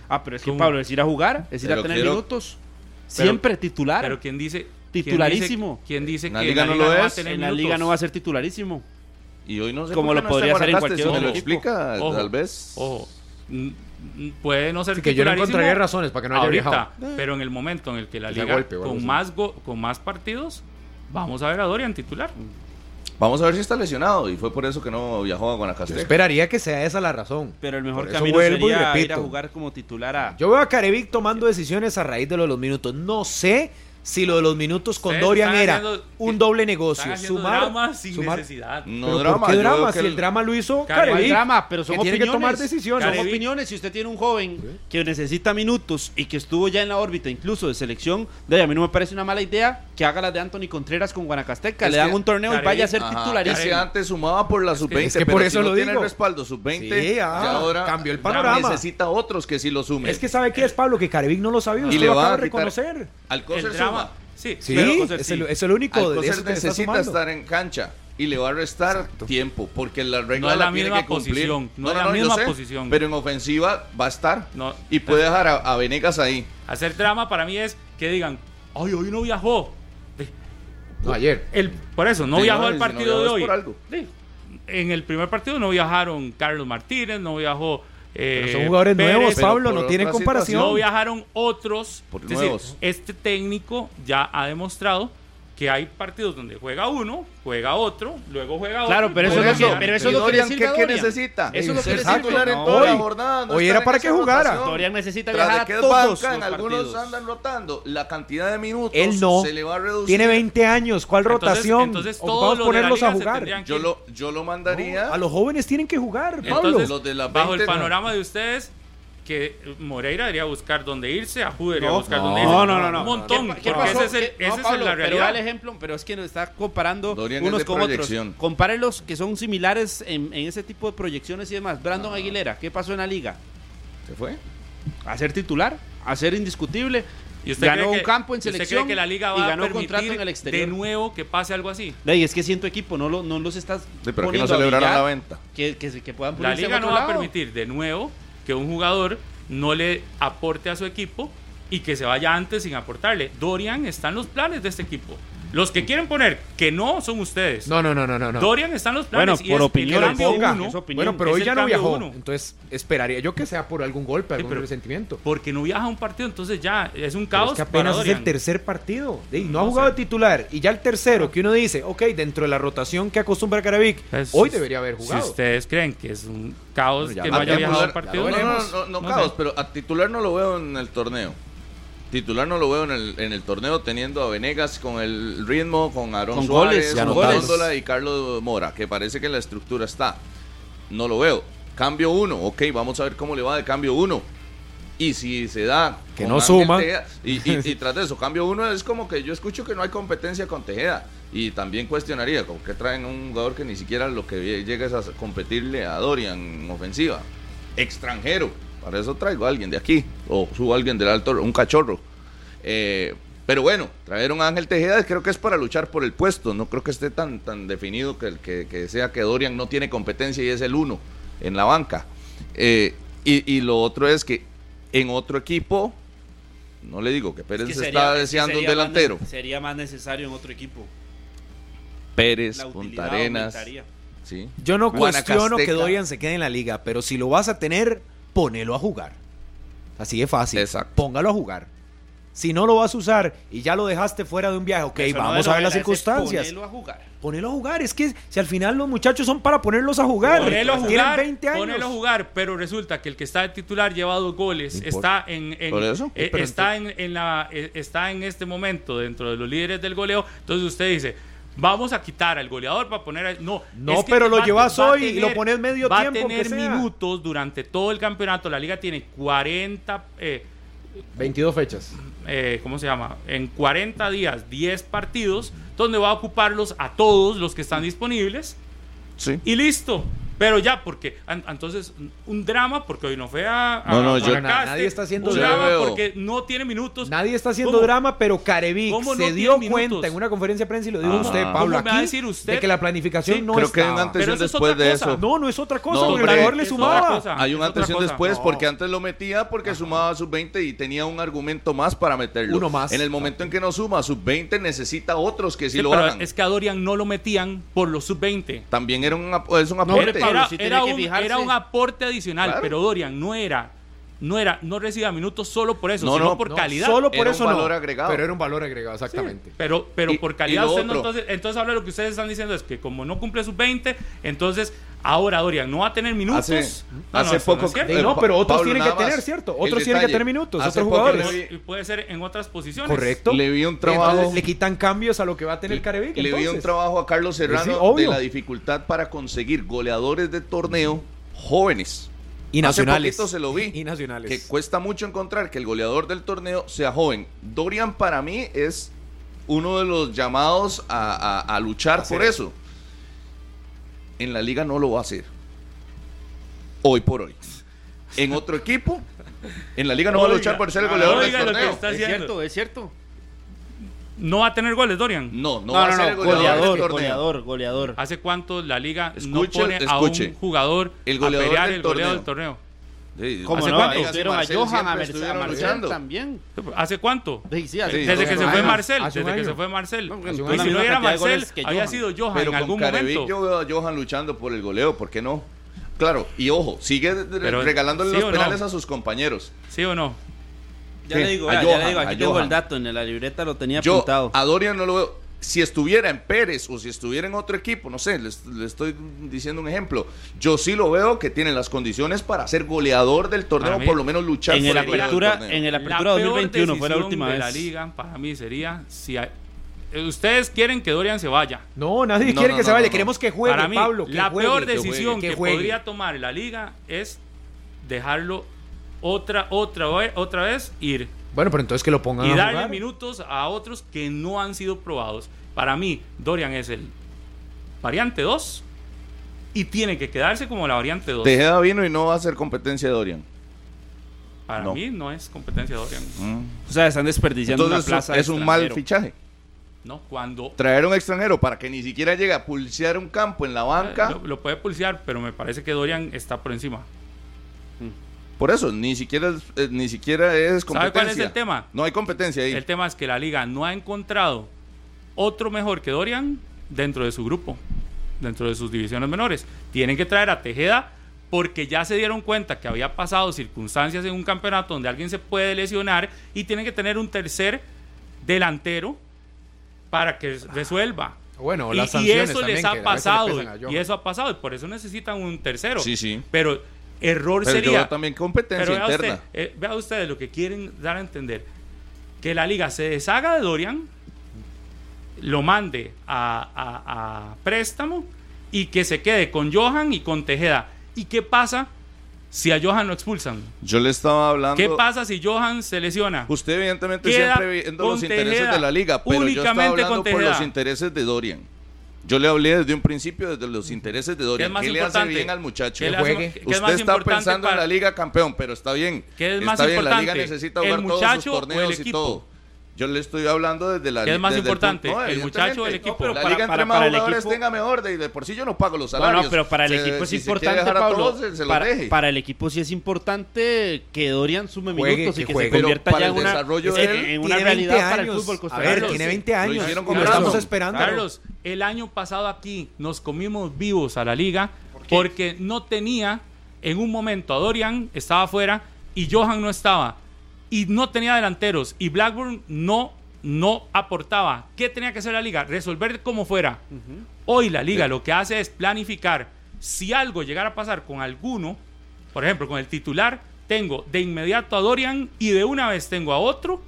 Speaker 2: Ah, pero es que
Speaker 5: ¿Cómo?
Speaker 2: Pablo es ir a jugar, es ir
Speaker 4: Pero
Speaker 2: a tener
Speaker 4: quiero-
Speaker 2: minutos. Siempre titular.
Speaker 5: Pero quien dice.
Speaker 2: Titularísimo.
Speaker 5: Quien dice,
Speaker 4: En la
Speaker 5: que
Speaker 4: liga
Speaker 5: en la
Speaker 4: no
Speaker 5: liga
Speaker 4: lo
Speaker 5: no va a
Speaker 4: es,
Speaker 5: tener
Speaker 2: en la
Speaker 5: minutos?
Speaker 2: liga no va a ser titularísimo.
Speaker 4: Y hoy no sé
Speaker 2: Como
Speaker 4: por
Speaker 2: lo
Speaker 4: qué no está
Speaker 2: podría hacer en
Speaker 4: Guanacaste, si
Speaker 2: cualquier otro
Speaker 4: me lo
Speaker 2: equipo.
Speaker 4: explica,
Speaker 5: Ojo,
Speaker 4: tal vez.
Speaker 5: Ojo. Mm, mm, Puede no ser
Speaker 3: Así que yo no
Speaker 5: titularísimo
Speaker 3: encontraría razones para que no haya
Speaker 5: ahorita,
Speaker 3: viajado.
Speaker 5: pero en el momento en el que la
Speaker 3: Que sea
Speaker 5: liga
Speaker 3: golpe o algo
Speaker 5: con
Speaker 3: así.
Speaker 5: más go- con más partidos vamos a ver a Dorian titular.
Speaker 4: Vamos a ver si está lesionado y fue por eso que no viajó a Guanacaste.
Speaker 3: Yo esperaría que sea esa la razón.
Speaker 2: Pero el mejor
Speaker 3: Por eso
Speaker 2: camino
Speaker 3: vuelvo y
Speaker 2: sería ir a
Speaker 3: repito.
Speaker 2: jugar como titular a.
Speaker 3: Yo veo a Carevic tomando decisiones a raíz de lo de los minutos. No sé si lo de los minutos con
Speaker 5: Ustedes
Speaker 3: Dorian
Speaker 5: están
Speaker 3: era
Speaker 5: haciendo-
Speaker 3: un doble
Speaker 5: Están
Speaker 3: negocio.
Speaker 5: haciendo
Speaker 3: Sumar,
Speaker 5: drama sin
Speaker 3: sumar- Mm.
Speaker 5: necesidad.
Speaker 4: No
Speaker 3: ¿Pero por
Speaker 4: drama,
Speaker 3: qué
Speaker 4: yo
Speaker 3: drama?
Speaker 4: veo
Speaker 3: Si
Speaker 4: que
Speaker 3: el...
Speaker 4: el-
Speaker 3: drama lo hizo
Speaker 5: Carevic.
Speaker 3: Carevic.
Speaker 5: Hay
Speaker 2: drama, pero son
Speaker 3: que tiene que
Speaker 2: opiniones.
Speaker 3: tomar decisiones.
Speaker 2: Son
Speaker 5: Carevic.
Speaker 2: opiniones. Si usted tiene un joven que necesita minutos y que estuvo ya en la órbita incluso de selección, de ahí a mí no me parece una mala idea que haga las de Anthony Contreras con Guanacasteca.
Speaker 4: Es
Speaker 2: Le dan
Speaker 4: que-
Speaker 2: un torneo y
Speaker 5: Carevic,
Speaker 2: vaya a ser
Speaker 4: Ajá,
Speaker 2: titularísimo.
Speaker 4: ese antes sumaba por la sub-20,
Speaker 3: es que
Speaker 4: pero
Speaker 3: por
Speaker 4: si
Speaker 3: eso
Speaker 4: no
Speaker 3: lo
Speaker 4: tiene
Speaker 3: digo.
Speaker 4: respaldo sub-20,
Speaker 3: Sí, ah,
Speaker 4: ya ahora
Speaker 3: cambió el
Speaker 4: ya
Speaker 3: panorama.
Speaker 4: necesita otros que sí lo sumen.
Speaker 3: Es que sabe qué es, Pablo, que Carevic no lo sabía.
Speaker 4: y
Speaker 3: Usted
Speaker 4: le
Speaker 3: lo
Speaker 4: va
Speaker 3: acaba
Speaker 4: a
Speaker 3: de
Speaker 4: quitar-
Speaker 3: reconocer.
Speaker 4: Al
Speaker 5: El
Speaker 4: Coser
Speaker 5: drama,
Speaker 4: suma.
Speaker 5: sí,
Speaker 3: Sí,
Speaker 5: pero Coser
Speaker 3: es,
Speaker 5: sí.
Speaker 3: el, es el único
Speaker 4: Al
Speaker 3: de
Speaker 4: Coser
Speaker 3: eso que está
Speaker 4: necesita
Speaker 3: sumando.
Speaker 4: estar en cancha y le va a restar tiempo porque la regla
Speaker 5: No es la
Speaker 4: tiene
Speaker 5: misma
Speaker 4: que cumplir.
Speaker 5: posición, no es la
Speaker 4: yo
Speaker 5: misma posición.
Speaker 4: Pero en ofensiva va a estar
Speaker 5: No.
Speaker 4: y puede dejar a, a Venegas ahí.
Speaker 5: Hacer drama para mí es que digan, "Ay, hoy no viajó." De-
Speaker 3: No, ayer.
Speaker 5: El, por eso, no
Speaker 4: Sí,
Speaker 5: viajó
Speaker 4: no,
Speaker 5: al
Speaker 4: si no
Speaker 5: partido de
Speaker 4: viajó es
Speaker 5: hoy.
Speaker 4: por algo.
Speaker 5: Sí. En el primer partido no viajaron Carlos Martínez, no viajó. eh,
Speaker 3: Pero son jugadores
Speaker 5: Pérez,
Speaker 3: nuevos,
Speaker 4: pero
Speaker 3: Pablo,
Speaker 4: por
Speaker 3: no
Speaker 4: otra
Speaker 3: tienen comparación.
Speaker 5: No viajaron otros.
Speaker 4: Por
Speaker 5: es decir,
Speaker 4: nuevos.
Speaker 5: este técnico ya ha demostrado que hay partidos donde juega uno, juega otro, luego juega
Speaker 2: Claro,
Speaker 5: otro.
Speaker 2: pero eso
Speaker 5: juega
Speaker 2: es lo que-
Speaker 5: otro.
Speaker 2: pero eso es lo que
Speaker 4: Dorian,
Speaker 2: le
Speaker 4: ¿qué,
Speaker 2: sirve a
Speaker 4: qué
Speaker 2: Dorian?
Speaker 4: necesita?
Speaker 2: Eso es lo que
Speaker 4: Ser
Speaker 2: le sirve.
Speaker 4: titular en
Speaker 2: No.
Speaker 4: toda la
Speaker 3: Hoy-
Speaker 4: jornada, no
Speaker 3: hoy
Speaker 4: estar
Speaker 3: era
Speaker 4: en
Speaker 3: para
Speaker 4: esa
Speaker 3: que jugara.
Speaker 4: rotación.
Speaker 2: Dorian necesita
Speaker 4: Tras
Speaker 2: viajar
Speaker 4: de
Speaker 2: a
Speaker 4: que es
Speaker 2: todos
Speaker 4: banca,
Speaker 2: los
Speaker 4: en algunos
Speaker 2: partidos.
Speaker 4: andan rotando. La cantidad de minutos
Speaker 3: Él no.
Speaker 4: se le va a reducir.
Speaker 3: Tiene 20 años. ¿Cuál
Speaker 5: Entonces-
Speaker 3: rotación?
Speaker 5: entonces todos
Speaker 3: Ocupamos
Speaker 5: los de la
Speaker 3: ponerlos
Speaker 5: liga
Speaker 3: a
Speaker 5: se
Speaker 3: jugar.
Speaker 5: tendrían-
Speaker 4: Yo lo, yo lo mandaría.
Speaker 3: No, a los jóvenes tienen que jugar, Pablo.
Speaker 5: Entonces,
Speaker 4: los de la
Speaker 5: bajo el
Speaker 4: 20, no.
Speaker 5: panorama de ustedes, que Moreira debería buscar dónde irse, Ajú debería
Speaker 2: No,
Speaker 5: buscar
Speaker 4: no,
Speaker 5: dónde irse.
Speaker 2: No, no, no, no.
Speaker 5: Un montón.
Speaker 2: ¿Qué, qué
Speaker 5: porque
Speaker 2: pasó?
Speaker 5: ese es el-
Speaker 2: ¿Qué- no,
Speaker 5: esa es
Speaker 2: Pablo,
Speaker 5: la
Speaker 2: Pero da el
Speaker 5: realidad.
Speaker 2: ejemplo, pero es que nos está comparando
Speaker 4: Dorian es
Speaker 2: unos
Speaker 4: de
Speaker 2: con
Speaker 4: proyección.
Speaker 2: otros. Compárenlos que son similares en, en ese tipo de proyecciones y demás. Brandon Aguilera, ¿qué pasó en la liga?
Speaker 4: ¿Se fue?
Speaker 2: A ser titular, a ser indiscutible.
Speaker 5: ¿Y usted
Speaker 2: ganó
Speaker 5: cree que-
Speaker 2: un campo en
Speaker 5: usted cree
Speaker 2: selección
Speaker 5: que la liga
Speaker 2: y
Speaker 5: va
Speaker 2: ganó
Speaker 5: a permitir
Speaker 2: contrato en el exterior.
Speaker 5: de nuevo que pase algo así?
Speaker 2: Ey, es que siento equipo, no, lo- no los estás
Speaker 4: pero que no
Speaker 2: poniendo a
Speaker 4: celebraron
Speaker 2: brillar,
Speaker 4: la venta.
Speaker 2: Que, que, se- que puedan
Speaker 5: La
Speaker 2: ponerse en
Speaker 5: liga
Speaker 2: otro
Speaker 5: no va a
Speaker 2: lado.
Speaker 5: permitir de nuevo que un jugador no le aporte a su equipo y que se vaya antes sin aportarle. Dorian está en los planes de este equipo. Los que quieren poner que no son ustedes.
Speaker 3: No, no, no, no, no. no.
Speaker 5: Dorian está en los
Speaker 2: Bueno,
Speaker 5: planes. y
Speaker 2: por
Speaker 5: es el
Speaker 2: opinión,
Speaker 5: cambio
Speaker 2: ponga,
Speaker 5: uno,
Speaker 2: es opinión.
Speaker 3: Bueno, pero
Speaker 5: es
Speaker 3: hoy
Speaker 5: el
Speaker 3: ya no
Speaker 5: cambio
Speaker 3: viajó.
Speaker 5: uno.
Speaker 3: Entonces, esperaría yo que sea por algún golpe, algún
Speaker 5: pero-
Speaker 3: resentimiento.
Speaker 5: Porque no viaja a un partido, entonces ya es un
Speaker 3: Pero
Speaker 5: caos.
Speaker 3: es que
Speaker 5: para
Speaker 3: apenas es
Speaker 5: Dorian.
Speaker 3: el tercer partido. Ey, no, ha
Speaker 5: No
Speaker 3: jugado
Speaker 5: sé. Ah.
Speaker 3: de titular. Y ya el tercero, que uno dice, ok, dentro de la rotación que acostumbra Caravic,
Speaker 5: Pues,
Speaker 3: hoy
Speaker 5: si-
Speaker 3: debería haber jugado.
Speaker 5: Si ustedes creen que es un caos
Speaker 3: Bueno, ya
Speaker 5: que no haya
Speaker 3: veremos,
Speaker 5: viajado a
Speaker 3: ya
Speaker 5: un partido,
Speaker 4: No, no,
Speaker 3: veremos.
Speaker 4: no, no,
Speaker 5: No
Speaker 4: caos,
Speaker 5: sé.
Speaker 4: pero a titular no lo veo en el torneo. Titular no lo veo en el, en el torneo teniendo a Venegas con el ritmo, con Aarón
Speaker 2: Con
Speaker 4: Suárez,
Speaker 2: goles,
Speaker 4: con
Speaker 2: con goles.
Speaker 4: Góndola y Carlos Mora, que parece que la estructura está. No lo veo. Cambio uno, ok, vamos a ver cómo le va de cambio uno. Y si se da.
Speaker 3: Que
Speaker 4: con
Speaker 3: no
Speaker 4: Ángel
Speaker 3: suma.
Speaker 4: Tejeda- Y, y- y tras de eso, cambio uno es como que yo escucho que no hay competencia con Tejeda. Y también cuestionaría, como que traen un jugador que ni siquiera lo que llega es a competirle a Dorian en ofensiva. Extranjero. Para eso traigo a alguien de aquí. O subo a alguien del alto, un cachorro. Eh, pero bueno, traer un Ángel Tejeda creo que es para luchar por el puesto. No creo que esté tan, tan definido que, el- que, que sea que Dorian no tiene competencia y es el uno en la banca. Eh, y, y lo otro es que en otro equipo, no le digo que Pérez
Speaker 2: Es que
Speaker 4: está
Speaker 2: es que
Speaker 4: deseando un
Speaker 2: sería más
Speaker 4: delantero.
Speaker 2: ne- sería más necesario en otro equipo.
Speaker 4: Pérez,
Speaker 2: La utilidad
Speaker 4: Punta Arenas,
Speaker 2: aumentaría.
Speaker 4: Sí.
Speaker 3: Yo no
Speaker 4: Guanacasteca.
Speaker 3: cuestiono que Dorian se quede en la liga, pero si lo vas a tener, ponelo a jugar. Así de fácil.
Speaker 4: Exacto.
Speaker 3: Póngalo a jugar. Si no lo vas a usar y ya lo dejaste fuera de un viaje, ok,
Speaker 2: Eso no
Speaker 3: vamos
Speaker 2: de
Speaker 3: a ver
Speaker 2: novela,
Speaker 3: las
Speaker 2: ese es
Speaker 3: circunstancias.
Speaker 2: ponelo a jugar.
Speaker 3: Ponelo a jugar, es que si al final los muchachos son para ponerlos a jugar.
Speaker 5: Ponelo a
Speaker 3: Tienen
Speaker 5: jugar,
Speaker 3: 20 años.
Speaker 5: ponelo a jugar, pero resulta que el que está de titular lleva dos goles,
Speaker 4: No importa.
Speaker 5: está en, en-
Speaker 4: Por eso.
Speaker 5: eh, está en, en la eh, está en este momento dentro de los líderes del goleo, entonces usted dice Vamos a quitar al goleador para poner. al-". No,
Speaker 3: No, pero lo
Speaker 5: a-
Speaker 3: llevas
Speaker 5: a
Speaker 3: hoy y lo pones medio
Speaker 5: va
Speaker 3: tiempo,
Speaker 5: a tener
Speaker 3: aunque sea.
Speaker 5: minutos durante todo el campeonato. La liga tiene 40. eh,
Speaker 3: 22 fechas.
Speaker 5: eh, ¿cómo se llama? En 40 días, 10 partidos, donde va a ocuparlos a todos los que están disponibles
Speaker 4: Sí.
Speaker 5: y listo. Pero ya, porque an- entonces un drama porque hoy no fue a. a-
Speaker 4: No, no, yo-
Speaker 5: Guanacaste,
Speaker 3: Nadie está haciendo
Speaker 5: un
Speaker 4: drama.
Speaker 5: drama
Speaker 4: Yo veo-
Speaker 5: porque no tiene minutos.
Speaker 3: Nadie está haciendo
Speaker 5: ¿Cómo?
Speaker 3: drama, pero Carevic
Speaker 5: ¿Cómo no
Speaker 3: se
Speaker 5: tiene
Speaker 3: dio
Speaker 5: minutos?
Speaker 3: cuenta en una conferencia de prensa y lo dijo
Speaker 4: Ah.
Speaker 3: usted,
Speaker 4: ¿Cómo
Speaker 3: Pablo,
Speaker 5: me
Speaker 3: aquí,
Speaker 5: va a decir usted?
Speaker 3: de que la planificación
Speaker 5: Sí,
Speaker 3: no
Speaker 4: Creo que
Speaker 3: estaba.
Speaker 4: hay un antes y
Speaker 5: Pero
Speaker 4: un
Speaker 5: eso es
Speaker 4: después
Speaker 5: otra
Speaker 4: de
Speaker 5: cosa.
Speaker 4: eso.
Speaker 3: No, no es otra cosa,
Speaker 4: No,
Speaker 3: porque el
Speaker 4: hombre,
Speaker 3: jugador le
Speaker 5: es
Speaker 3: sumaba.
Speaker 5: otra cosa.
Speaker 4: Hay un
Speaker 5: es
Speaker 4: antes y un
Speaker 5: otra cosa.
Speaker 4: después,
Speaker 5: No.
Speaker 4: porque antes lo metía porque sumaba sub-20 y tenía un argumento más para meterlo.
Speaker 3: Uno más.
Speaker 4: En el momento en que no suma sub-20, necesita otros que sí,
Speaker 5: Sí,
Speaker 4: lo
Speaker 5: pero
Speaker 4: hagan.
Speaker 5: es que a Dorian no lo metían por los sub-20.
Speaker 4: También era un, ap- es un
Speaker 6: No,
Speaker 4: aporte.
Speaker 6: hombre,
Speaker 5: Era-
Speaker 6: Pablo, sí
Speaker 5: era,
Speaker 6: tiene que
Speaker 5: un,
Speaker 6: fijarse.
Speaker 5: era un aporte adicional,
Speaker 4: Claro.
Speaker 5: pero Dorian no era, no era, no recibía minutos solo por eso,
Speaker 4: No,
Speaker 5: sino
Speaker 4: no,
Speaker 5: por
Speaker 4: no,
Speaker 5: calidad.
Speaker 3: Solo por
Speaker 4: Era un
Speaker 3: eso
Speaker 4: valor
Speaker 3: no.
Speaker 4: agregado.
Speaker 3: Pero era un valor agregado, exactamente.
Speaker 5: Pero, pero
Speaker 4: Y-
Speaker 5: por
Speaker 4: y
Speaker 5: calidad,
Speaker 4: lo
Speaker 5: usted no-
Speaker 4: otro.
Speaker 5: entonces, entonces ahora lo que ustedes están diciendo es que como no cumple sus 20, entonces ahora Dorian no va a tener minutos.
Speaker 4: Hace,
Speaker 5: No, no,
Speaker 4: hace
Speaker 5: eso no
Speaker 4: poco.
Speaker 5: es cierto.
Speaker 3: De- no,
Speaker 4: Pa-
Speaker 3: pero otros tienen
Speaker 4: nada
Speaker 3: que tener,
Speaker 4: más,
Speaker 3: ¿cierto?
Speaker 4: el
Speaker 3: Otros tienen que
Speaker 4: detalle.
Speaker 3: tener minutos,
Speaker 4: Hace
Speaker 3: otros
Speaker 4: poco
Speaker 3: jugadores.
Speaker 4: le vi-
Speaker 5: Y puede ser en otras posiciones.
Speaker 3: Correcto.
Speaker 4: Le vi un trabajo.
Speaker 3: Entonces, le quitan cambios a lo que va a tener Carevic.
Speaker 4: Le dio un
Speaker 3: entonces.
Speaker 4: trabajo a Carlos
Speaker 3: Sí,
Speaker 4: Serrano
Speaker 3: obvio.
Speaker 4: de la dificultad para conseguir goleadores de torneo jóvenes.
Speaker 3: Y nacionales.
Speaker 4: Hace poquito se lo vi.
Speaker 3: Y nacionales.
Speaker 4: Que cuesta mucho encontrar que el goleador del torneo sea joven. Dorian para mí es uno de los llamados a, a- a luchar
Speaker 3: Así
Speaker 4: por
Speaker 3: es.
Speaker 4: eso. En la liga no lo va a hacer. Hoy por hoy. En otro equipo, en la liga no va a
Speaker 5: Oiga,
Speaker 4: luchar por ser el goleador
Speaker 5: oiga
Speaker 4: del
Speaker 5: lo que
Speaker 4: torneo.
Speaker 5: está-
Speaker 6: Es
Speaker 5: haciendo.
Speaker 6: cierto, es cierto.
Speaker 5: No va a tener goles, Dorian.
Speaker 4: No, no,
Speaker 6: No,
Speaker 4: va
Speaker 6: no,
Speaker 4: a ser
Speaker 6: no,
Speaker 4: el goleador,
Speaker 6: goleador,
Speaker 4: del torneo.
Speaker 6: goleador, goleador.
Speaker 5: ¿Hace cuánto la liga no
Speaker 4: Escuche,
Speaker 5: pone a
Speaker 4: escuche.
Speaker 5: un jugador
Speaker 4: El goleador
Speaker 5: a pelear
Speaker 4: del
Speaker 5: el goleo del torneo?
Speaker 4: Sí,
Speaker 6: ¿Cómo
Speaker 5: ¿Hace
Speaker 6: no?
Speaker 5: cuánto?
Speaker 6: Estuvieron a
Speaker 4: Marcel
Speaker 6: Johan, a,
Speaker 4: siempre
Speaker 6: Merce- a
Speaker 4: estuvieron
Speaker 6: Marcel
Speaker 4: luchando.
Speaker 6: también.
Speaker 5: ¿Hace cuánto?
Speaker 6: Sí, sí, hace-
Speaker 4: Sí,
Speaker 5: Desde que
Speaker 4: hace
Speaker 5: se
Speaker 4: un
Speaker 5: fue
Speaker 4: año,
Speaker 5: Marcel,
Speaker 3: hace un
Speaker 5: desde que
Speaker 3: año.
Speaker 5: se fue Marcel.
Speaker 6: No, porque
Speaker 5: Y
Speaker 6: hace
Speaker 5: si
Speaker 6: un
Speaker 5: no
Speaker 6: año. Una
Speaker 5: era
Speaker 6: cantidad de
Speaker 5: Marcel,
Speaker 6: goles que
Speaker 5: había
Speaker 6: Johan.
Speaker 5: sido Johan
Speaker 4: Pero
Speaker 5: en
Speaker 4: con
Speaker 5: algún
Speaker 4: Carevic
Speaker 5: momento.
Speaker 4: yo veo a Johan luchando por el goleo, ¿por qué no? Claro, y ojo, sigue re-
Speaker 5: Pero,
Speaker 4: regalándole
Speaker 5: ¿sí o
Speaker 4: los
Speaker 5: no?
Speaker 4: penales a sus compañeros.
Speaker 5: ¿Sí o no?
Speaker 2: Ya
Speaker 4: Sí,
Speaker 2: le digo,
Speaker 4: a
Speaker 2: vea, ya
Speaker 4: Johan,
Speaker 2: le digo,
Speaker 4: a
Speaker 2: aquí tengo
Speaker 4: Johan.
Speaker 2: el dato, en la libreta lo tenía
Speaker 4: Yo
Speaker 2: apuntado.
Speaker 4: a Dorian no lo veo. Si estuviera en Pérez o si estuviera en otro equipo, no sé, le est- le estoy diciendo un ejemplo. Yo sí lo veo que tiene las condiciones para ser goleador del torneo,
Speaker 5: Para mí,
Speaker 4: por lo menos luchar
Speaker 2: en
Speaker 4: por
Speaker 2: el
Speaker 4: el goleo del
Speaker 2: apertura,
Speaker 4: torneo.
Speaker 2: en el apertura
Speaker 5: peor
Speaker 2: 2021 fue la
Speaker 5: decisión
Speaker 2: última
Speaker 5: de
Speaker 2: vez.
Speaker 5: la liga para mí sería si hay- ustedes quieren que Dorian se vaya.
Speaker 3: No, nadie
Speaker 4: No,
Speaker 3: quiere
Speaker 4: no,
Speaker 3: que
Speaker 4: no,
Speaker 3: se vaya.
Speaker 4: no, no.
Speaker 3: Queremos que juegue,
Speaker 5: para mí
Speaker 3: Pablo. que
Speaker 5: la
Speaker 3: juegue,
Speaker 5: peor
Speaker 3: que juegue,
Speaker 5: decisión que,
Speaker 3: que juegue.
Speaker 5: podría tomar la liga es dejarlo otra otra ve- otra vez ir
Speaker 3: Bueno, pero entonces que lo pongan
Speaker 5: y
Speaker 3: a
Speaker 5: darle
Speaker 3: jugar.
Speaker 5: minutos a otros que no han sido probados. Para mí Dorian es el variante 2 y tiene que quedarse como la variante 2.
Speaker 4: Tejeda vino y no va a ser competencia de Dorian.
Speaker 5: Para
Speaker 4: no.
Speaker 5: mí no es competencia de Dorian.
Speaker 2: O sea, están desperdiciando
Speaker 4: Mm. Entonces
Speaker 2: una plaza. de
Speaker 4: es un mal
Speaker 2: extranjero.
Speaker 4: fichaje.
Speaker 5: No, cuando
Speaker 4: Traer a un extranjero para que ni siquiera llegue a pulsear un campo en la banca.
Speaker 5: eh, lo, lo puede pulsear, pero me parece que Dorian está por encima.
Speaker 4: Por eso, ni siquiera, es- eh, ni siquiera es competencia.
Speaker 5: ¿Sabe cuál es el tema?
Speaker 4: No hay competencia ahí.
Speaker 5: El tema es que la liga no ha encontrado otro mejor que Dorian dentro de su grupo, dentro de sus divisiones menores. Tienen que traer a Tejeda porque ya se dieron cuenta que había pasado circunstancias en un campeonato donde alguien se puede lesionar y tienen que tener un tercer delantero para que resuelva.
Speaker 3: Bueno,
Speaker 5: Y,
Speaker 3: Ah. las
Speaker 5: y
Speaker 3: sanciones
Speaker 5: eso
Speaker 3: también,
Speaker 5: les
Speaker 3: que a
Speaker 5: ha
Speaker 3: veces le
Speaker 5: pasado.
Speaker 3: pesan a Johan.
Speaker 5: y eso ha pasado. Y por eso necesitan un tercero.
Speaker 4: Sí, sí.
Speaker 5: Pero error
Speaker 4: Pero yo
Speaker 5: sería.
Speaker 4: veo también competencia
Speaker 5: Pero vea,
Speaker 4: interna.
Speaker 5: usted, eh, vea ustedes lo que quieren dar a entender. Que la liga se deshaga de Dorian, lo mande a, a- a préstamo y que se quede con Johan y con Tejeda. ¿Y qué pasa si a Johan lo expulsan?
Speaker 4: Yo le estaba hablando.
Speaker 5: ¿Qué pasa si Johan se lesiona?
Speaker 4: Usted, evidentemente,
Speaker 5: Queda
Speaker 4: siempre viendo los
Speaker 5: con
Speaker 4: intereses
Speaker 5: Tejeda,
Speaker 4: de la liga. Pero yo estaba
Speaker 5: únicamente
Speaker 4: hablando
Speaker 5: con
Speaker 4: por los
Speaker 5: Tejeda.
Speaker 4: intereses de Dorian. Yo le hablé desde un principio desde los intereses de Dorian. ¿Qué le hace bien al muchacho?
Speaker 5: ¿Qué le
Speaker 3: Que
Speaker 5: hace-
Speaker 3: juegue.
Speaker 5: qué es más
Speaker 4: Usted está
Speaker 5: importante
Speaker 4: pensando en
Speaker 5: para-
Speaker 4: la liga campeón, pero está bien.
Speaker 5: ¿Qué es
Speaker 4: está
Speaker 5: más
Speaker 4: bien, la
Speaker 5: importante?
Speaker 4: liga necesita
Speaker 5: ¿El
Speaker 4: jugar todos sus
Speaker 5: muchacho o el
Speaker 4: torneos y
Speaker 5: equipo?
Speaker 4: todo. Yo le estoy hablando desde la
Speaker 5: ¿Qué es más
Speaker 4: desde
Speaker 5: importante,
Speaker 4: punto-
Speaker 5: el muchacho o el
Speaker 4: evidentemente.
Speaker 5: equipo?
Speaker 4: No,
Speaker 5: Pero
Speaker 4: la
Speaker 2: para-
Speaker 4: liga entre
Speaker 2: para-
Speaker 4: más
Speaker 2: para el
Speaker 4: jugadores
Speaker 2: equipo-
Speaker 4: tenga mejor. De, de por sí yo no pago los
Speaker 2: Bueno,
Speaker 4: salarios.
Speaker 2: pero para el
Speaker 4: Se-
Speaker 2: equipo es
Speaker 4: si se quiere
Speaker 2: importante,
Speaker 4: dejar a
Speaker 2: Pablo.
Speaker 4: todos, se- se los
Speaker 2: para,
Speaker 4: deje.
Speaker 2: para el equipo sí es importante que Dorian sume
Speaker 3: Juegue,
Speaker 2: minutos
Speaker 3: que
Speaker 2: y que
Speaker 3: juegue.
Speaker 2: se convierta ya
Speaker 4: Pero para
Speaker 2: en
Speaker 4: el
Speaker 2: una,
Speaker 4: desarrollo
Speaker 2: en-
Speaker 4: de él,
Speaker 2: en una
Speaker 3: Tiene 20
Speaker 2: realidad para el
Speaker 3: años.
Speaker 2: fútbol
Speaker 3: A ver,
Speaker 2: costarricense.
Speaker 3: tiene 20 años.
Speaker 4: hicieron
Speaker 3: como
Speaker 4: con
Speaker 3: estamos
Speaker 4: Carlos.
Speaker 3: esperando.
Speaker 5: Carlos, el año pasado aquí nos comimos vivos a la liga porque no tenía en un momento a Dorian, estaba afuera y Johan no estaba y no tenía delanteros y Blackburn no no aportaba. ¿Qué tenía que hacer la liga? Resolver como fuera. Hoy la liga lo que hace es planificar. Si algo llegara a pasar con alguno, por ejemplo, con el titular, tengo de inmediato a Dorian y de una vez tengo a otro.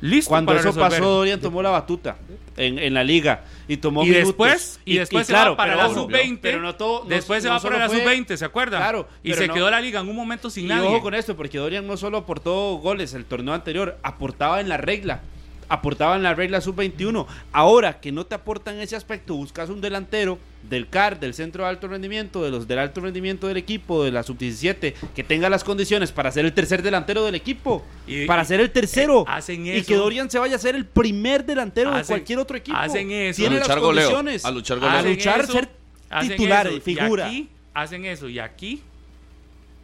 Speaker 5: Listo
Speaker 2: Cuando
Speaker 5: para
Speaker 2: eso
Speaker 5: resolver.
Speaker 2: pasó, Dorian tomó la batuta en, en la liga y tomó
Speaker 5: y
Speaker 2: minutos.
Speaker 5: después y después se va para
Speaker 2: pero
Speaker 5: la
Speaker 2: ojo,
Speaker 5: sub 20
Speaker 2: pero no todo- no-
Speaker 5: después se
Speaker 2: no
Speaker 5: va para
Speaker 2: solo
Speaker 5: la
Speaker 2: fue-
Speaker 5: sub 20 se acuerdan
Speaker 2: Claro,
Speaker 5: y
Speaker 2: pero
Speaker 5: se
Speaker 2: no-
Speaker 5: quedó la liga en un momento sin
Speaker 2: Y
Speaker 5: nadie
Speaker 2: ojo con esto, porque Dorian no solo aportó goles el torneo anterior, aportaba en la regla. Aportaba en la regla sub-21. Ahora que no te aportan ese aspecto, buscas un delantero del CAR, del centro de alto rendimiento, de los del alto rendimiento del equipo, de la sub-17, que tenga las condiciones para ser el tercer delantero del equipo,
Speaker 5: Y-
Speaker 2: para
Speaker 5: y-
Speaker 2: ser el tercero.
Speaker 5: eh, hacen
Speaker 2: y
Speaker 5: eso.
Speaker 2: que Dorian se vaya a ser el primer delantero de
Speaker 5: Hacen-
Speaker 2: cualquier otro equipo.
Speaker 5: hacen eso.
Speaker 2: Tiene
Speaker 4: A
Speaker 2: las
Speaker 4: luchar goleo,
Speaker 2: condiciones.
Speaker 4: a luchar goleo.
Speaker 2: a
Speaker 5: Hacen
Speaker 2: luchar,
Speaker 5: eso,
Speaker 2: ser
Speaker 5: hacen
Speaker 2: titular,
Speaker 5: eso, y
Speaker 2: figura.
Speaker 5: aquí hacen eso y aquí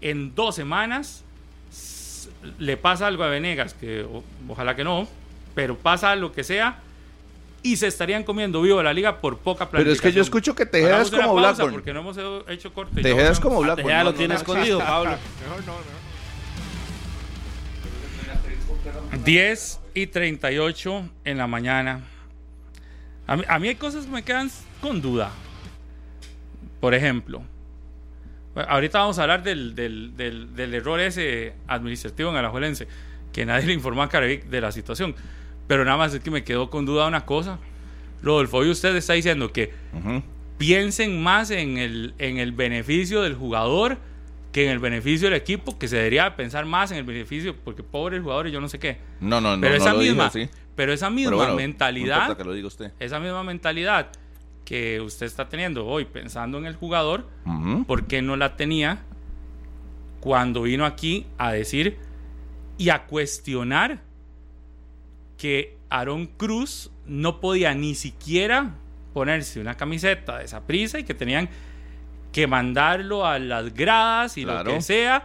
Speaker 5: en dos semanas s- le pasa algo a Venegas que o- ojalá que no pero pasa lo que sea y se estarían comiendo vivo la liga por poca
Speaker 4: Pero es
Speaker 5: planificación.
Speaker 4: que yo escucho que Tejeda
Speaker 5: Hagamos
Speaker 4: es
Speaker 5: una
Speaker 4: como
Speaker 5: pausa
Speaker 4: Blackburn.
Speaker 5: porque no hemos he- hecho corte Ya
Speaker 4: Tejeda es
Speaker 5: volvemos.
Speaker 4: como
Speaker 2: Ah,
Speaker 4: Blackburn.
Speaker 2: ya
Speaker 4: no,
Speaker 2: lo
Speaker 4: no,
Speaker 2: tiene
Speaker 4: no.
Speaker 2: escondido, Pablo.
Speaker 5: 10 y 38 en la mañana. A mí, a mí hay cosas que me quedan con duda. Por ejemplo, ahorita vamos a hablar del, del- del- del error ese administrativo en Alajuelense, que nadie le informó a Carevic de la situación. Pero nada más es que me quedó con duda una cosa. Rodolfo, hoy usted está diciendo que
Speaker 4: Ujú.
Speaker 5: piensen más en el, en el beneficio del jugador que en el beneficio del equipo, que se debería pensar más en el beneficio, porque pobre el jugador y yo no sé qué
Speaker 4: No, no, no.
Speaker 5: pero,
Speaker 4: no
Speaker 5: esa
Speaker 4: lo dije
Speaker 5: misma,
Speaker 4: así.
Speaker 5: pero esa misma
Speaker 4: Pero bueno, no
Speaker 5: mentalidad,
Speaker 4: importa que lo diga usted.
Speaker 5: esa misma mentalidad que usted está teniendo hoy pensando en el jugador,
Speaker 4: Ujú.
Speaker 5: ¿por qué no la tenía cuando vino aquí a decir y a cuestionar que Aarón Cruz no podía ni siquiera ponerse una camiseta de esa prisa y que tenían que mandarlo a las gradas y
Speaker 4: Claro.
Speaker 5: lo que sea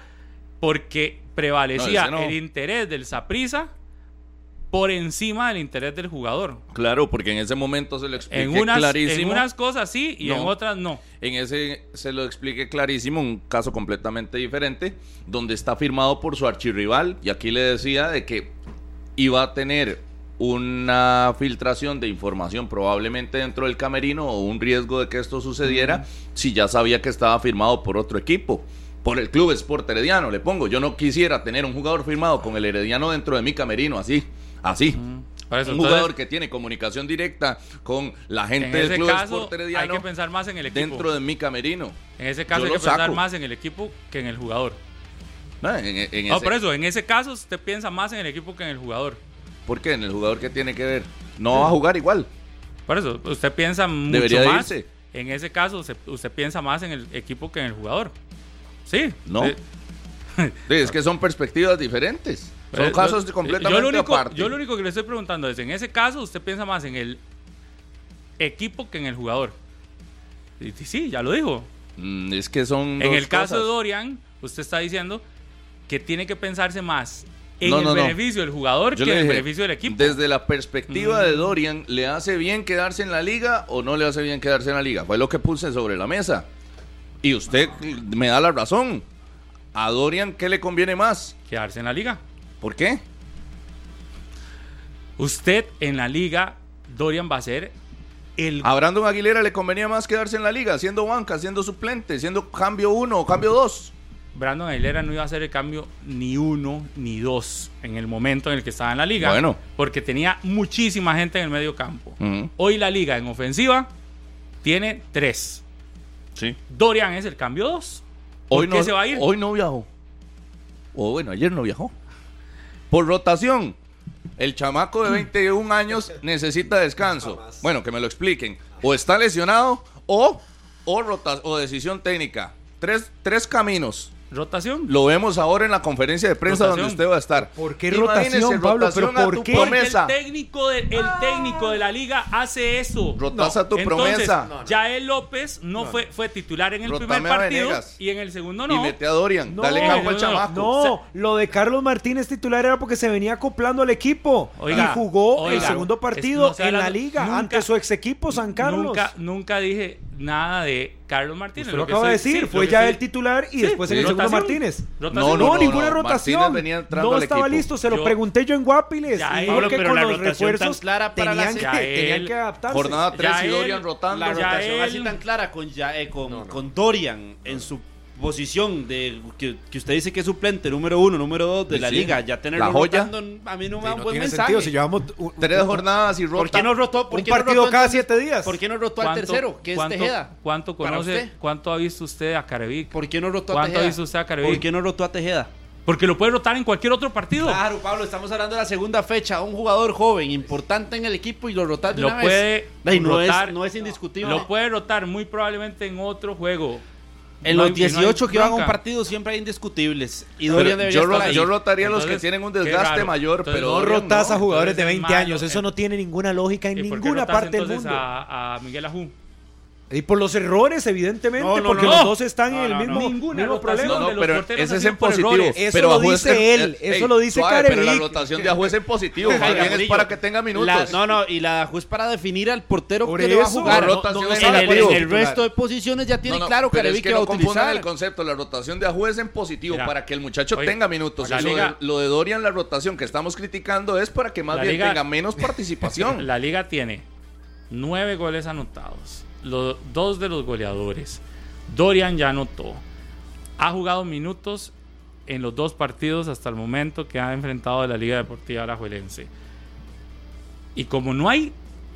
Speaker 5: porque
Speaker 4: No,
Speaker 5: prevalecía
Speaker 4: ese no.
Speaker 5: el interés del Saprisa por encima del interés del jugador.
Speaker 4: Claro, porque en ese momento se lo expliqué
Speaker 5: En unas,
Speaker 4: clarísimo.
Speaker 5: en unas cosas sí y en
Speaker 4: No.
Speaker 5: otras no.
Speaker 4: En ese se lo expliqué clarísimo, un caso completamente diferente, donde está firmado por su archirrival y aquí le decía de que iba a tener una filtración de información probablemente dentro del camerino o un riesgo de que esto sucediera si ya sabía que estaba firmado por otro equipo. Por el club Sport Herediano, le pongo. Yo no quisiera tener un jugador firmado con el Herediano dentro de mi camerino, así, así.
Speaker 5: Por eso,
Speaker 4: un
Speaker 5: entonces,
Speaker 4: jugador que tiene comunicación directa con la gente
Speaker 5: en
Speaker 4: del
Speaker 5: ese
Speaker 4: club
Speaker 5: caso
Speaker 4: Sport
Speaker 5: hay
Speaker 4: Herediano
Speaker 5: que pensar más en el equipo.
Speaker 4: dentro de mi camerino.
Speaker 5: En ese caso
Speaker 4: Yo
Speaker 5: hay
Speaker 4: lo
Speaker 5: que pensar
Speaker 4: saco.
Speaker 5: más en el equipo que en el jugador.
Speaker 4: No, en- en- en ese-
Speaker 5: No, Ah, por eso, en ese caso usted piensa más en el equipo que en el jugador.
Speaker 4: ¿Por qué? En el jugador que tiene que ver. No va a jugar igual.
Speaker 5: Por eso, usted piensa mucho
Speaker 4: Debería de
Speaker 5: más.
Speaker 4: irse.
Speaker 5: En ese caso, se- usted piensa más en el equipo que en el jugador. Sí.
Speaker 4: No.
Speaker 5: Eh,
Speaker 4: Sí, Es que son perspectivas diferentes. Son
Speaker 5: eh,
Speaker 4: casos
Speaker 5: yo-
Speaker 4: completamente
Speaker 5: yo lo, único,
Speaker 4: aparte.
Speaker 5: yo lo único que le estoy preguntando es, en ese caso, usted piensa más en el equipo que en el jugador. Y, y sí, ya lo dijo.
Speaker 4: Mm, es que son.
Speaker 5: En
Speaker 4: dos
Speaker 5: el caso de
Speaker 4: cosas.
Speaker 5: Dorian, usted está diciendo que tiene que pensarse más en
Speaker 4: No,
Speaker 5: el
Speaker 4: no, no.
Speaker 5: beneficio del jugador
Speaker 4: Yo le
Speaker 5: que en el
Speaker 4: dije,
Speaker 5: beneficio del equipo. Mm.
Speaker 4: Desde la perspectiva de Dorian, ¿le hace bien quedarse en la liga o no le hace bien quedarse en la liga? Fue lo que puse sobre la mesa. Y usted me da la razón. ¿A Dorian qué le conviene más?
Speaker 5: Quedarse en la liga.
Speaker 4: ¿Por qué?
Speaker 5: Usted en la liga, Dorian va a ser el
Speaker 4: A Brandon Aguilera le convenía más quedarse en la liga, siendo banca, siendo suplente, siendo cambio uno o cambio dos.
Speaker 5: Brandon Aguilera no iba a hacer el cambio ni uno ni dos en el momento en el que estaba en la liga.
Speaker 4: Bueno.
Speaker 5: Porque tenía muchísima gente en el medio campo. Hoy la liga en ofensiva tiene tres.
Speaker 4: Sí.
Speaker 5: Dorian es el cambio dos. ¿Por
Speaker 4: Hoy
Speaker 5: qué
Speaker 4: no,
Speaker 5: se va a ir?
Speaker 4: Hoy no viajó. O bueno, ayer no viajó. Por rotación. El chamaco de 21 años necesita descanso. Bueno, que me lo expliquen. O está lesionado o, o, rota- o decisión técnica. Tres, tres caminos.
Speaker 5: Rotación.
Speaker 4: Lo vemos ahora en la conferencia de prensa
Speaker 5: Rotación.
Speaker 4: donde usted va a estar.
Speaker 3: ¿Por qué
Speaker 4: Imagínese,
Speaker 3: rotación, Pablo?
Speaker 4: rotación
Speaker 3: ¿Pero
Speaker 4: a
Speaker 3: por
Speaker 4: tu
Speaker 3: qué?
Speaker 5: Porque el
Speaker 4: promesa.
Speaker 5: técnico, de, el técnico de la liga hace eso.
Speaker 4: Rotas a tu
Speaker 5: Entonces,
Speaker 4: promesa.
Speaker 5: Yael López no, fue, fue titular en el
Speaker 4: Rotame
Speaker 5: primer
Speaker 4: a
Speaker 5: partido
Speaker 4: Venegas.
Speaker 5: y en el segundo
Speaker 4: Y
Speaker 5: no.
Speaker 4: mete a Dorian.
Speaker 3: No,
Speaker 4: Dale campo al
Speaker 5: no, no,
Speaker 4: chamaco.
Speaker 3: No, lo de Carlos Martínez titular era porque se venía acoplando al equipo
Speaker 5: Oiga,
Speaker 3: y jugó el
Speaker 5: oiga,
Speaker 3: segundo
Speaker 5: es-
Speaker 3: partido
Speaker 5: no sea
Speaker 3: en la
Speaker 5: la-
Speaker 3: liga
Speaker 5: nunca-
Speaker 3: ante su ex equipo San Carlos.
Speaker 5: Nunca, nunca dije nada de Carlos Martínez.
Speaker 3: Usted lo
Speaker 5: que
Speaker 3: acaba de
Speaker 5: estoy-
Speaker 3: decir,
Speaker 5: sí,
Speaker 3: fue
Speaker 5: lo que
Speaker 3: ya
Speaker 5: estoy-
Speaker 3: el titular y
Speaker 5: sí,
Speaker 3: después en el segundo
Speaker 5: rotación.
Speaker 3: Martínez.
Speaker 5: Rotación.
Speaker 4: No,
Speaker 3: No,
Speaker 4: no,
Speaker 3: ninguna
Speaker 4: no,
Speaker 3: rotación.
Speaker 4: Martínez venía entrando
Speaker 3: no
Speaker 4: al
Speaker 3: estaba
Speaker 4: equipo.
Speaker 3: listo, se lo
Speaker 5: Yo-
Speaker 3: pregunté yo en Guapiles.
Speaker 5: Ya,
Speaker 3: y
Speaker 5: Pablo,
Speaker 3: dijo que
Speaker 6: pero
Speaker 3: con
Speaker 6: la
Speaker 3: los
Speaker 6: rotación tan
Speaker 3: refuerzos
Speaker 6: clara para
Speaker 3: tenían,
Speaker 6: la-
Speaker 3: que,
Speaker 5: Ya él-
Speaker 3: tenían que adaptarse.
Speaker 4: Jornada 3 y
Speaker 5: Yael,
Speaker 4: Dorian rotando.
Speaker 6: La
Speaker 5: Ya
Speaker 6: rotación
Speaker 5: él-
Speaker 6: así tan clara con, ya, eh, con,
Speaker 2: con Dorian en su posición de que, que usted dice que es suplente número uno, número dos de
Speaker 4: Sí,
Speaker 2: la
Speaker 4: sí.
Speaker 2: liga, ya tenerlo
Speaker 4: La joya.
Speaker 2: rotando, a mí no me
Speaker 3: Sí,
Speaker 2: da un
Speaker 3: no
Speaker 2: buen
Speaker 3: tiene
Speaker 2: mensaje.
Speaker 3: sentido si llevamos un- un-
Speaker 4: Tres
Speaker 3: un-
Speaker 4: jornadas y
Speaker 6: ¿Por
Speaker 4: rota.
Speaker 6: qué no rotó? ¿Por
Speaker 3: un
Speaker 6: qué no
Speaker 3: partido
Speaker 6: rotó,
Speaker 3: cada
Speaker 6: entonces?
Speaker 3: siete días.
Speaker 6: ¿Por qué no rotó al
Speaker 5: ¿Cuánto-
Speaker 6: tercero? ¿Qué es
Speaker 5: cuánto-
Speaker 6: Tejeda?
Speaker 5: ¿Cuánto
Speaker 6: Para
Speaker 5: conoce?
Speaker 6: usted.
Speaker 5: ¿Cuánto ha visto usted a Carevic?
Speaker 6: ¿Por qué no rotó a
Speaker 5: ¿Cuánto ha
Speaker 6: Tejeda?
Speaker 5: visto usted a Carevic?
Speaker 2: ¿Por qué no rotó a Tejeda?
Speaker 5: Porque lo puede rotar en cualquier otro partido.
Speaker 6: Claro, Pablo, estamos hablando de la segunda fecha. Un jugador joven, importante en el equipo y lo rotas de
Speaker 5: Lo
Speaker 6: una
Speaker 5: puede
Speaker 6: vez. Ay, no,
Speaker 5: rotar.
Speaker 6: es, no es indiscutible.
Speaker 5: Lo puede rotar muy probablemente en otro juego.
Speaker 2: En
Speaker 5: No
Speaker 2: los
Speaker 5: hay- no hay
Speaker 2: 18 que van a un
Speaker 5: bronca.
Speaker 2: partido siempre hay indiscutibles. Y
Speaker 4: Pero
Speaker 2: Dorian debería
Speaker 4: yo,
Speaker 2: estar
Speaker 4: ro-
Speaker 2: ahí.
Speaker 4: yo rotaría a los que
Speaker 5: Entonces,
Speaker 4: tienen un
Speaker 5: qué
Speaker 4: desgaste
Speaker 5: raro.
Speaker 4: mayor,
Speaker 5: Entonces,
Speaker 4: pero
Speaker 5: no
Speaker 3: No
Speaker 4: Dorian
Speaker 3: rotas
Speaker 4: no.
Speaker 3: a jugadores de
Speaker 5: entonces es
Speaker 3: 20 años.
Speaker 5: malo,
Speaker 3: Eso
Speaker 5: eh.
Speaker 3: no tiene ninguna lógica en
Speaker 5: ¿Y por qué
Speaker 3: ninguna
Speaker 5: rotas
Speaker 3: parte del
Speaker 5: entonces
Speaker 3: mundo.
Speaker 5: A, a Miguel Ajú?
Speaker 3: Y por los errores, evidentemente,
Speaker 2: No, no,
Speaker 3: porque
Speaker 2: no.
Speaker 3: los dos están
Speaker 2: No,
Speaker 3: en el
Speaker 2: no,
Speaker 3: mismo,
Speaker 2: no.
Speaker 5: Ninguna
Speaker 3: mismo
Speaker 5: rotación.
Speaker 3: problema.
Speaker 4: No, no,
Speaker 5: de los
Speaker 4: pero
Speaker 5: porteros
Speaker 4: ese
Speaker 5: ha
Speaker 4: es
Speaker 5: sido
Speaker 4: en
Speaker 5: por
Speaker 4: positivo.
Speaker 5: errores.
Speaker 3: Eso
Speaker 4: pero
Speaker 3: lo
Speaker 4: Ajú es
Speaker 3: dice
Speaker 4: que-
Speaker 3: él, eso lo dice
Speaker 4: suave, Pero la
Speaker 3: Carevic.
Speaker 4: rotación de Ajú es en positivo.
Speaker 2: Oiga,
Speaker 4: Más bien es
Speaker 2: Murillo.
Speaker 4: para que tenga minutos.
Speaker 2: La- no, no, y la de Ajú es para definir al portero
Speaker 3: Por
Speaker 2: que le va a
Speaker 3: eso,
Speaker 2: jugar.
Speaker 4: no, rotación
Speaker 2: En
Speaker 4: en
Speaker 2: el-
Speaker 4: el
Speaker 2: en el,
Speaker 4: partido.
Speaker 2: resto de posiciones ya tiene
Speaker 4: No, no,
Speaker 2: claro
Speaker 4: pero
Speaker 2: Carevic
Speaker 4: es que
Speaker 2: que va a
Speaker 4: no confundan
Speaker 2: utilizar.
Speaker 4: el concepto. La rotación de Ajú es en positivo
Speaker 5: Mira,
Speaker 4: para que el muchacho
Speaker 5: oye,
Speaker 4: tenga minutos.
Speaker 5: la
Speaker 4: Eso de-
Speaker 5: liga-
Speaker 4: lo de Dorian, la rotación que estamos criticando es para que más
Speaker 5: La
Speaker 4: bien
Speaker 5: liga-
Speaker 4: tenga menos participación.
Speaker 5: La liga tiene nueve goles anotados. Los, dos de los goleadores. Dorian ya anotó. Ha jugado minutos en los dos partidos hasta el momento que ha enfrentado a la Liga Deportiva Alajuelense. Y como no hay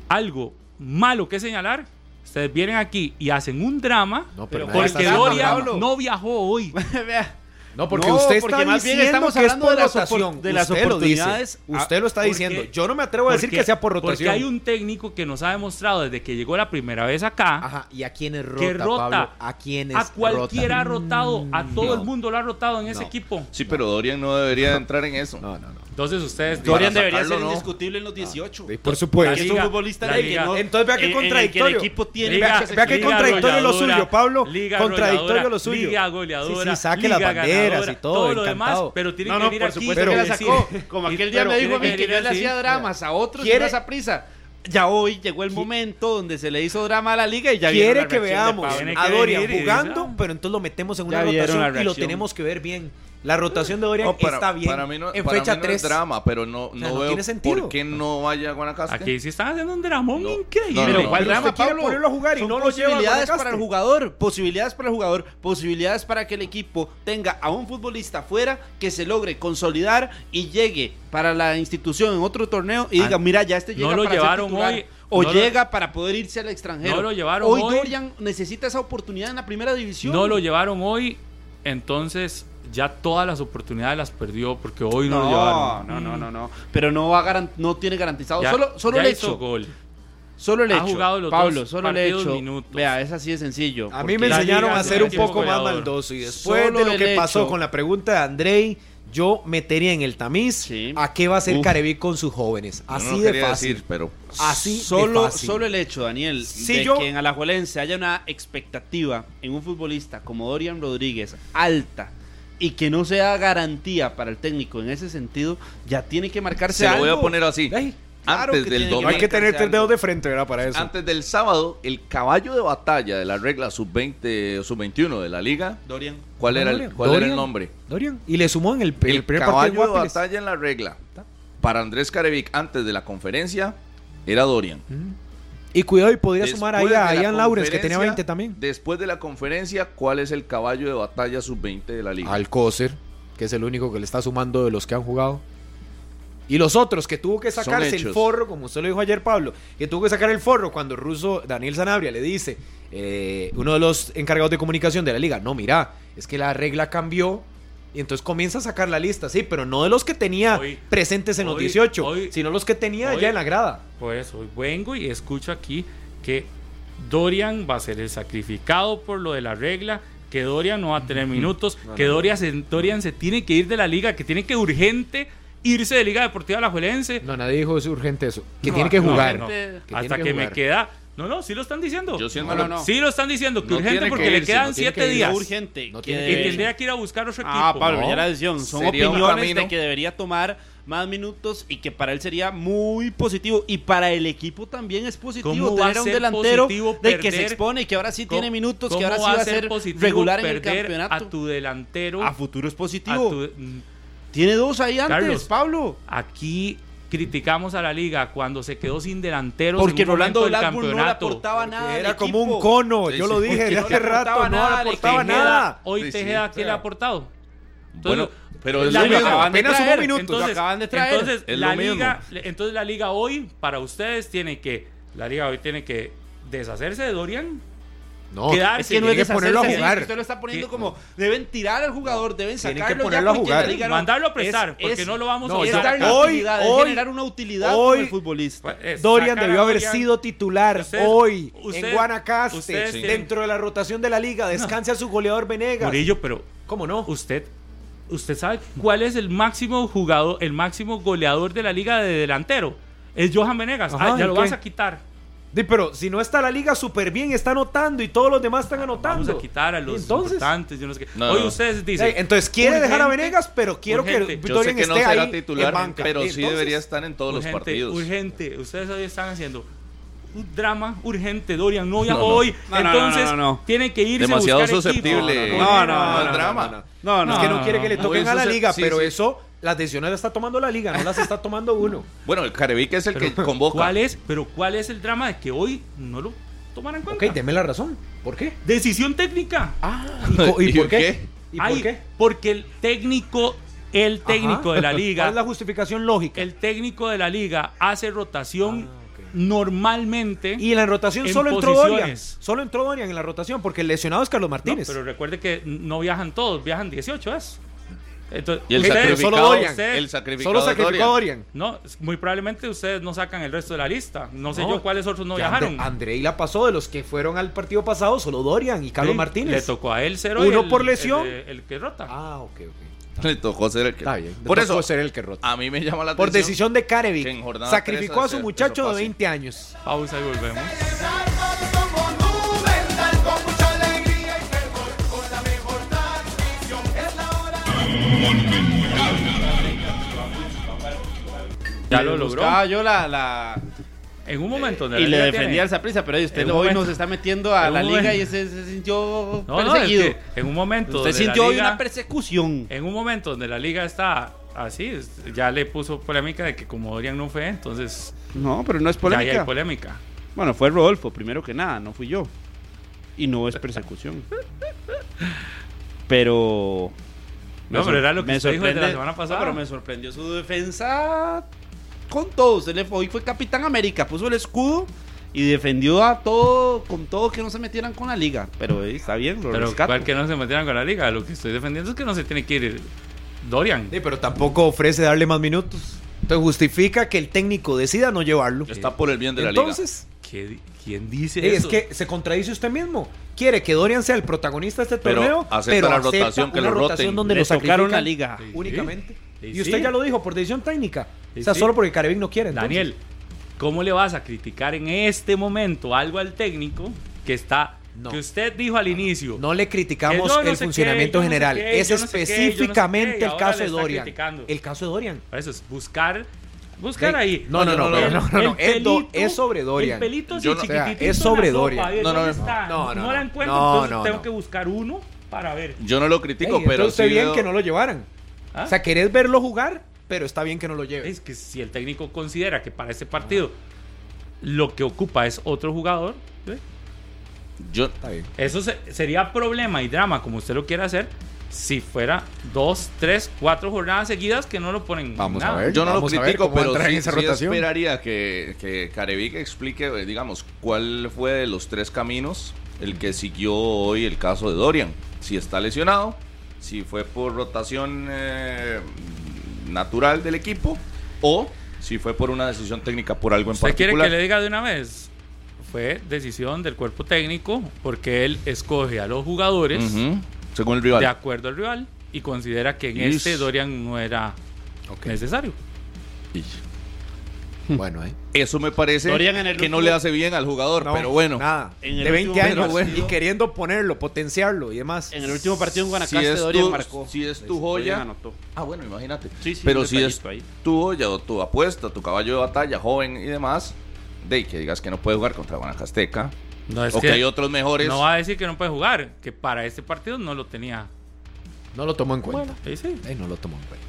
Speaker 5: algo malo que señalar, ustedes vienen aquí y hacen un drama
Speaker 3: No, pero nadie está
Speaker 5: porque
Speaker 3: haciendo
Speaker 5: Dorian
Speaker 3: drama.
Speaker 5: no viajó hoy.
Speaker 2: Vea,
Speaker 3: No, porque
Speaker 2: No,
Speaker 3: usted está
Speaker 2: porque más bien
Speaker 3: diciendo
Speaker 2: estamos
Speaker 3: que es
Speaker 2: hablando
Speaker 3: por
Speaker 2: de las opor-
Speaker 3: rotación.
Speaker 2: de las
Speaker 3: usted lo dice.
Speaker 2: oportunidades. Ah,
Speaker 3: Usted lo está
Speaker 5: porque-
Speaker 3: diciendo. Yo no me atrevo a decir que sea por
Speaker 5: Porque
Speaker 3: rotación.
Speaker 5: hay un técnico que nos ha demostrado desde que llegó la primera vez acá
Speaker 3: Ah,
Speaker 7: Ajá, ¿y a quiénes rota,
Speaker 5: que rota.
Speaker 7: Pablo? ¿A quiénes
Speaker 5: A Mm, cualquiera ha rotado, a todo
Speaker 4: no.
Speaker 5: el mundo lo ha rotado en ese equipo.
Speaker 4: Sí, pero Dorian no debería entrar en eso.
Speaker 3: No, no, no.
Speaker 5: Entonces ustedes
Speaker 2: Dorian
Speaker 4: Para
Speaker 2: debería ser
Speaker 4: sacarlo, ¿no?
Speaker 2: indiscutible en los 18.
Speaker 3: Y por
Speaker 5: La
Speaker 2: Que
Speaker 3: supuesto.
Speaker 2: es un
Speaker 5: liga-
Speaker 2: futbolista
Speaker 5: la
Speaker 2: del que
Speaker 5: liga-
Speaker 2: no-
Speaker 3: Entonces vea qué
Speaker 2: en- en el
Speaker 3: contradictorio.
Speaker 2: que el equipo tiene.
Speaker 5: Liga-
Speaker 2: Vea que se-
Speaker 3: Vea qué
Speaker 5: Liga
Speaker 3: contradictorio lo
Speaker 5: arrolladora,
Speaker 3: suyo, Pablo.
Speaker 5: liga
Speaker 3: contradictorio lo
Speaker 5: arrolladora,
Speaker 3: suyo.
Speaker 5: Liga goleadora.
Speaker 3: Sí, sí, saque
Speaker 5: liga
Speaker 3: las banderas
Speaker 5: ganadora,
Speaker 3: y todo,
Speaker 5: lo demás,
Speaker 3: encantado.
Speaker 5: pero tiene
Speaker 6: No,
Speaker 5: que
Speaker 6: no,
Speaker 5: venir
Speaker 6: por
Speaker 5: aquí.
Speaker 6: supuesto
Speaker 3: pero-
Speaker 6: que la
Speaker 5: sí.
Speaker 6: sacó. Como
Speaker 5: Y-
Speaker 6: aquel día
Speaker 5: pero
Speaker 6: me dijo a mí
Speaker 5: tiene
Speaker 6: que yo
Speaker 5: venir
Speaker 6: le
Speaker 5: así.
Speaker 6: hacía dramas a otros y
Speaker 3: ¿Quiere-
Speaker 6: a prisa. Ya hoy llegó el momento donde se le hizo drama a la liga y ya vieron
Speaker 3: Quiere
Speaker 6: la
Speaker 3: que
Speaker 6: reacción de
Speaker 3: veamos
Speaker 6: Pablo.
Speaker 5: Tiene que
Speaker 3: a Dorian
Speaker 5: venir y
Speaker 3: jugando,
Speaker 5: dice, ah.
Speaker 3: pero entonces lo metemos en
Speaker 2: Ya
Speaker 3: una
Speaker 2: vieron la
Speaker 3: rotación y lo
Speaker 2: reacción.
Speaker 3: tenemos que ver bien. La rotación de Dorian
Speaker 4: No, para,
Speaker 3: está bien.
Speaker 4: para mí no,
Speaker 3: en
Speaker 4: para
Speaker 3: fecha
Speaker 4: mí no
Speaker 3: 3.
Speaker 4: es drama, pero no, no,
Speaker 3: sea, no
Speaker 4: veo
Speaker 3: tiene sentido.
Speaker 4: por qué no vaya a Guanacaste.
Speaker 5: Aquí sí están haciendo un dramón
Speaker 4: No,
Speaker 5: increíble.
Speaker 4: no, no,
Speaker 5: Pero
Speaker 4: no.
Speaker 5: ¿cuál
Speaker 3: Pero
Speaker 5: drama?
Speaker 3: usted quiere
Speaker 6: Pablo?
Speaker 3: ponerlo a jugar y
Speaker 6: Son
Speaker 3: no lo lleva a
Speaker 6: posibilidades
Speaker 3: Guanacaste.
Speaker 6: para el jugador, posibilidades para el jugador, posibilidades para que el equipo tenga a un futbolista fuera que se logre consolidar y llegue para la institución en otro torneo y
Speaker 5: Ah,
Speaker 6: diga, mira, ya este llega
Speaker 5: no lo
Speaker 6: para ser
Speaker 5: llevaron
Speaker 6: titular",
Speaker 5: hoy,
Speaker 6: o
Speaker 5: no lo-
Speaker 6: llega para poder irse al extranjero.
Speaker 5: No lo llevaron hoy.
Speaker 6: Dorian necesita esa oportunidad en la primera división.
Speaker 5: No lo llevaron hoy, entonces ya todas las oportunidades las perdió porque hoy no, lo
Speaker 6: No,
Speaker 5: llevaron.
Speaker 6: no, no, no, no. Pero no va garan- no tiene garantizado.
Speaker 5: Ya-
Speaker 6: solo, solo
Speaker 5: ya
Speaker 6: el
Speaker 5: hizo
Speaker 6: hecho.
Speaker 5: gol.
Speaker 6: Solo el
Speaker 5: Ha
Speaker 6: hecho.
Speaker 5: jugado los
Speaker 6: Pablo,
Speaker 5: dos
Speaker 6: solo el
Speaker 5: partidos,
Speaker 6: hecho.
Speaker 5: minutos.
Speaker 6: Vea, es así de sencillo.
Speaker 3: A mí
Speaker 6: porque
Speaker 3: me
Speaker 5: la
Speaker 3: enseñaron
Speaker 5: liga
Speaker 3: a
Speaker 5: es
Speaker 3: ser un
Speaker 5: un
Speaker 3: poco
Speaker 5: equipo
Speaker 3: más
Speaker 5: goleador.
Speaker 3: maldoso. Y después
Speaker 6: Solo
Speaker 3: de lo
Speaker 6: el
Speaker 3: que pasó
Speaker 6: hecho.
Speaker 3: con la pregunta de Andrei, yo metería en el tamiz
Speaker 6: Sí.
Speaker 3: a qué va a hacer
Speaker 2: Uf.
Speaker 3: Carevic con sus jóvenes.
Speaker 4: Yo no
Speaker 3: Así
Speaker 4: lo
Speaker 3: de
Speaker 4: quería
Speaker 3: fácil.
Speaker 4: decir, pero
Speaker 3: Así de
Speaker 2: Solo,
Speaker 3: fácil.
Speaker 2: solo el hecho, Daniel,
Speaker 3: Sí,
Speaker 2: de
Speaker 3: yo-
Speaker 2: que en Alajuelense haya una expectativa en un futbolista como Dorian Rodríguez alta y que no sea garantía para el técnico en ese sentido, ya tiene que marcarse
Speaker 4: se lo voy a
Speaker 2: algo.
Speaker 4: poner así.
Speaker 3: Ay,
Speaker 2: claro
Speaker 4: antes
Speaker 2: que
Speaker 4: del
Speaker 2: tiene que
Speaker 3: no hay
Speaker 4: domingo,
Speaker 3: que tener
Speaker 2: alcanzando.
Speaker 3: tres dedos de frente, ¿verdad? Para eso.
Speaker 4: antes del sábado, el caballo de batalla de la regla sub-20 o sub-21 de la liga,
Speaker 2: Dorian.
Speaker 4: ¿cuál era el,
Speaker 3: Dorian.
Speaker 4: cuál era el
Speaker 3: Dorian.
Speaker 4: nombre?
Speaker 3: Dorian. Y le sumó en el, el
Speaker 4: El,
Speaker 3: primer
Speaker 4: caballo de
Speaker 3: partido. en Guápiles.
Speaker 4: batalla en la regla para Andrés Carevic antes de la conferencia era Dorian.
Speaker 3: Y cuidado, y podría sumar ahí
Speaker 4: Después
Speaker 3: a
Speaker 4: de la
Speaker 3: Ian Lawrence, que tenía
Speaker 4: conferencia,
Speaker 3: 20 también.
Speaker 4: Después de la conferencia, ¿cuál es el caballo de batalla sub-20 de la liga?
Speaker 3: Alcócer, que es el único que le está sumando de los que han jugado. Y los otros que tuvo que
Speaker 4: Son
Speaker 3: sacarse el
Speaker 4: hechos.
Speaker 3: forro, como usted lo dijo ayer, Pablo, que tuvo que sacar el forro cuando el ruso Daniel Sanabria le dice, eh, uno de los encargados de comunicación de la liga, no, mira, es que la regla cambió. Y entonces comienza a sacar la lista, sí, pero no de los que tenía
Speaker 5: Hoy-
Speaker 3: presentes en los
Speaker 5: hoy-
Speaker 3: 18,
Speaker 5: hoy-
Speaker 3: sino los que tenía
Speaker 5: hoy-
Speaker 3: allá en la grada.
Speaker 5: Por eso hoy vengo y escucho aquí que Dorian va a ser el sacrificado por lo de la regla, que Doria no va a tener minutos, que Doria se, Dorian se tiene que ir de la liga, que tiene que urgente irse de Liga Deportiva La Juelense.
Speaker 3: No, nadie dijo es urgente eso. Que tiene que jugar. Que tiene
Speaker 5: Hasta que,
Speaker 3: jugar.
Speaker 5: me queda. No, no, sí lo están diciendo.
Speaker 4: Yo siento
Speaker 2: No,
Speaker 4: lo-
Speaker 2: no, no.
Speaker 5: Sí lo están diciendo, que
Speaker 4: No
Speaker 5: urgente
Speaker 4: tiene
Speaker 5: porque
Speaker 4: que
Speaker 5: le
Speaker 4: irse,
Speaker 5: quedan
Speaker 3: no tiene que
Speaker 5: siete
Speaker 3: irse.
Speaker 5: días.
Speaker 2: urgente.
Speaker 3: No
Speaker 2: que
Speaker 3: tiene
Speaker 5: Y
Speaker 3: que
Speaker 5: tendría que ir a buscar otro equipo.
Speaker 2: Ah, Pablo,
Speaker 5: No.
Speaker 2: ya la decisión. Son
Speaker 4: Sería un
Speaker 2: opiniones
Speaker 4: camino.
Speaker 2: de que debería tomar más minutos y que para él sería muy positivo. Y para el equipo también es positivo
Speaker 5: ¿Cómo va
Speaker 2: tener
Speaker 5: a
Speaker 2: a un
Speaker 5: ser
Speaker 2: delantero
Speaker 5: positivo
Speaker 2: de que se
Speaker 5: perder?
Speaker 2: expone y que ahora sí
Speaker 5: ¿Cómo-
Speaker 2: tiene minutos, que
Speaker 5: cómo
Speaker 2: ahora sí va a ser
Speaker 5: positivo
Speaker 2: regular en el
Speaker 5: perder
Speaker 2: campeonato.
Speaker 5: A tu delantero.
Speaker 2: A futuro es
Speaker 5: a
Speaker 2: positivo.
Speaker 5: tu-
Speaker 2: Tiene dos ahí antes,
Speaker 5: Carlos.
Speaker 2: Pablo.
Speaker 5: aquí criticamos a la liga cuando se quedó sin delanteros.
Speaker 2: Porque
Speaker 5: en un
Speaker 2: Rolando
Speaker 5: momento del
Speaker 2: Blackburn no le
Speaker 5: campeonato.
Speaker 2: aportaba nada. al
Speaker 3: Era como
Speaker 2: equipo.
Speaker 3: un cono,
Speaker 4: Sí,
Speaker 3: yo
Speaker 4: sí.
Speaker 3: lo dije
Speaker 2: Porque
Speaker 3: desde
Speaker 2: no le
Speaker 3: hace rato,
Speaker 2: aportaba
Speaker 3: no
Speaker 2: nada, le
Speaker 3: aportaba
Speaker 2: queda-
Speaker 3: nada.
Speaker 5: Hoy
Speaker 4: Sí, sí,
Speaker 5: Tejeda, ¿qué
Speaker 3: o sea.
Speaker 5: le ha aportado? Entonces,
Speaker 4: Bueno, pero es
Speaker 5: la
Speaker 4: lo
Speaker 5: liga-
Speaker 4: mismo.
Speaker 2: acaban de
Speaker 3: apenas
Speaker 2: traer.
Speaker 3: hubo minutos, lo
Speaker 5: Entonces,
Speaker 2: acaban de traer.
Speaker 5: entonces,
Speaker 4: Es
Speaker 5: la
Speaker 4: lo
Speaker 5: liga, entonces la liga hoy, para ustedes, tiene que. La liga hoy tiene que deshacerse de Dorian.
Speaker 3: No,
Speaker 5: Quedarse,
Speaker 3: es que no es
Speaker 5: tiene
Speaker 3: que ponerlo a
Speaker 2: deshacerse, sí,
Speaker 3: jugar.
Speaker 2: que usted lo está poniendo
Speaker 5: Sí.
Speaker 2: como deben tirar al jugador, deben
Speaker 3: Tienen que
Speaker 2: sacarlo ya
Speaker 3: ponerlo a
Speaker 2: porque
Speaker 3: jugar.
Speaker 2: la liga no-
Speaker 5: Mandarlo a prestar, porque no lo vamos a
Speaker 2: es
Speaker 5: sacar.
Speaker 2: darle
Speaker 3: Hoy,
Speaker 2: utilidad, es
Speaker 3: hoy,
Speaker 2: generar una utilidad
Speaker 3: hoy-
Speaker 2: con el futbolista.
Speaker 5: Eh,
Speaker 3: Dorian
Speaker 5: sacar a
Speaker 3: debió haber
Speaker 5: Dorian.
Speaker 3: sido titular
Speaker 5: Ustedes-
Speaker 3: hoy en
Speaker 5: ustedes-
Speaker 3: Guanacaste,
Speaker 5: ustedes
Speaker 3: sí.
Speaker 5: tienen-
Speaker 3: dentro de la rotación de la liga. Descansa su goleador Venegas.
Speaker 5: Murillo, pero
Speaker 3: ¿Cómo no?
Speaker 5: usted, usted sabe cuál es el máximo jugador, el máximo goleador de la liga de delantero. Es Johan Venegas.
Speaker 3: Ajá,
Speaker 5: Ah, ya
Speaker 3: ¿y
Speaker 5: lo
Speaker 3: qué?
Speaker 5: vas a quitar.
Speaker 3: Di, pero si no está la liga súper bien, está anotando y todos los demás están anotando.
Speaker 5: Vamos a quitar a los
Speaker 3: Entonces-
Speaker 5: importantes. Yo no sé qué.
Speaker 4: No,
Speaker 5: Hoy
Speaker 4: no.
Speaker 5: ustedes dicen.
Speaker 3: Ey, Entonces quiere dejar a
Speaker 5: urgente,
Speaker 3: Venegas, pero quiero
Speaker 5: urgente.
Speaker 3: que
Speaker 5: Yo
Speaker 4: Yo sé
Speaker 3: Dorian
Speaker 4: que no
Speaker 3: esté
Speaker 4: será
Speaker 3: ahí en
Speaker 4: titular,
Speaker 3: banca.
Speaker 4: pero sí
Speaker 3: Entonces,
Speaker 4: debería estar en todos los
Speaker 5: urgente,
Speaker 4: partidos.
Speaker 5: Urgente, ustedes hoy están haciendo un drama urgente, Dorian, no ya
Speaker 4: No, no.
Speaker 5: hoy.
Speaker 2: No, no, no,
Speaker 5: Entonces,
Speaker 2: no, no.
Speaker 5: tiene que irse
Speaker 4: Demasiado
Speaker 5: a buscar
Speaker 4: susceptible.
Speaker 5: equipo.
Speaker 2: No, no,
Speaker 4: al
Speaker 2: no, no,
Speaker 4: drama.
Speaker 2: No, no.
Speaker 3: Es que no quiere que le
Speaker 5: no,
Speaker 3: toquen
Speaker 4: eso
Speaker 3: a la
Speaker 4: se-
Speaker 3: liga,
Speaker 4: sí,
Speaker 3: pero
Speaker 4: sí.
Speaker 3: eso las decisiones las está tomando la liga, no las está tomando uno.
Speaker 4: Bueno, el Carevic es el que convoca.
Speaker 5: ¿Cuál es? Pero ¿cuál es el drama de que hoy no lo tomaran en
Speaker 3: Ok,
Speaker 5: cuenta?
Speaker 3: deme la razón. ¿Por qué?
Speaker 5: Decisión técnica.
Speaker 3: ¿Y, co- y
Speaker 4: ¿Y
Speaker 3: por
Speaker 4: qué?
Speaker 3: qué? ¿Y
Speaker 5: Ay,
Speaker 3: por qué?
Speaker 5: Porque el técnico, el técnico
Speaker 3: Ajá.
Speaker 5: de la
Speaker 3: ¿Cuál es la
Speaker 5: liga,
Speaker 3: justificación lógica?
Speaker 5: el técnico de la liga hace rotación
Speaker 3: Ah, ok.
Speaker 5: normalmente.
Speaker 3: Y en la rotación
Speaker 5: en
Speaker 3: solo entró Dorian.
Speaker 5: posiciones.
Speaker 3: Solo entró Dorian en la rotación porque el lesionado es Carlos
Speaker 5: No,
Speaker 3: Martínez.
Speaker 5: pero recuerde que no viajan todos, viajan 18, ¿es? Entonces,
Speaker 4: Y el
Speaker 5: ustedes-
Speaker 4: sacrificado,
Speaker 3: solo Dorian.
Speaker 5: ustedes-
Speaker 4: el sacrificado
Speaker 3: solo
Speaker 4: de
Speaker 3: sacrificó
Speaker 4: Dorian.
Speaker 3: a Dorian.
Speaker 5: No, es- muy probablemente ustedes no sacan el resto de la lista. No sé
Speaker 3: No,
Speaker 5: yo cuáles otros no
Speaker 3: Que
Speaker 5: viajaron.
Speaker 3: Andre- Andrei la pasó de los que fueron al partido pasado, solo Dorian y Carlos
Speaker 5: Sí,
Speaker 3: Martínez.
Speaker 5: Le tocó a él cero.
Speaker 3: Uno
Speaker 5: y el-
Speaker 3: por lesión.
Speaker 5: El, el que rota.
Speaker 3: Ah, ok, ok.
Speaker 4: Le tocó ser el que.
Speaker 3: Está bien. le
Speaker 4: Por
Speaker 3: tocó
Speaker 4: eso,
Speaker 3: ser el que rota.
Speaker 4: a mí me llama la
Speaker 3: Por
Speaker 4: atención.
Speaker 3: decisión de
Speaker 4: que en
Speaker 3: Karevic,
Speaker 4: jornada
Speaker 3: sacrificó
Speaker 4: tres
Speaker 3: a su
Speaker 4: hace-
Speaker 3: muchacho
Speaker 4: eso
Speaker 3: de
Speaker 4: pase.
Speaker 3: 20 años.
Speaker 5: Pausa y volvemos. Ya lo logró.
Speaker 2: Buscaba yo la, la...
Speaker 5: En un momento. donde
Speaker 2: Y
Speaker 5: la
Speaker 2: le
Speaker 5: liga
Speaker 2: defendía
Speaker 5: tiene-
Speaker 2: al Saprissa, pero usted
Speaker 5: En un
Speaker 2: hoy
Speaker 5: momento.
Speaker 2: nos está metiendo a
Speaker 5: En
Speaker 2: la
Speaker 5: un
Speaker 2: liga
Speaker 5: momento.
Speaker 2: y se, se sintió
Speaker 5: No, no,
Speaker 2: perseguido.
Speaker 5: es que en un momento.
Speaker 2: usted
Speaker 5: donde la
Speaker 2: sintió hoy
Speaker 5: liga-
Speaker 2: una persecución.
Speaker 5: En un momento donde la liga está así, es- ya le puso polémica de que como Dorian no fue, entonces
Speaker 2: No, pero no es
Speaker 5: ya ahí
Speaker 2: polémica.
Speaker 5: hay polémica.
Speaker 2: Bueno, fue Rodolfo, primero que nada, no fui yo. Y no es persecución. Pero.
Speaker 5: No, pero era lo que usted dijo desde la semana pasada.
Speaker 2: pero me sorprendió su defensa con todos. Él fue- hoy fue Capitán América, puso el escudo y defendió a todo, con todo que no se metieran con la liga. Pero eh, está bien, lo
Speaker 5: Pero
Speaker 2: rescato.
Speaker 5: ¿cuál que no se metieran con la liga, lo que estoy defendiendo es que no se tiene que ir Dorian.
Speaker 3: Sí, pero tampoco ofrece darle más minutos. Entonces justifica que el técnico decida no llevarlo.
Speaker 4: Está por el bien de la liga.
Speaker 3: Entonces,
Speaker 5: ¿Qué di- ¿Quién dice
Speaker 3: eh, es
Speaker 5: eso?
Speaker 3: que se contradice usted mismo. Quiere que Dorian sea el protagonista de este
Speaker 4: Pero
Speaker 3: torneo,
Speaker 4: acepta
Speaker 3: pero
Speaker 4: la
Speaker 3: acepta
Speaker 4: rotación, que
Speaker 3: una
Speaker 4: lo roten.
Speaker 3: rotación donde
Speaker 2: Le
Speaker 3: lo
Speaker 2: tocaron
Speaker 3: sacaron
Speaker 2: la liga.
Speaker 5: Sí,
Speaker 3: únicamente.
Speaker 5: sí,
Speaker 3: y usted
Speaker 5: sí.
Speaker 3: ya lo dijo por decisión técnica.
Speaker 5: Sí,
Speaker 3: o sea,
Speaker 5: sí.
Speaker 3: solo porque Carevic no quiere. entonces.
Speaker 5: Daniel, ¿cómo le vas a criticar en este momento algo al técnico que está
Speaker 3: No.
Speaker 5: que usted dijo al inicio?
Speaker 3: No le criticamos
Speaker 5: Que yo no
Speaker 3: el
Speaker 5: sé qué,
Speaker 3: funcionamiento
Speaker 5: yo no sé
Speaker 3: general.
Speaker 5: qué,
Speaker 3: es
Speaker 5: yo no sé qué, yo no sé qué,
Speaker 3: específicamente
Speaker 5: y
Speaker 3: el
Speaker 5: ahora
Speaker 3: caso
Speaker 5: le
Speaker 3: de
Speaker 5: está
Speaker 3: Dorian.
Speaker 5: criticando.
Speaker 3: El caso de Dorian.
Speaker 5: Para Eso es buscar buscar ahí.
Speaker 3: No, no, no, no,
Speaker 5: El-
Speaker 3: no, no, no,
Speaker 5: el
Speaker 3: es do-
Speaker 5: pelito-
Speaker 3: es sobre Dorian.
Speaker 5: El pelito
Speaker 4: Yo
Speaker 5: sí,
Speaker 4: no- o
Speaker 3: sea,
Speaker 5: chiquitito
Speaker 3: es
Speaker 5: en
Speaker 3: sobre
Speaker 5: la sopa,
Speaker 3: Dorian.
Speaker 5: ¿eh?
Speaker 4: No, no,
Speaker 5: ¿Dónde
Speaker 4: no.
Speaker 5: está?
Speaker 3: No, no,
Speaker 5: la
Speaker 3: no.
Speaker 5: encuentro,
Speaker 3: No,
Speaker 5: entonces
Speaker 3: no,
Speaker 5: tengo
Speaker 3: no.
Speaker 5: que buscar uno para ver.
Speaker 4: Yo no lo
Speaker 3: Ey,
Speaker 4: critico, pero
Speaker 3: entonces
Speaker 4: sí
Speaker 3: está bien
Speaker 4: veo-
Speaker 3: que no lo llevaran.
Speaker 5: ¿Ah?
Speaker 3: O sea, querés verlo jugar, pero está bien que no lo lleve.
Speaker 5: Es que si el técnico considera que para este partido lo que ocupa es otro jugador, ¿sí?
Speaker 4: yo-
Speaker 3: Está bien.
Speaker 5: Eso se- sería problema y drama, como usted lo quiera hacer, si fuera dos, tres, cuatro jornadas seguidas que no lo ponen.
Speaker 8: Vamos
Speaker 5: nada.
Speaker 8: a ver.
Speaker 4: yo no lo
Speaker 8: Vamos a ver
Speaker 4: critico,
Speaker 8: cómo
Speaker 4: pero
Speaker 8: entrar en
Speaker 4: sí,
Speaker 8: esa
Speaker 4: sí
Speaker 8: rotación.
Speaker 4: esperaría que, que Carevic explique, eh, digamos, cuál fue de los tres caminos el que siguió hoy el caso de Dorian. Si está lesionado, si fue por rotación eh, natural del equipo o si fue por una decisión técnica por algo en
Speaker 5: ¿Usted quiere
Speaker 4: particular.
Speaker 5: que le diga de una vez? fue decisión del cuerpo técnico porque él escoge a los jugadores
Speaker 4: Ujú, Según el
Speaker 5: de
Speaker 4: rival.
Speaker 5: acuerdo al rival y considera que en
Speaker 4: Ish.
Speaker 5: este Dorian no era necesario.
Speaker 3: Bueno, ¿eh?
Speaker 4: Eso me parece
Speaker 2: Dorian en el
Speaker 4: que no
Speaker 2: último-
Speaker 4: le hace bien al jugador, pero bueno.
Speaker 3: Nada.
Speaker 2: En el
Speaker 3: De 20
Speaker 2: último
Speaker 3: años
Speaker 2: partido-
Speaker 3: y queriendo ponerlo, potenciarlo y demás.
Speaker 2: En el último partido en
Speaker 4: Si
Speaker 2: Guanacaste,
Speaker 4: es,
Speaker 2: Dorian
Speaker 4: tu,
Speaker 2: marcó.
Speaker 4: si es
Speaker 2: Dorian
Speaker 4: tu joya.
Speaker 2: anotó.
Speaker 4: Ah, bueno, imagínate.
Speaker 2: Sí, sí,
Speaker 4: pero
Speaker 2: un
Speaker 4: si es
Speaker 2: detallito ahí.
Speaker 4: tu joya o tu apuesta, tu caballo de batalla, joven y demás, de ahí que digas que no puede jugar contra Guanacasteca.
Speaker 5: No es
Speaker 4: o que,
Speaker 5: que
Speaker 4: hay otros mejores.
Speaker 5: no va a decir que no puede jugar, que para este partido no lo tenía.
Speaker 3: No lo tomó en cuenta.
Speaker 5: Ahí sí.
Speaker 3: Eh, no lo tomó en cuenta.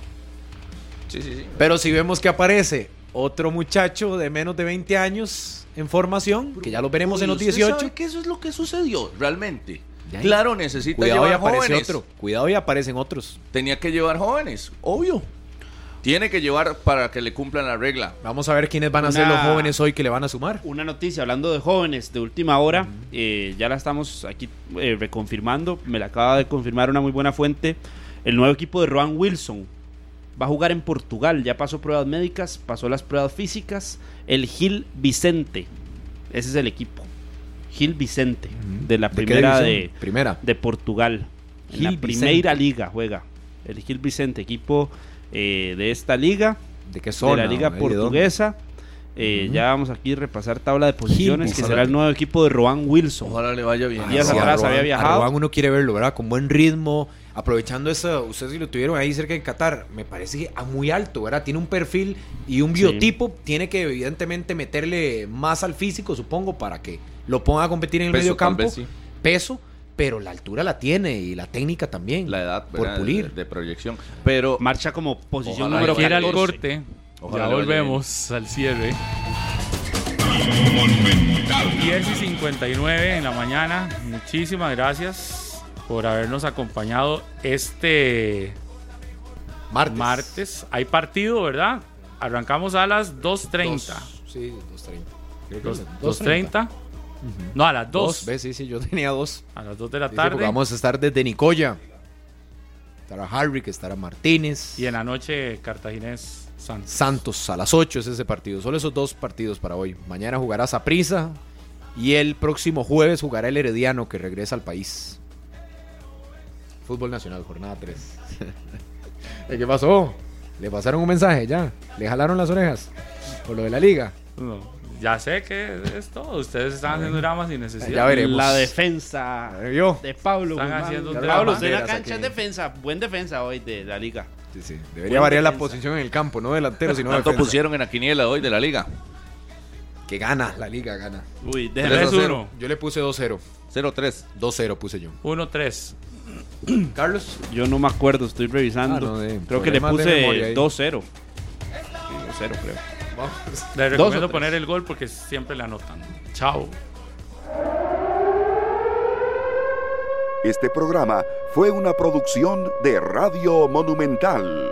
Speaker 4: Sí, sí, sí.
Speaker 3: Pero si vemos que aparece otro muchacho de menos de 20 años en formación, que ya lo veremos en los
Speaker 4: ¿Usted
Speaker 3: 18.
Speaker 4: sabe que eso es lo que sucedió realmente.
Speaker 3: Ya.
Speaker 4: Claro, necesita
Speaker 3: Cuidado y
Speaker 4: llevar
Speaker 3: aparece
Speaker 4: jóvenes.
Speaker 3: otro. Cuidado y aparecen otros.
Speaker 4: Tenía que llevar jóvenes, obvio. Tiene que llevar para que le cumplan la regla.
Speaker 3: Vamos a ver quiénes van a ser
Speaker 2: Una-
Speaker 3: los jóvenes hoy que le van a sumar.
Speaker 2: Una noticia hablando de jóvenes de última hora, eh, ya la estamos aquí eh, reconfirmando, me la acaba de confirmar una muy buena fuente, el nuevo equipo de Roan Wilson va a jugar en Portugal, ya pasó pruebas médicas, pasó las pruebas físicas, el Gil Vicente, ese es el equipo, Gil Vicente, de la
Speaker 3: ¿De qué
Speaker 2: primera de,
Speaker 3: división? Primera.
Speaker 2: de Portugal. en la
Speaker 3: Gil
Speaker 2: primera liga juega. El Gil Vicente, equipo eh, de esta liga,
Speaker 3: ¿De qué zona?
Speaker 2: de la liga
Speaker 3: ¿De dónde?
Speaker 2: portuguesa. Eh,
Speaker 3: Ujú.
Speaker 2: Ya vamos aquí a repasar tabla de posiciones, que
Speaker 3: Vicente.
Speaker 2: será el nuevo equipo de Roan Wilson.
Speaker 4: Ojalá le vaya bien.
Speaker 2: Días
Speaker 3: Sí, a
Speaker 2: atrás
Speaker 3: Roan-
Speaker 2: había
Speaker 3: a
Speaker 2: viajado.
Speaker 3: Roan uno quiere verlo, ¿verdad? Con buen ritmo, aprovechando eso, ustedes que lo tuvieron ahí cerca en Qatar, me parece que a muy alto, ¿verdad? Tiene un perfil y un biotipo, tiene que evidentemente meterle más al físico, supongo, para que lo ponga a competir en el
Speaker 4: Peso,
Speaker 3: medio
Speaker 4: tal
Speaker 3: campo,
Speaker 4: vez sí.
Speaker 3: peso, pero la altura la tiene y la técnica también,
Speaker 4: La edad
Speaker 3: por
Speaker 4: ¿verdad? de-
Speaker 3: pulir.
Speaker 4: De, proyección. Pero
Speaker 2: Marcha como posición
Speaker 4: Ojalá
Speaker 2: número
Speaker 4: que
Speaker 5: Quiere
Speaker 4: era
Speaker 5: al
Speaker 2: 14.
Speaker 4: el
Speaker 5: corte.
Speaker 4: Ojalá
Speaker 5: ya
Speaker 4: le vaya
Speaker 5: volvemos al cierre. 10 y 59 en la mañana. Muchísimas gracias por habernos acompañado este
Speaker 3: Martes.
Speaker 5: martes. Hay partido, ¿verdad? Arrancamos a las 2.30.
Speaker 3: Dos- sí, 230. Creo que
Speaker 5: Dos-
Speaker 3: es
Speaker 5: 2.30. No, a las 2.
Speaker 3: Dos, ve, sí, sí, yo tenía dos.
Speaker 5: A las 2 de la
Speaker 3: Sí, sí, porque
Speaker 5: tarde.
Speaker 3: vamos a estar desde Nicoya. Estará Harry, que estará Martínez.
Speaker 5: Y en la noche, Cartaginés Santos.
Speaker 3: Santos a las 8 es ese partido. Solo esos dos partidos para hoy. Mañana jugará Saprisa y el próximo jueves jugará el Herediano que regresa al país. Fútbol Nacional, jornada 3. ¿Qué pasó? Le pasaron un mensaje ya. Le jalaron las orejas por lo de la liga.
Speaker 5: No, ya sé que es todo. Ustedes están haciendo dramas sin necesidad.
Speaker 3: Ya veremos.
Speaker 2: La defensa
Speaker 3: Yo.
Speaker 2: de Pablo.
Speaker 5: Están
Speaker 2: Guzmán.
Speaker 5: haciendo
Speaker 2: Pablo,
Speaker 5: drama.
Speaker 2: usted en la
Speaker 3: Banderas
Speaker 2: cancha
Speaker 3: aquí.
Speaker 2: es defensa, buen defensa hoy de la liga.
Speaker 3: Sí, sí. Debería variar la
Speaker 2: defensa.
Speaker 3: posición en el campo, no delantero, sino
Speaker 4: ¿Cuánto
Speaker 3: defensa.
Speaker 4: pusieron en la quiniela hoy de la liga?
Speaker 3: Que gana, la liga gana.
Speaker 2: Uy, déjeme-
Speaker 4: Tres a
Speaker 5: 3-1.
Speaker 3: Yo le puse 2-0.
Speaker 4: 0-3.
Speaker 3: 2-0 puse yo.
Speaker 5: 1-3.
Speaker 3: Carlos.
Speaker 2: yo no me acuerdo, estoy revisando.
Speaker 3: Ah, no, de-
Speaker 2: creo que le
Speaker 3: problemas de memoria
Speaker 2: puse
Speaker 3: ahí.
Speaker 2: 2-0. Sí, 2-0 creo.
Speaker 5: Les
Speaker 2: o
Speaker 5: recomiendo
Speaker 2: tres.
Speaker 5: poner el gol porque siempre le anotan. Chao.
Speaker 1: Este programa fue una producción de Radio Monumental.